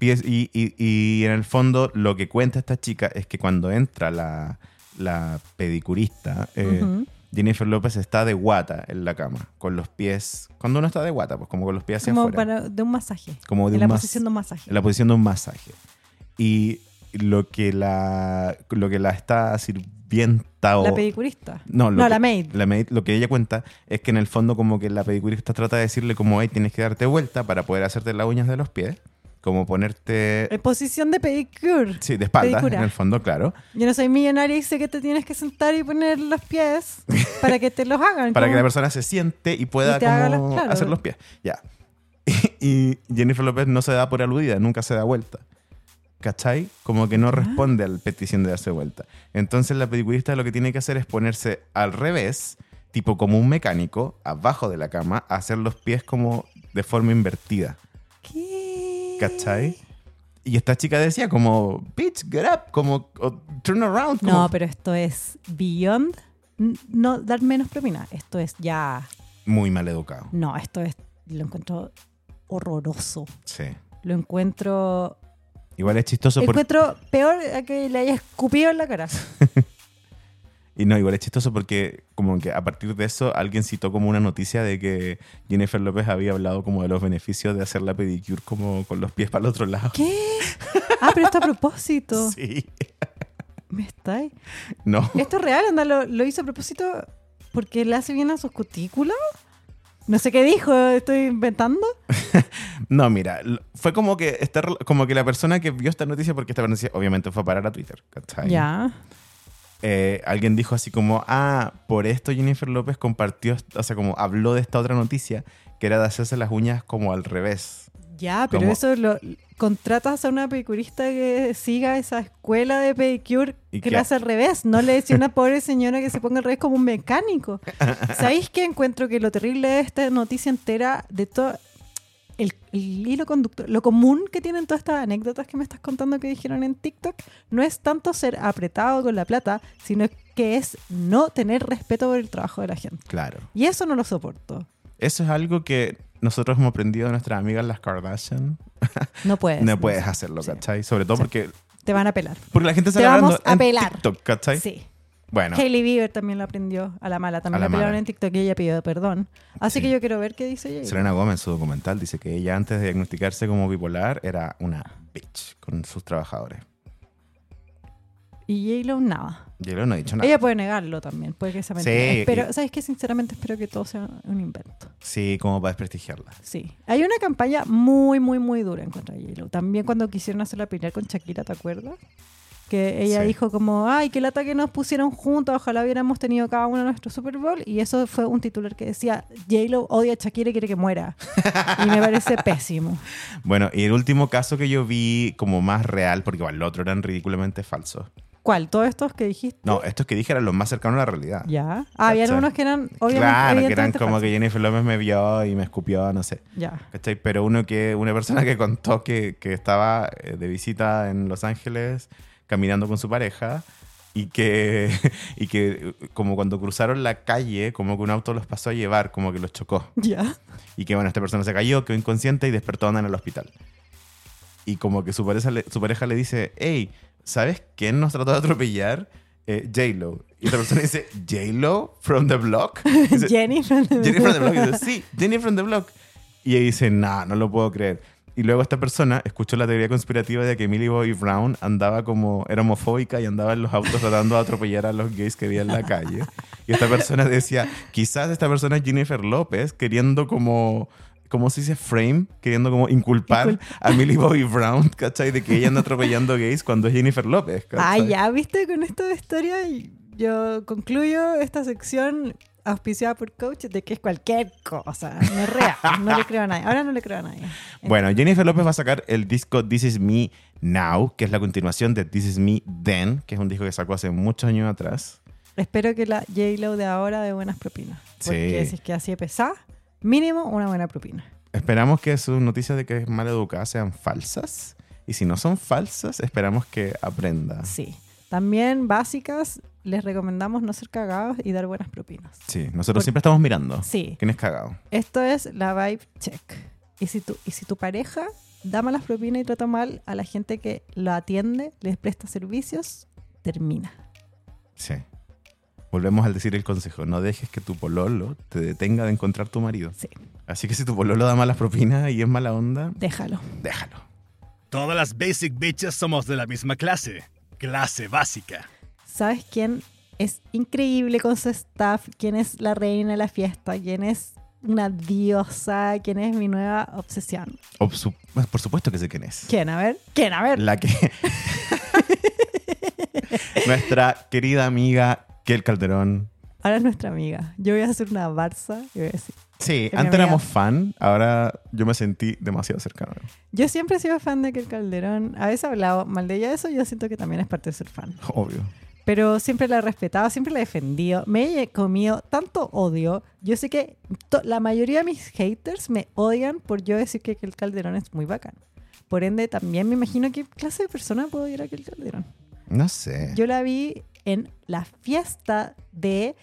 S2: Pide- y, y- y en el fondo lo que cuenta esta chica es que cuando entra la, la pedicurista, eh,
S3: Ujú.
S2: Jennifer López está de guata en la cama, con los pies... Cuando uno está de guata, pues como con los pies hacia
S3: como
S2: afuera.
S3: para, de un masaje.
S2: Como de
S3: en
S2: un
S3: la
S2: mas-
S3: posición de un masaje.
S2: en la posición de un masaje. Y lo que la, lo que la está sirvienta o...
S3: La pedicurista.
S2: oh. No, lo
S3: No,
S2: que-
S3: la maid.
S2: la maid, Lo que ella cuenta es que en el fondo como que la pedicurista trata de decirle como, hey, tienes que darte vuelta para poder hacerte las uñas de los pies. Como ponerte...
S3: En posición de pedicure.
S2: Sí, de espalda,
S3: Eh, pedicura.
S2: en el fondo, claro.
S3: Yo no soy millonaria y sé que te tienes que sentar y poner los pies para que te los hagan.
S2: Para que la
S3: como-
S2: persona se siente y pueda
S3: Y te haga
S2: como
S3: los- claro.
S2: hacer los pies. Ya. Y Jennifer López no se da por aludida, nunca se da vuelta. ¿Cachai? Como que no
S3: Ah.
S2: responde al petición de darse vuelta. Entonces la pedicurista lo que tiene que hacer es ponerse al revés, tipo como un mecánico, abajo de la cama, a hacer los pies como de forma invertida.
S3: ¿Qué?
S2: ¿Cachai? Y esta chica decía como, bitch, get up, como, o turn around. Como,
S3: No, pero esto es beyond. n- No dar menos propina. Esto es ya.
S2: Muy mal educado.
S3: No, esto es. Lo encuentro horroroso.
S2: Sí.
S3: Lo encuentro.
S2: Igual es chistoso porque...
S3: encuentro peor a que le haya escupido en la cara.
S2: Y no, igual es chistoso porque como que a partir de eso alguien citó como una noticia de que Jennifer López había hablado como de los beneficios de hacer la pedicure como con los pies para el otro lado.
S3: ¿Qué? Ah, pero esto a propósito.
S2: Sí.
S3: Me estáis.
S2: No.
S3: Esto es real, anda, lo, lo hizo a propósito porque le hace bien a sus cutículas. No sé qué dijo, estoy inventando.
S2: No, mira, l- fue como que esta rel- como que la persona que vio esta noticia, porque esta noticia obviamente fue a parar a Twitter, ¿cachai?
S3: Ya.
S2: Eh, alguien dijo así como, ah, por esto Jennifer López compartió, o sea, como habló de esta otra noticia, que era de hacerse las uñas como al revés.
S3: Ya, pero
S2: ¿Cómo?
S3: eso lo contratas a una pedicurista que siga esa escuela de pedicure
S2: ¿Y
S3: que
S2: qué?
S3: la hace al revés, no le decía a una pobre señora que se ponga al revés como un mecánico. ¿Sabéis qué encuentro que lo terrible de esta noticia entera de todo el, el hilo conductor, lo común que tienen todas estas anécdotas que me estás contando que dijeron en TikTok, no es tanto ser apretado con la plata, sino que es no tener respeto por el trabajo de la gente.
S2: Claro.
S3: Y eso no lo soporto.
S2: Eso es algo que nosotros hemos aprendido de nuestras amigas las Kardashian.
S3: No puedes.
S2: no puedes hacerlo,
S3: Sí.
S2: ¿cachai? Sobre todo
S3: Sí.
S2: porque,
S3: Te van a pelar.
S2: porque la gente se
S3: Te
S2: agarrando
S3: vamos a
S2: en
S3: pelar.
S2: TikTok, ¿cachai?
S3: Sí.
S2: Bueno,
S3: Hailey Bieber también lo aprendió a la mala. También
S2: A la
S3: la pillaron
S2: mala.
S3: en TikTok y ella pidió perdón. Así
S2: Sí.
S3: que yo quiero ver qué dice ella.
S2: Selena Gómez en su documental dice que ella antes de diagnosticarse como bipolar era una bitch con sus trabajadores.
S3: Y J-Lo nada.
S2: Y él no ha dicho nada.
S3: Ella puede negarlo también, puede que sea mentira.
S2: Sí,
S3: Espero-
S2: y-
S3: ¿Sabes qué? Sinceramente espero que todo sea un invento.
S2: Sí, como para desprestigiarla.
S3: Sí. Hay una campaña muy, muy, muy dura en contra de J-Lo. También cuando quisieron hacerla pelear con Shakira, ¿te acuerdas? Que ella
S2: Sí.
S3: dijo como, ay, qué lata que nos pusieron juntos, ojalá hubiéramos tenido cada uno nuestro Super Bowl. Y eso fue un titular que decía, J-Lo odia a Shakira y quiere que muera. y me parece pésimo.
S2: Bueno, y el último caso que yo vi como más real, porque igual el otro eran ridículamente falsos.
S3: ¿Cuál? ¿Todos estos que dijiste?
S2: No, estos que dije eran los más cercanos a la realidad.
S3: Ya. Ah,
S2: ¿Cachai?
S3: había algunos que eran obviamente.
S2: claro, que eran
S3: evidentemente
S2: como que
S3: falsos.
S2: Jennifer López me vio y me escupió, no sé.
S3: Ya.
S2: ¿Cachai? Pero uno que, una persona que contó que, que estaba eh, de visita en Los Ángeles caminando con su pareja y que, y que eh, como cuando cruzaron la calle, como que un auto los pasó a llevar, como que los chocó.
S3: Ya.
S2: Y que bueno, esta persona se cayó, quedó inconsciente y despertó andando en el hospital. Y como que su pareja le, su pareja le dice, hey, ¿sabes quién nos trató de atropellar? Eh, J-Lo. Y otra persona dice, ¿J-Lo from the block? Y dice,
S3: Jenny from the-
S2: Jenny from the Block. Y dice, sí, Jenny from the Block. Y ella dice, nah, no lo puedo creer. Y luego esta persona escuchó la teoría conspirativa de que Millie Bobby Brown andaba como, era homofóbica y andaba en los autos tratando de atropellar a los gays que había en la calle. Y esta persona decía, quizás esta persona es Jennifer López queriendo como, ¿cómo se dice? Frame, queriendo como inculpar a Millie Bobby Brown, ¿cachai? De que ella anda atropellando gays cuando es Jennifer López,
S3: Ah,
S2: ¿cachai?
S3: ya, viste, con esta historia yo concluyo esta sección auspiciada por Coach de que es cualquier cosa. No es real. No le creo a nadie. Ahora no le creo a nadie.
S2: Bueno, Jennifer López va a sacar el disco This Is Me Now, que es la continuación de This Is Me Then, que es un disco que sacó hace muchos años atrás.
S3: Eh, Espero que la J-Lo de ahora de buenas propinas.
S2: Sí.
S3: Porque si es que así de pesada, mínimo una buena propina.
S2: Esperamos que sus noticias de que es mal educada sean falsas. Y si no son falsas, esperamos que aprenda.
S3: Sí. También básicas, les recomendamos no ser cagados y dar buenas propinas.
S2: Sí, nosotros siempre estamos mirando.
S3: Sí.
S2: ¿Quién es cagado?
S3: Esto es la vibe check. Y si tu, y si tu pareja da malas propinas y trata mal a la gente que lo atiende, les presta servicios, termina.
S2: Sí. Volvemos al decir el consejo. No dejes que tu pololo te detenga de encontrar tu marido.
S3: Sí.
S2: Así que si tu pololo da malas propinas y es mala onda,
S3: Déjalo.
S2: déjalo.
S4: Todas las basic bitches somos de la misma clase. Clase básica.
S3: ¿Sabes quién es increíble con su staff? ¿Quién es la reina de la fiesta? ¿Quién es una diosa? ¿Quién es mi nueva obsesión?
S2: O su- por supuesto que sé quién es.
S3: ¿Quién? A ver. ¿Quién? A ver.
S2: La que. Nuestra querida amiga Kel Calderón.
S3: Ahora es nuestra amiga. Yo voy a hacer una barza y voy a decir.
S2: Sí, antes
S3: mi amiga.
S2: éramos fan, ahora yo me sentí demasiado cercano.
S3: Yo siempre he sido fan de que el Calderón. A veces he hablado mal de ella, eso yo siento que también es parte de ser fan.
S2: Obvio.
S3: pero siempre la he respetado, siempre la he defendido. Me he comido tanto odio. Yo sé que to- la mayoría de mis haters me odian por yo decir que el Calderón es muy bacán. Por ende, también me imagino qué clase de persona puedo odiar a el Calderón.
S2: No sé.
S3: Yo la vi en la fiesta de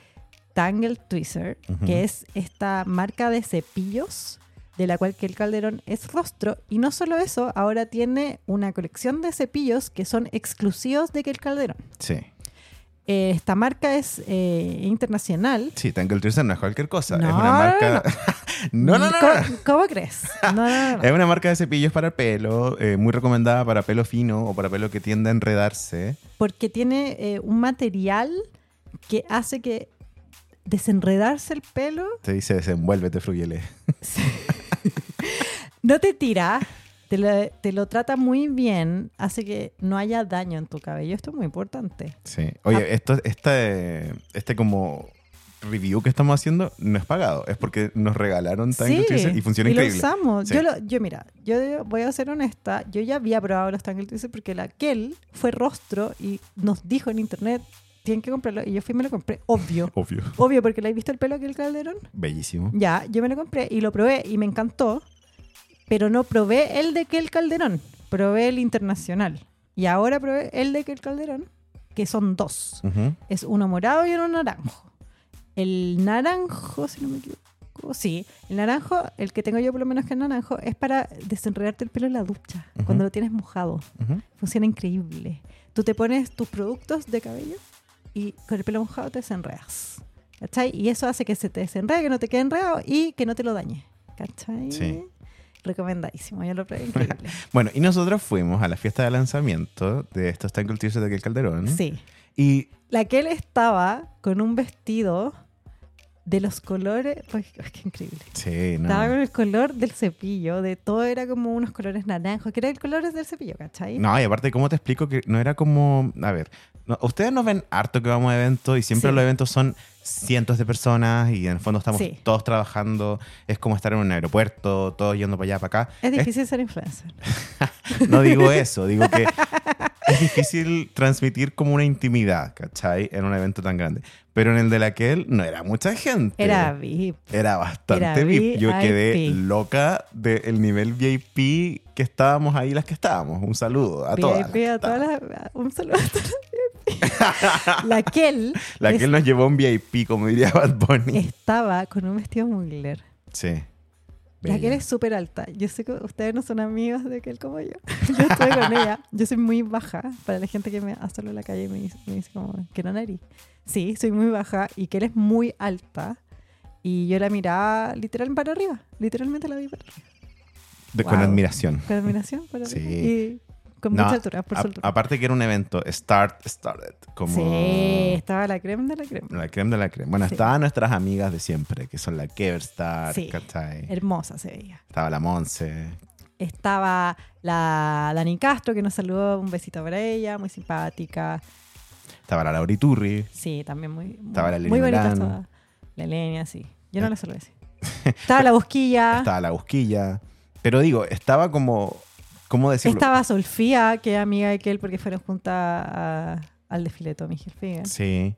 S3: Tangle Twister,
S2: Ujú.
S3: que es esta marca de cepillos de la cual que el Calderón es rostro. Y no solo eso, ahora tiene una colección de cepillos que son exclusivos de que el Calderón.
S2: Sí.
S3: Eh, esta marca es eh, internacional.
S2: Sí, Tangle Twister no es cualquier cosa.
S3: No,
S2: es una marca. No, no, no. no, no. Eh.
S3: ¿Cómo, cómo crees? No, no, no, no.
S2: Es una marca de cepillos para pelo, eh, muy recomendada para pelo fino o para pelo que tiende a enredarse.
S3: Porque tiene eh, un material que hace que desenredarse el pelo
S2: Te dice desenvuélvete, fruyele.
S3: no te tira. Te lo, te lo trata muy bien, hace que no haya daño en tu cabello. Esto es muy importante.
S2: Sí. Oye,
S3: Ah.
S2: esto, este, este como review que estamos haciendo no es pagado. Es porque nos regalaron Tangle Twister y funciona
S3: lo
S2: increíble.
S3: usamos.
S2: Sí.
S3: Yo, lo- yo, mira, yo voy a ser honesta. Yo ya había probado los Tangle Twister porque la Kel fue rostro y nos dijo en internet, tienen que comprarlo. Y yo fui y me lo compré, obvio.
S2: Obvio.
S3: obvio, porque ¿le he visto el pelo a Kel Calderón?
S2: Bellísimo.
S3: Ya, yo me lo compré y lo probé y me encantó. Pero no probé el de Kel Calderón, probé el internacional. Y ahora probé el de Kel Calderón, que son dos.
S2: Ujú.
S3: Es uno morado y uno naranjo. El naranjo, si no me equivoco, sí. El naranjo, el que tengo yo por lo menos que es naranjo, es para desenredarte el pelo en la ducha,
S2: Ujú.
S3: cuando lo tienes mojado.
S2: Ujú.
S3: Funciona increíble. Tú te pones tus productos de cabello y con el pelo mojado te desenredas. ¿Cachai? Y eso hace que se te desenrede, que no te quede enredado y que no te lo dañe. ¿Cachai?
S2: Sí.
S3: Recomendadísimo, yo lo probé increíble.
S2: Bueno, y nosotros fuimos a la fiesta de lanzamiento de estos Tangle Twister de aquel Calderón.
S3: sí.
S2: Y
S3: La que él estaba con un vestido de los colores. Pues, es que increíble.
S2: Sí, no.
S3: Estaba con el color del cepillo, de todo era como unos colores naranjos, que era el color del cepillo, ¿cachai?
S2: No, y aparte, ¿cómo te explico que no era como. A ver, no- ustedes nos ven harto que vamos a eventos y siempre
S3: Sí.
S2: los eventos son cientos de personas y en el fondo estamos
S3: Sí.
S2: todos trabajando. Es como estar en un aeropuerto, todos yendo para allá, para acá.
S3: Es difícil ser influencer.
S2: No digo eso, digo que es difícil transmitir como una intimidad, ¿cachai? En un evento tan grande. Pero en el de la que él no era mucha gente.
S3: Era VIP.
S2: Era bastante
S3: Era
S2: VIP. Yo
S3: VIP.
S2: quedé loca del nivel VIP que estábamos ahí las que estábamos. Un saludo a todas. las
S3: VIP
S2: que
S3: a todas las- a- Un saludo a todas las VIP. La Kel
S2: La que él nos llevó un VIP, como diría Bad Bunny.
S3: estaba con un vestido Mugler.
S2: Sí.
S3: La Kel
S2: Bella.
S3: es súper alta. Yo sé que ustedes no son amigos de Kel como yo. Yo estuve con ella. Yo soy muy baja. Para la gente que me ha solo en la calle y me dice, me dice como, que no nariz. Sí, soy muy baja y Kel es muy alta. Y yo la miraba literal para arriba. Literalmente la vi para arriba.
S2: De- Con
S3: Wow.
S2: admiración.
S3: Con admiración para
S2: Sí.
S3: arriba. Y con
S2: No,
S3: mucha altura, por
S2: a-
S3: su altura.
S2: aparte que era un evento Start Started. Como
S3: Sí, estaba la crema de la crema.
S2: La creme de la creme. Bueno,
S3: Sí.
S2: estaban nuestras amigas de siempre, que son la Keverstar,
S3: Sí.
S2: ¿cachai?
S3: Hermosa se veía.
S2: Estaba la Monse.
S3: Estaba la Dani Castro que nos saludó, un besito para ella, muy simpática.
S2: Estaba la Laura Iturri.
S3: Sí, también muy, muy,
S2: Estaba la Eleni
S3: muy bonita.
S2: Morán.
S3: todas. La Elenia, sí. Yo no la saludé. sí. Estaba la Bosquilla.
S2: Estaba la Busquilla. Pero digo, estaba como... ¿Cómo decirlo?
S3: Estaba Solfía, que es amiga de Kel porque fueron juntas a- al desfile de Tommy Hilfiger.
S2: Sí.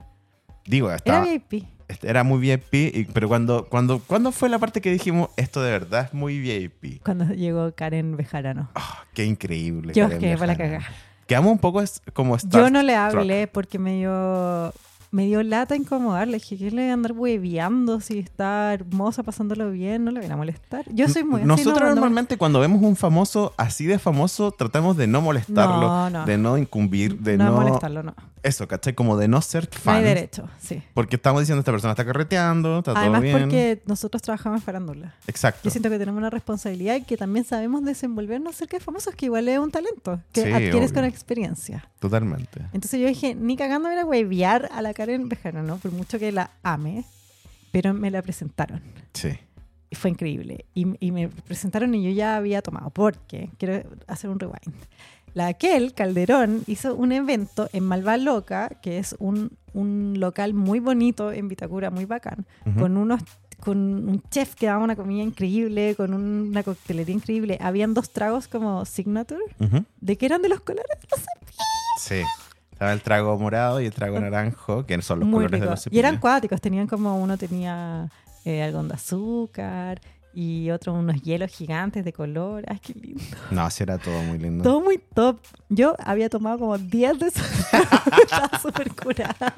S2: Digo,
S3: Era
S2: estaba...
S3: VIP.
S2: este, Era muy VIP, y- pero cuando, cuando, ¿cuándo fue la parte que dijimos esto de verdad es muy VIP?
S3: Cuando llegó Karen Bejarano.
S2: Ah, ¡Qué increíble!
S3: Yo
S2: Karen
S3: quedé para la
S2: Bejarano.
S3: cagada.
S2: Quedamos un poco es- como
S3: Yo no le
S2: starstruck.
S3: hablé porque me dio, me dio lata incomodarle. Dije, ¿qué le voy a andar hueviando si está hermosa, pasándolo bien? No le voy a molestar. Yo soy muy... así,
S2: Nosotros
S3: no- no-
S2: normalmente cuando vemos un famoso así de famoso tratamos de no molestarlo,
S3: No, no.
S2: de no incumbir, de
S3: no,
S2: no,
S3: molestarlo, no.
S2: eso, ¿cachai? Como de no ser
S3: No hay
S2: fan.
S3: derecho, sí.
S2: porque estamos diciendo esta persona está carreteando, está
S3: Además
S2: todo bien.
S3: porque nosotros trabajamos en farándula.
S2: Exacto.
S3: Yo siento que tenemos una responsabilidad y que también sabemos desenvolvernos cerca de famosos, que igual es un talento que
S2: Sí,
S3: adquieres
S2: obvio.
S3: con experiencia.
S2: Totalmente.
S3: Entonces yo dije, ni cagando me voy a hueviar a la Karen Bejarano, ¿no? por mucho que la ame, pero me la presentaron.
S2: Sí.
S3: Y fue increíble. Y, y me presentaron y yo ya había tomado, porque quiero hacer un rewind. La aquel Calderón hizo un evento en Malva Loca, que es un, un local muy bonito en Vitacura, muy bacán,
S2: Ujú.
S3: con unos con un chef que daba una comida increíble, con un- una coctelería increíble. Habían dos tragos como signature,
S2: Ujú.
S3: de que eran de los colores, no sé,
S2: Sí. Estaba el trago morado y el trago naranjo, que son los
S3: muy
S2: colores de
S3: rico.
S2: los
S3: Y eran
S2: cepillos.
S3: cuáticos, tenían como uno tenía eh, algodón de azúcar y otro unos hielos gigantes de color. Ay, qué lindo.
S2: No, sí era todo muy lindo.
S3: Todo muy top. Yo había tomado como 10 de esos. Estaba súper curada.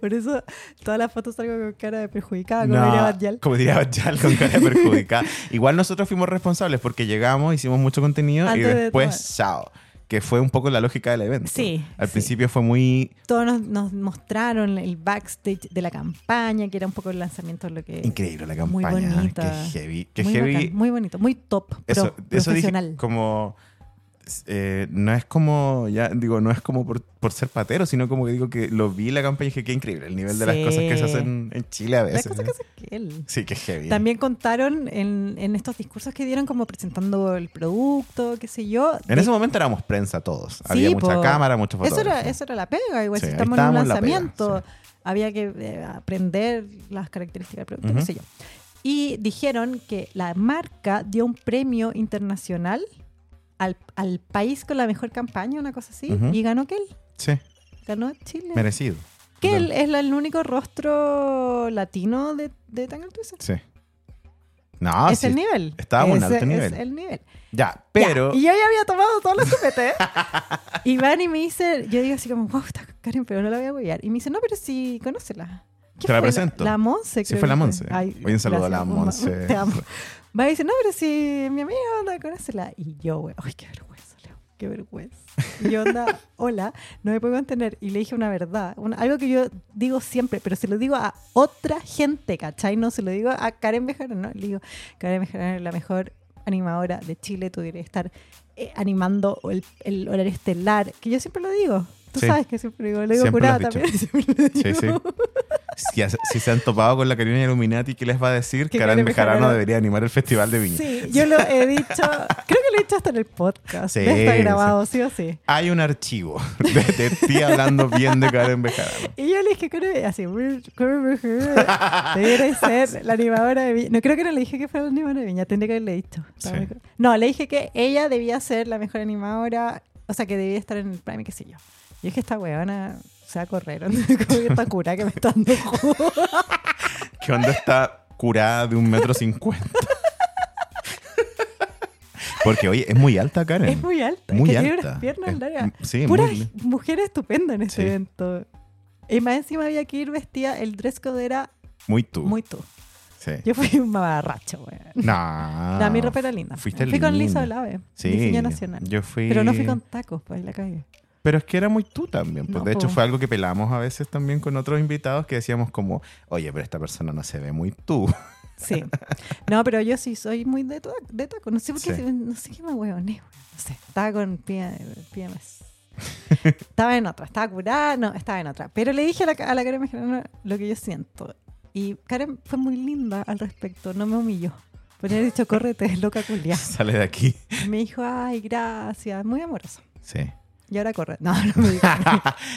S3: Por eso todas las fotos salgo con cara de perjudicada, Ah, como
S2: No,
S3: diría Bad Gyal.
S2: como diría Bad Gyal, con cara de perjudicada. Igual nosotros fuimos responsables porque llegamos, hicimos mucho contenido
S3: Antes
S2: y
S3: de
S2: después, chao. que fue un poco la lógica del evento.
S3: Sí,
S2: Al
S3: sí.
S2: principio fue muy
S3: Todos nos, nos mostraron el backstage de la campaña, que era un poco el lanzamiento de lo que...
S2: increíble la
S3: Muy
S2: campaña.
S3: bonita.
S2: Qué heavy. Qué
S3: muy
S2: heavy.
S3: bacán, muy bonito, muy top,
S2: eso,
S3: pro-
S2: eso dije
S3: profesional.
S2: como eh, no es como ya digo no es como por, por ser patero sino como que digo que lo vi la campaña y dije qué increíble el nivel de las
S3: Sí.
S2: cosas que se hacen en Chile a
S3: La
S2: veces ¿eh?
S3: cosa que hace Kel.
S2: sí que heavy
S3: También contaron en, en estos discursos que dieron como presentando el producto, qué sé yo.
S2: en
S3: de-
S2: ese momento éramos prensa todos
S3: Sí,
S2: había mucha
S3: po.
S2: cámara muchos
S3: Eso
S2: fotógrafos
S3: era, eso era la pega, igual
S2: Sí,
S3: si
S2: ahí
S3: estamos en un
S2: estábamos en la pega,
S3: lanzamiento, había que eh, aprender las características del producto, qué
S2: Ujú.
S3: sé yo. Y dijeron que la marca dio un premio internacional al, al país con la mejor campaña, una cosa así,
S2: Ujú.
S3: y ganó Kel,
S2: sí
S3: ganó Chile.
S2: merecido
S3: Kel es la- el único rostro latino de, de Tangle Twister.
S2: sí no
S3: es
S2: Ah, sí,
S3: el nivel.
S2: estábamos en
S3: Ese
S2: alto nivel.
S3: Es el nivel.
S2: ya pero
S3: Ya, Y yo ya había tomado todos los chupetes. y van y me dice, yo digo así como, wow, está Karen, pero no la voy a apoyar. Y me dice, no, pero sí, conócela. ¿Qué
S2: Te la
S3: fue?
S2: presento.
S3: La Monse,
S2: Sí,
S3: creo
S2: fue la
S3: que
S2: Monse.
S3: Ay,
S2: Oye, un saludo a la
S3: mamá.
S2: Monse.
S3: Te amo. Va y dice, no, pero sí, mi amiga, onda, conócela. Y yo, güey, ay, qué vergüenza, Leo, qué vergüenza. Y yo, onda, hola, no me puedo contener. Y le dije una verdad, una- algo que yo digo siempre, pero se lo digo a otra gente, ¿cachai? No se lo digo a Karen Bejarano, no. Le digo, Karen Bejarano es la mejor animadora de Chile, tú deberías estar eh, animando el, el horario estelar, que yo siempre lo digo. Tú
S2: Sí.
S3: sabes que siempre digo, lo digo
S2: Siempre lo has
S3: curada
S2: dicho.
S3: también. siempre lo
S2: Sí,
S3: digo.
S2: sí. Si, hace- si se han topado con la Karina Illuminati, ¿qué les va a decir?
S3: Que
S2: Karen
S3: Karen
S2: Bejarano
S3: Bejarano-
S2: debería animar el Festival de Viña.
S3: Sí, yo lo he dicho, creo que lo he dicho hasta en el podcast.
S2: Sí,
S3: Ya está
S2: sí.
S3: grabado, sí o sí.
S2: Hay un archivo de, de ti hablando bien de Karen Bejarano.
S3: Y yo le dije, ¿cómo así? Debería ser la animadora de Viña. No creo que no le dije que fuera la animadora de Viña, tendría que haberle dicho. Estaba
S2: Sí.
S3: muy- No, le dije que ella debía ser la mejor animadora, o sea, que debía estar en el Prime, qué sé yo. Y es que esta weona se va a correr, como que esta cura que me está dando jugo.
S2: ¿Qué onda está curada de un metro cincuenta? Porque, oye, es muy alta Karen.
S3: Es muy alta.
S2: Muy
S3: es que Tiene
S2: alta.
S3: unas piernas
S2: Es-
S3: largas.
S2: sí,
S3: Pura
S2: muy-
S3: mujer estupenda en este
S2: Sí.
S3: evento. Y más encima había que ir vestida, el dress code era
S2: Muy tú.
S3: muy tú.
S2: Sí.
S3: Yo fui un mamarracho, weón.
S2: No.
S3: La mi ropa era linda.
S2: Ah, fuiste
S3: fui con
S2: linda.
S3: Lisa Olave,
S2: Sí.
S3: diseño nacional.
S2: Yo fui.
S3: Pero no fui con tacos pues, en la calle.
S2: Pero es que era muy tú también. Pues
S3: No,
S2: de hecho,
S3: po.
S2: fue algo que pelamos a veces también con otros invitados que decíamos como, oye, pero esta persona no se ve muy tú.
S3: Sí. No, pero yo sí soy muy de, ta- de taco. No sé por qué,
S2: Sí.
S3: se- no sé qué me hueoné, weón. No sé, estaba con pie, pie más. estaba en otra, estaba curada, no, estaba en otra. Pero le dije a la, a la Karen Mejerano lo que yo siento. Y Karen fue muy linda al respecto, no me humilló. Por haber dicho, córrete, loca culia.
S2: Sale de aquí.
S3: Me dijo, ay, gracias, muy amoroso.
S2: Sí.
S3: Y ahora corre. No, no me dijo.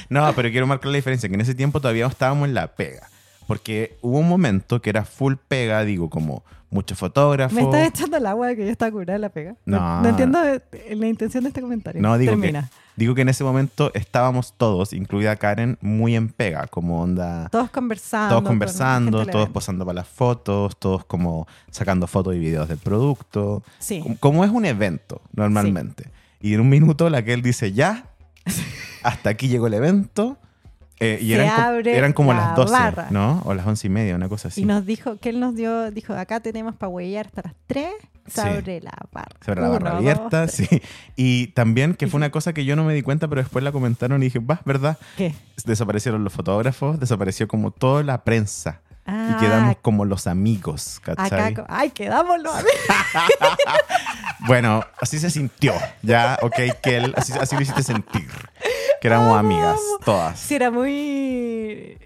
S2: no, pero quiero marcar la diferencia, que en ese tiempo todavía no estábamos en la pega. Porque hubo un momento que era full pega, digo, como muchos fotógrafos.
S3: Me estás echando el agua de que yo estaba curada de la pega. No,
S2: No.
S3: no entiendo eh, la intención de este comentario.
S2: No, digo que,
S3: Termina.
S2: digo que en ese momento estábamos todos, incluida Karen, muy en pega, como onda...
S3: Todos conversando.
S2: Todos
S3: con gente
S2: conversando,
S3: del
S2: todos
S3: evento.
S2: posando para las fotos, todos como sacando fotos y videos del producto.
S3: Sí.
S2: Com- Como es un evento normalmente. Y en un minuto la que él dice, ya, hasta aquí llegó el evento. eh, y
S3: Se
S2: eran, co-
S3: abre
S2: eran como
S3: la
S2: las 12,
S3: barra.
S2: ¿no? O las 11 y media, una cosa así.
S3: Y nos dijo, que él nos dio, dijo, acá tenemos para huellar hasta las 3
S2: Sí.
S3: sobre la barra.
S2: Sobre la
S3: Uno,
S2: barra
S3: dos,
S2: abierta,
S3: tres.
S2: sí. Y también que fue una cosa que yo no me di cuenta, pero después la comentaron y dije, va, ¿verdad?
S3: ¿Qué?
S2: Desaparecieron los fotógrafos, desapareció como toda la prensa.
S3: Ah,
S2: y quedamos como los amigos,
S3: acá.
S2: ¿cachai?
S3: co- Ay, quedámoslo a ver.
S2: Bueno, así se sintió, ya, ok, que él, así, así lo hiciste sentir, que éramos amigas, todas.
S3: Sí, era muy.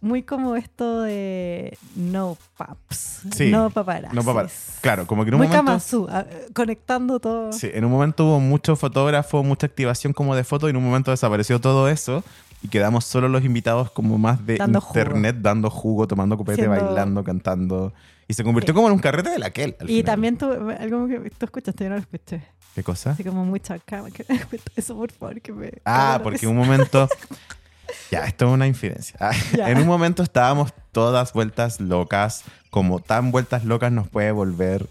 S3: Muy como esto de no paps.
S2: Sí.
S3: No paparazzi.
S2: No, papá. Claro, como que en un
S3: Muy
S2: momento.
S3: Kamazú, ah, conectando todo.
S2: Sí, en un momento hubo mucho fotógrafo, mucha activación como de foto, y en un momento desapareció todo eso. Y quedamos solo los invitados como más de
S3: Dando jugo.
S2: internet, dando jugo, tomando copete,
S3: Siendo-
S2: bailando, cantando. Y se convirtió
S3: Sí.
S2: como en un carrete de la aquel. al
S3: Y
S2: final.
S3: también tú, algo que tú escuchaste, yo no lo escuché.
S2: ¿Qué cosa?
S3: Así como mucha cama. que- Eso, por favor, que me.
S2: Ah, porque en un momento. Ya, esto es una infidencia. Ah,
S3: Ya.
S2: En un momento estábamos todas vueltas locas, como tan vueltas locas nos puede volver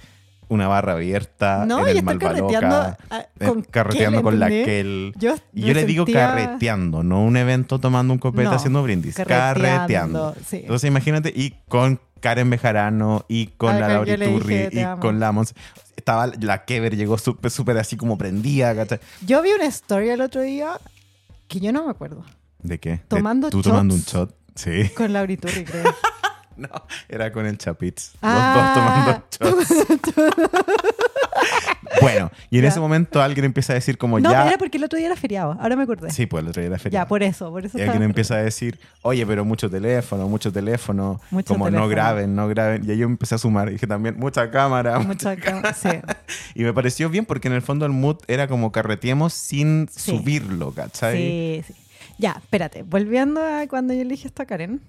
S2: una barra abierta
S3: No,
S2: en
S3: y
S2: el
S3: está carreteando.
S2: Malvaloca,
S3: ah,
S2: eh,
S3: con
S2: carreteando
S3: Kel,
S2: con la
S3: ¿entendés?
S2: Kel.
S3: Yo,
S2: Y
S3: me
S2: yo le digo
S3: sentía
S2: carreteando, no un evento tomando un copete
S3: No,
S2: haciendo brindis. Carreteando.
S3: carreteando, sí.
S2: Entonces imagínate, y con Karen Bejarano, y con la
S3: Ah, claro,
S2: Laura
S3: yo le dije,
S2: Iturri,
S3: te
S2: y
S3: amo.
S2: con la Monse. estaba la Kever, llegó súper, súper así como prendida, ¿cachai?
S3: Yo vi una historia el otro día que yo no me acuerdo.
S2: ¿De qué? De
S3: Tomando
S2: ¿Tú
S3: shots.
S2: tomando un shot? Sí.
S3: Con la Iturri, creo.
S2: No, era con el Chapitz. Los
S3: Ah.
S2: dos tomando shots. bueno, y en
S3: Ya.
S2: ese momento alguien empieza a decir como
S3: No,
S2: ya...
S3: pero era porque el otro día era feriado. Ahora me acordé.
S2: Sí, pues el otro día era feria.
S3: ya, por eso, por eso
S2: Y
S3: estaba-
S2: alguien empieza a decir, oye, pero mucho teléfono, mucho teléfono,
S3: Mucho
S2: como
S3: teléfono.
S2: no graben, no graben. Y ahí yo empecé a sumar, dije también, mucha cámara.
S3: Mucha ca- sí.
S2: Y me pareció bien porque en el fondo el mood era como carreteemos sin
S3: Sí.
S2: subirlo, ¿cachai?
S3: Sí, sí. Ya, espérate. Volviendo a cuando yo le dije esto a Karen.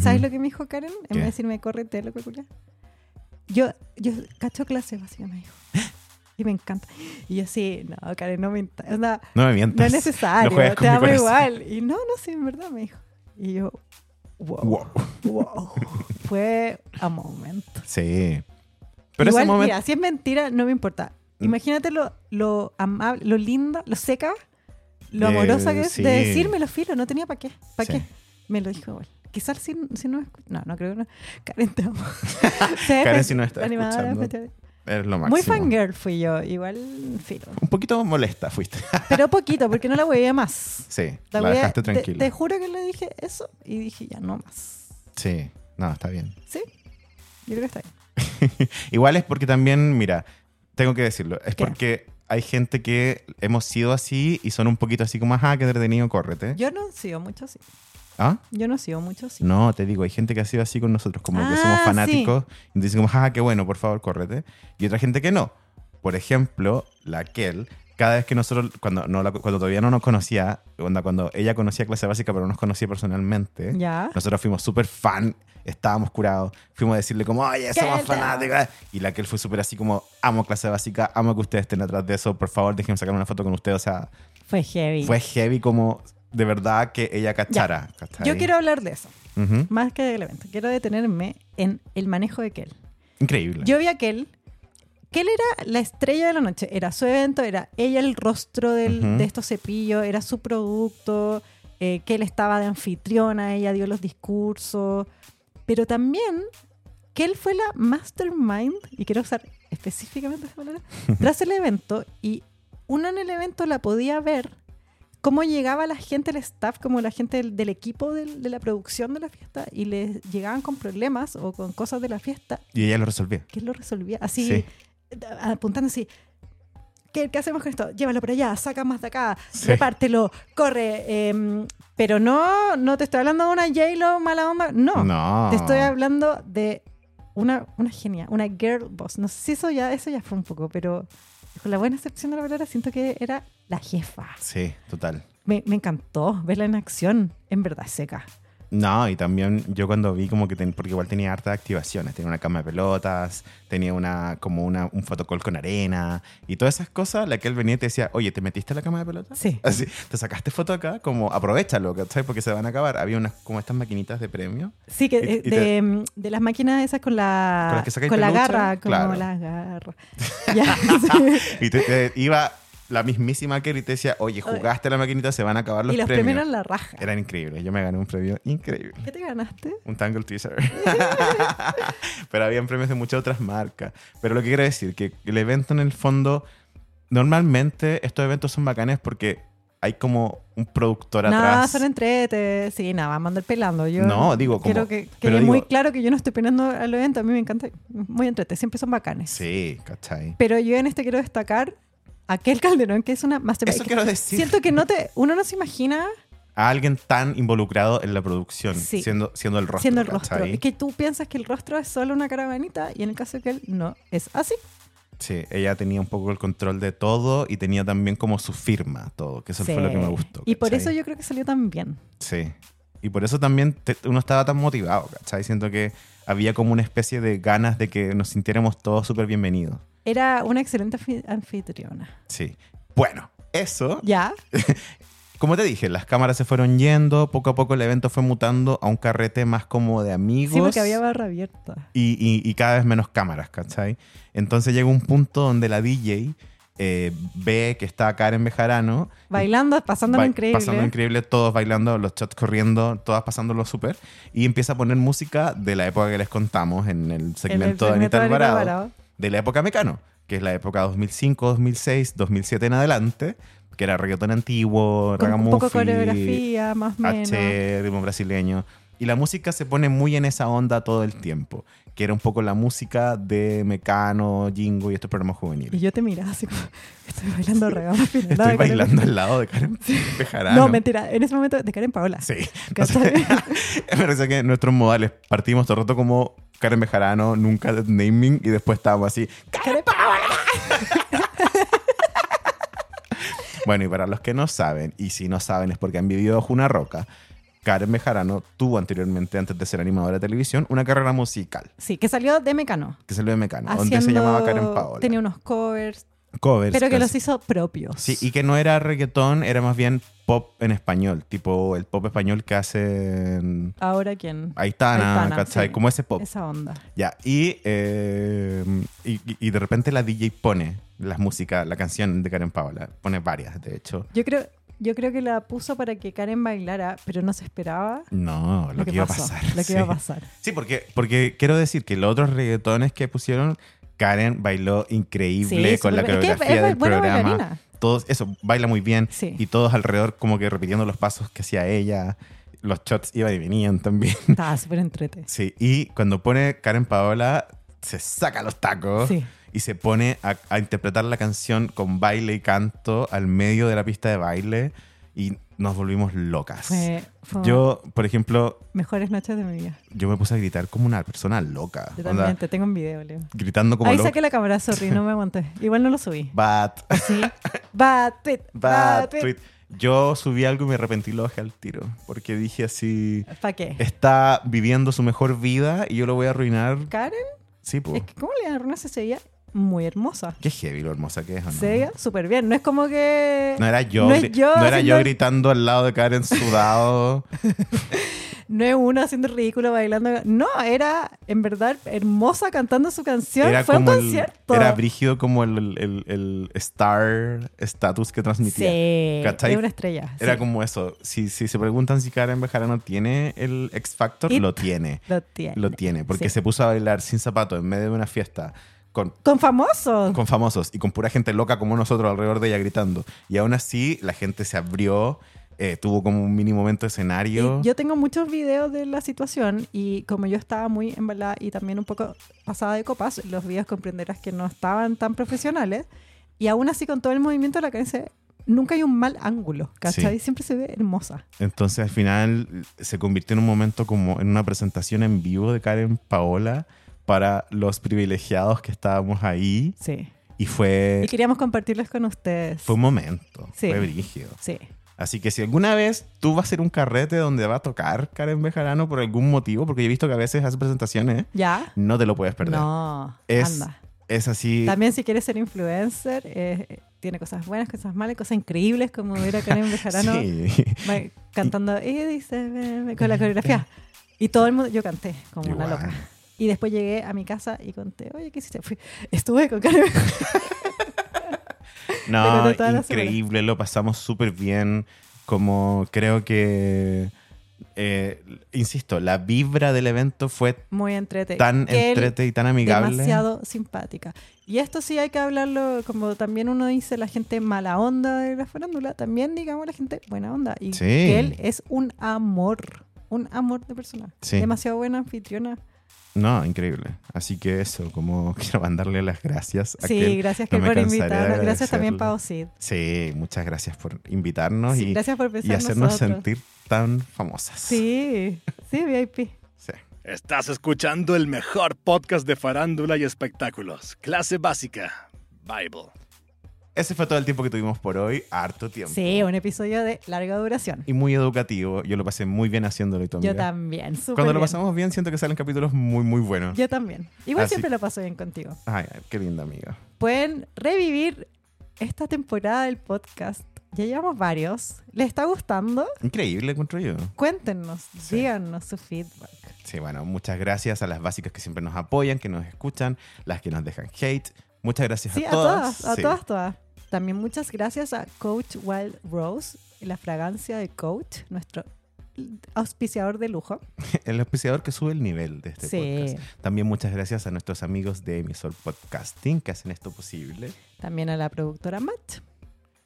S3: ¿Sabes lo que me dijo Karen? En vez de decirme, correte, loco, culia. Yo, yo cacho clase básica, me dijo. Y me encanta. Y yo, sí, no, Karen, no me... int- onda,
S2: No me mientas.
S3: No es necesario,
S2: No juegues con
S3: te
S2: mi
S3: amo
S2: corazón.
S3: igual. Y no, no, sí, en verdad me dijo. Y yo, wow, wow,
S2: Wow.
S3: Fue a momento.
S2: Sí. Pero
S3: igual,
S2: ese momento... Mm.
S3: mira, si es mentira, no me importa. Imagínate lo, lo amable, lo linda, lo seca, lo
S2: Eh,
S3: amorosa que es
S2: sí.
S3: de decirme los filos, no tenía para qué, para
S2: Sí.
S3: qué. Me lo dijo igual. Quizás si, si no... escu- No, no creo que no. Karen, te amo. Se
S2: Karen,
S3: ve
S2: si no está
S3: animadora,
S2: escuchando,
S3: festival.
S2: Es lo máximo.
S3: Muy fangirl fui yo, igual filo.
S2: Un poquito molesta fuiste.
S3: Pero poquito, porque no la huevía más.
S2: sí,
S3: La
S2: la,
S3: wea-
S2: dejaste
S3: te-
S2: tranquila.
S3: Te, juro que le dije eso y dije ya no más.
S2: Sí, no, está bien.
S3: ¿Sí? Yo creo que está bien.
S2: Igual es porque también, mira, tengo que decirlo, es
S3: ¿Qué?
S2: porque hay gente que hemos sido así y son un poquito así como, ajá, que entretenido, córrete.
S3: Yo no sigo mucho así.
S2: ¿Ah?
S3: Yo no sigo mucho así.
S2: No, te digo, hay gente que ha sido así con nosotros, como que
S3: Ah,
S2: somos
S3: sí.
S2: fanáticos y dicen como, ajá, qué bueno, por favor, córrete. Y otra gente que no. Por ejemplo, la Kel, cada vez que nosotros, cuando, no, la- cuando todavía no nos conocía, onda, cuando ella conocía clase básica pero no nos conocía personalmente,
S3: Ya.
S2: Nosotros fuimos súper fan, estábamos curados, fuimos a decirle como, oye, somos
S3: Calda.
S2: fanáticas. Y la que él fue súper así como, amo clase básica, amo que ustedes estén atrás de eso, por favor, déjenme sacar una foto con ustedes. O sea,
S3: Fue heavy.
S2: fue heavy como de verdad que ella cachara. ¿cachai?
S3: Yo quiero hablar de eso,
S2: Ujú.
S3: más que del evento. Quiero detenerme en el manejo de Kel.
S2: Increíble.
S3: Yo vi a Kel. Kel era la estrella de la noche. Era su evento, era ella el rostro del-
S2: Ujú.
S3: de estos cepillos, era su producto. eh, Kel estaba de anfitriona, ella dio los discursos. Pero también Kel fue la mastermind, y quiero usar específicamente esa palabra, tras el evento. Y uno en el evento la podía ver cómo llegaba la gente, el staff, como la gente del, del equipo del- de la producción de la fiesta, y les llegaban con problemas o con cosas de la fiesta
S2: Y ella lo resolvió.
S3: que él lo resolvía así,
S2: Sí.
S3: da- apuntando así. ¿Qué, qué hacemos con esto? Llévalo para allá, saca más de acá,
S2: Sí.
S3: repártelo, corre. em, pero no, no te estoy hablando de una J-Lo mala onda. No.
S2: No.
S3: Te estoy hablando de una, una genia, una girl boss. No sé si eso ya, eso ya fue un poco, pero con la buena excepción de la palabra, siento que era la jefa.
S2: Sí, total.
S3: Me, me encantó verla en acción, en verdad seca.
S2: No, y también yo cuando vi como que, ten- porque igual tenía hartas activaciones, tenía una cama de pelotas, tenía una como una, un fotocall con arena y todas esas cosas, la que él venía y te decía, oye, ¿te metiste a la cama de pelotas?
S3: Sí.
S2: Así, te sacaste foto acá, como aprovechalo, ¿cachai? Porque se van a acabar. Había unas como estas maquinitas de premio.
S3: Sí, que
S2: Y-
S3: eh,
S2: y
S3: de,
S2: te-
S3: mm, de las máquinas esas con la,
S2: Con las que sacáis
S3: la
S2: peluche,
S3: garra, como
S2: claro.
S3: la garra. Ya, sí.
S2: Y te, te iba la mismísima que y te decía, oye, jugaste a la maquinita, se van a acabar los,
S3: y los
S2: premios.
S3: premios eran la raja.
S2: Eran increíbles. Yo me gané un premio increíble.
S3: ¿Qué te ganaste?
S2: Un Tangle Teaser. Pero habían premios de muchas otras marcas. Pero lo que quiero decir, que el evento en el fondo, normalmente estos eventos son bacanes porque hay como un productor
S3: Nada,
S2: atrás.
S3: son entretes. Sí, nada, vamos a andar pelando. Yo
S2: No, digo, como-
S3: Quiero que
S2: pero
S3: quede muy
S2: digo-
S3: claro que yo no estoy pelando al evento. A mí me encanta. Muy entretes, siempre son bacanes.
S2: Sí, ¿cachai?
S3: Pero yo en este quiero destacar a aquel Calderón que es una mastermind.
S2: Eso quiero decir.
S3: Siento que no te, uno no se imagina
S2: A alguien tan involucrado en la producción,
S3: Sí.
S2: siendo, siendo el rostro.
S3: siendo el rostro.
S2: ¿cachai?
S3: Es que tú piensas que el rostro es solo una caravanita y en el caso de que él no es así.
S2: Sí, ella tenía un poco el control de todo y tenía también como su firma, todo, que eso
S3: Sí.
S2: fue lo que me gustó.
S3: Y por
S2: ¿cachai?
S3: eso yo creo que salió tan bien.
S2: Sí. Y por eso también te- uno estaba tan motivado, ¿cachai? Siento que había como una especie de ganas de que nos sintiéramos todos súper bienvenidos.
S3: Era una excelente anfi- anfitriona.
S2: Sí. Bueno, eso.
S3: ¿Ya?
S2: Como te dije, las cámaras se fueron yendo, poco a poco el evento fue mutando a un carrete más como de amigos.
S3: Sí, porque había barra abierta.
S2: y, y- y cada vez menos cámaras, ¿cachai? Entonces llega un punto donde la DJ eh, ve que está Karen Bejarano
S3: Bailando, pasándolo
S2: Ba-
S3: increíble.
S2: Pasando increíble, todos bailando, los chats corriendo, todas pasándolo súper. Y empieza a poner música de la época que les contamos en el segmento de
S3: segmento
S2: Anita
S3: de Anita
S2: Alvarado,
S3: Alvarado.
S2: de la época Mecano. que es la época 2005, 2006, 2007 en adelante, que era reggaetón antiguo,
S3: Con un poco
S2: ragamuffin,
S3: de coreografía, más o menos.
S2: H, ritmo brasileño. Y la música se pone muy en esa onda todo el tiempo, que era un poco la música de Mecano, Jingo y estos programas
S3: Y
S2: juveniles.
S3: yo te miraba así como, estoy bailando ragamuffin. al lado
S2: Estoy
S3: de Karen-
S2: bailando al lado de Karen Pejarano.
S3: No, mentira, en ese momento de Karen Paola.
S2: Sí. No sé.
S3: ¿Cachai?
S2: Me parece que nuestros modales partimos todo el rato como Karen Bejarano, nunca dead naming, y después estábamos así.
S3: Karen Paola.
S2: Bueno, y para los que no saben, y si no saben es porque han vivido bajo una roca, Karen Bejarano tuvo anteriormente, antes de ser animadora de televisión, una carrera musical,
S3: Sí, que salió de Mecano.
S2: que salió de Mecano, donde
S3: haciendo-
S2: se llamaba Karen Paola.
S3: Tenía unos covers,
S2: covers.
S3: pero que
S2: canciones.
S3: los hizo propios.
S2: Sí, y que no era reggaetón, era más bien pop en español, tipo el pop español que hacen
S3: Ahora quién.
S2: Aitana,
S3: Aitana,
S2: ¿cachai?
S3: sí.
S2: Como ese pop.
S3: Esa onda.
S2: Ya, y, eh, y, y de repente la DJ pone las músicas, la canción de Karen Paola, pone varias, de hecho.
S3: Yo creo, yo creo que la puso para que Karen bailara, pero no se esperaba
S2: No, lo, que, iba a
S3: pasó,
S2: pasar.
S3: Lo que
S2: sí.
S3: iba a pasar.
S2: Sí, porque, porque quiero decir que los otros reggaetones que pusieron, Karen bailó increíble
S3: Sí,
S2: con la
S3: súper bien. Es que
S2: coreografía
S3: es
S2: del
S3: buena
S2: programa.
S3: bailarina.
S2: Todos, eso, baila muy bien.
S3: Sí.
S2: Y todos alrededor como que repitiendo los pasos que hacía ella. Los shots iban y venían también.
S3: Estaba súper entrete.
S2: Sí, y cuando pone Karen Paola, se saca los tacos.
S3: Sí.
S2: Y se pone a, a interpretar la canción con baile y canto al medio de la pista de baile. Y nos volvimos locas.
S3: Fue, fue
S2: Yo, por ejemplo,
S3: mejores noches de mi vida.
S2: yo me puse a gritar como una persona loca.
S3: Yo
S2: Onda,
S3: también te tengo un video, Leo.
S2: gritando como
S3: Ahí
S2: loca.
S3: saqué la cámara, sorry, no me aguanté. Igual no lo subí.
S2: Bat,
S3: Sí. Bad tweet.
S2: bat,
S3: eh.
S2: tweet. Yo subí algo y me arrepentí y lo bajé al tiro. Porque dije así,
S3: ¿Para qué?
S2: está viviendo su mejor vida y yo lo voy a arruinar.
S3: Karen,
S2: Sí, pues.
S3: es que ¿cómo le arruinas ese día? Muy hermosa.
S2: Qué heavy lo hermosa que es, ¿o ¿no?
S3: Se veía súper bien. No es como que.
S2: No era yo,
S3: No
S2: gri-
S3: es yo
S2: no era
S3: haciendo
S2: yo
S3: el-
S2: gritando al lado de Karen sudado.
S3: No es uno haciendo el ridículo bailando. No, era en verdad hermosa cantando su canción.
S2: era
S3: Fue un
S2: como el-
S3: concierto.
S2: era brígido como el, el- el star status que transmitía.
S3: Sí,
S2: ¿Cachai?
S3: era una estrella.
S2: Era
S3: sí.
S2: como eso. Si, si se preguntan si Karen Bejarano tiene el X Factor,
S3: It.
S2: lo tiene.
S3: Lo tiene.
S2: Lo tiene, porque
S3: Sí.
S2: se puso a bailar sin zapato en medio de una fiesta con,
S3: Con famosos.
S2: con famosos y con pura gente loca como nosotros alrededor de ella gritando. Y aún así la gente se abrió, eh, tuvo como un mini momento de
S3: Y
S2: escenario.
S3: Yo... tengo muchos videos de la situación y como yo estaba muy embalada y también un poco pasada de copas, los videos comprenderás que no estaban tan profesionales y aún así con todo el movimiento la Karen se ve- nunca hay un mal ángulo, ¿cachai?
S2: Sí.
S3: Siempre se ve hermosa.
S2: Entonces al final se convirtió en un momento como en una presentación en vivo de Karen Paola para los privilegiados que estábamos ahí
S3: Sí.
S2: y fue,
S3: Y queríamos compartirlos con ustedes.
S2: Eh. fue un momento,
S3: Sí.
S2: fue brígido.
S3: Sí.
S2: Así que si alguna vez tú vas a hacer un carrete donde va a tocar Karen Bejarano por algún motivo, porque yo he visto que a veces hace presentaciones,
S3: ¿Ya?
S2: no te lo puedes perder.
S3: No.
S2: Es-
S3: Anda.
S2: Es así.
S3: También si quieres ser influencer, eh, tiene cosas buenas, cosas malas, cosas increíbles como ver a Karen Bejarano
S2: Sí. Eh,
S3: Va cantando y dice "Ven", con la coreografía y todo el mundo yo canté como
S2: Igual.
S3: una loca y después llegué a mi casa y conté oye qué hiciste Fui- estuve con Karen Te
S2: No,
S3: conté toda la
S2: increíble, lo pasamos súper bien. Como creo que, eh, insisto, la vibra del evento fue
S3: muy entrete
S2: tan
S3: Eh, Que él-
S2: entrete y tan amigable.
S3: demasiado simpática y esto sí hay que hablarlo como también uno dice la gente mala onda de la farándula también digamos la gente buena onda y
S2: Sí.
S3: que él es un amor un amor de persona
S2: Sí.
S3: demasiado buena anfitriona
S2: No, increíble. Así que eso, como quiero mandarle las gracias a
S3: sí
S2: aquel.
S3: gracias
S2: no
S3: que
S2: me
S3: por
S2: cansaré de
S3: invitarnos gracias también
S2: agradecerle.
S3: Pao Cid
S2: Sí, muchas gracias por invitarnos
S3: Sí,
S2: y,
S3: gracias por
S2: y
S3: pensar en
S2: hacernos
S3: nosotros.
S2: sentir tan famosas.
S3: Sí, sí, VIP.
S2: Sí.
S4: Estás escuchando el mejor podcast de farándula y espectáculos. Clase básica. Bible.
S2: Ese fue todo el tiempo que tuvimos por hoy, harto tiempo.
S3: Sí, un episodio de larga duración.
S2: Y muy educativo. Yo lo pasé muy bien haciéndolo y tú,
S3: Yo
S2: amiga.
S3: también, súper
S2: Cuando lo
S3: bien.
S2: pasamos Ah, bien, siento que salen capítulos muy, muy buenos.
S3: Yo también. Igual
S2: Así-
S3: siempre lo paso bien contigo.
S2: Ay, qué linda amiga.
S3: Pueden revivir esta temporada del podcast. Ya llevamos varios. ¿Les está gustando?
S2: Increíble, encuentro yo.
S3: Cuéntenos, díganos su feedback.
S2: Sí, bueno, muchas gracias a las básicas que siempre nos apoyan, que nos escuchan, las que nos dejan hate. Muchas gracias
S3: Sí,
S2: a
S3: a
S2: todas.
S3: todas, a
S2: Sí.
S3: todas, todas. También muchas gracias a Coach Wild Rose, la fragancia de Coach, nuestro auspiciador de lujo.
S2: El auspiciador que sube el nivel de este
S3: Sí.
S2: podcast. También muchas gracias a nuestros amigos de Emisor Podcasting que hacen esto posible.
S3: También a la productora Matt.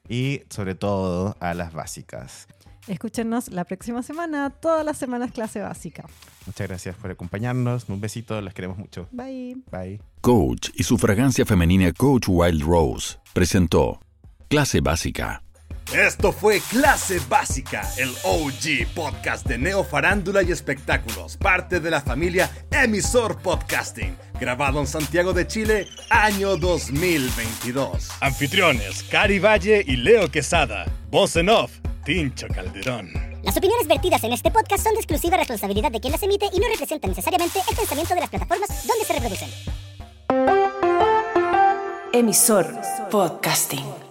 S2: Y sobre todo a las básicas.
S3: Escúchenos la próxima semana, todas las semanas clase básica.
S2: Muchas gracias por acompañarnos. Un besito, los queremos mucho.
S3: Bye.
S2: Bye.
S5: Coach y su fragancia femenina Coach Wild Rose presentó Clase Básica.
S4: Esto fue Clase Básica, el OG podcast de Neo Farándula y Espectáculos, parte de la familia Emisor Podcasting, grabado en Santiago de Chile, año 2022. Anfitriones, Cari Valle y Leo Quesada. Voz en off, Tincho Calderón.
S6: Las opiniones vertidas en este podcast son de exclusiva responsabilidad de quien las emite y no representan necesariamente el pensamiento de las plataformas donde se reproducen.
S1: Emisor Podcasting.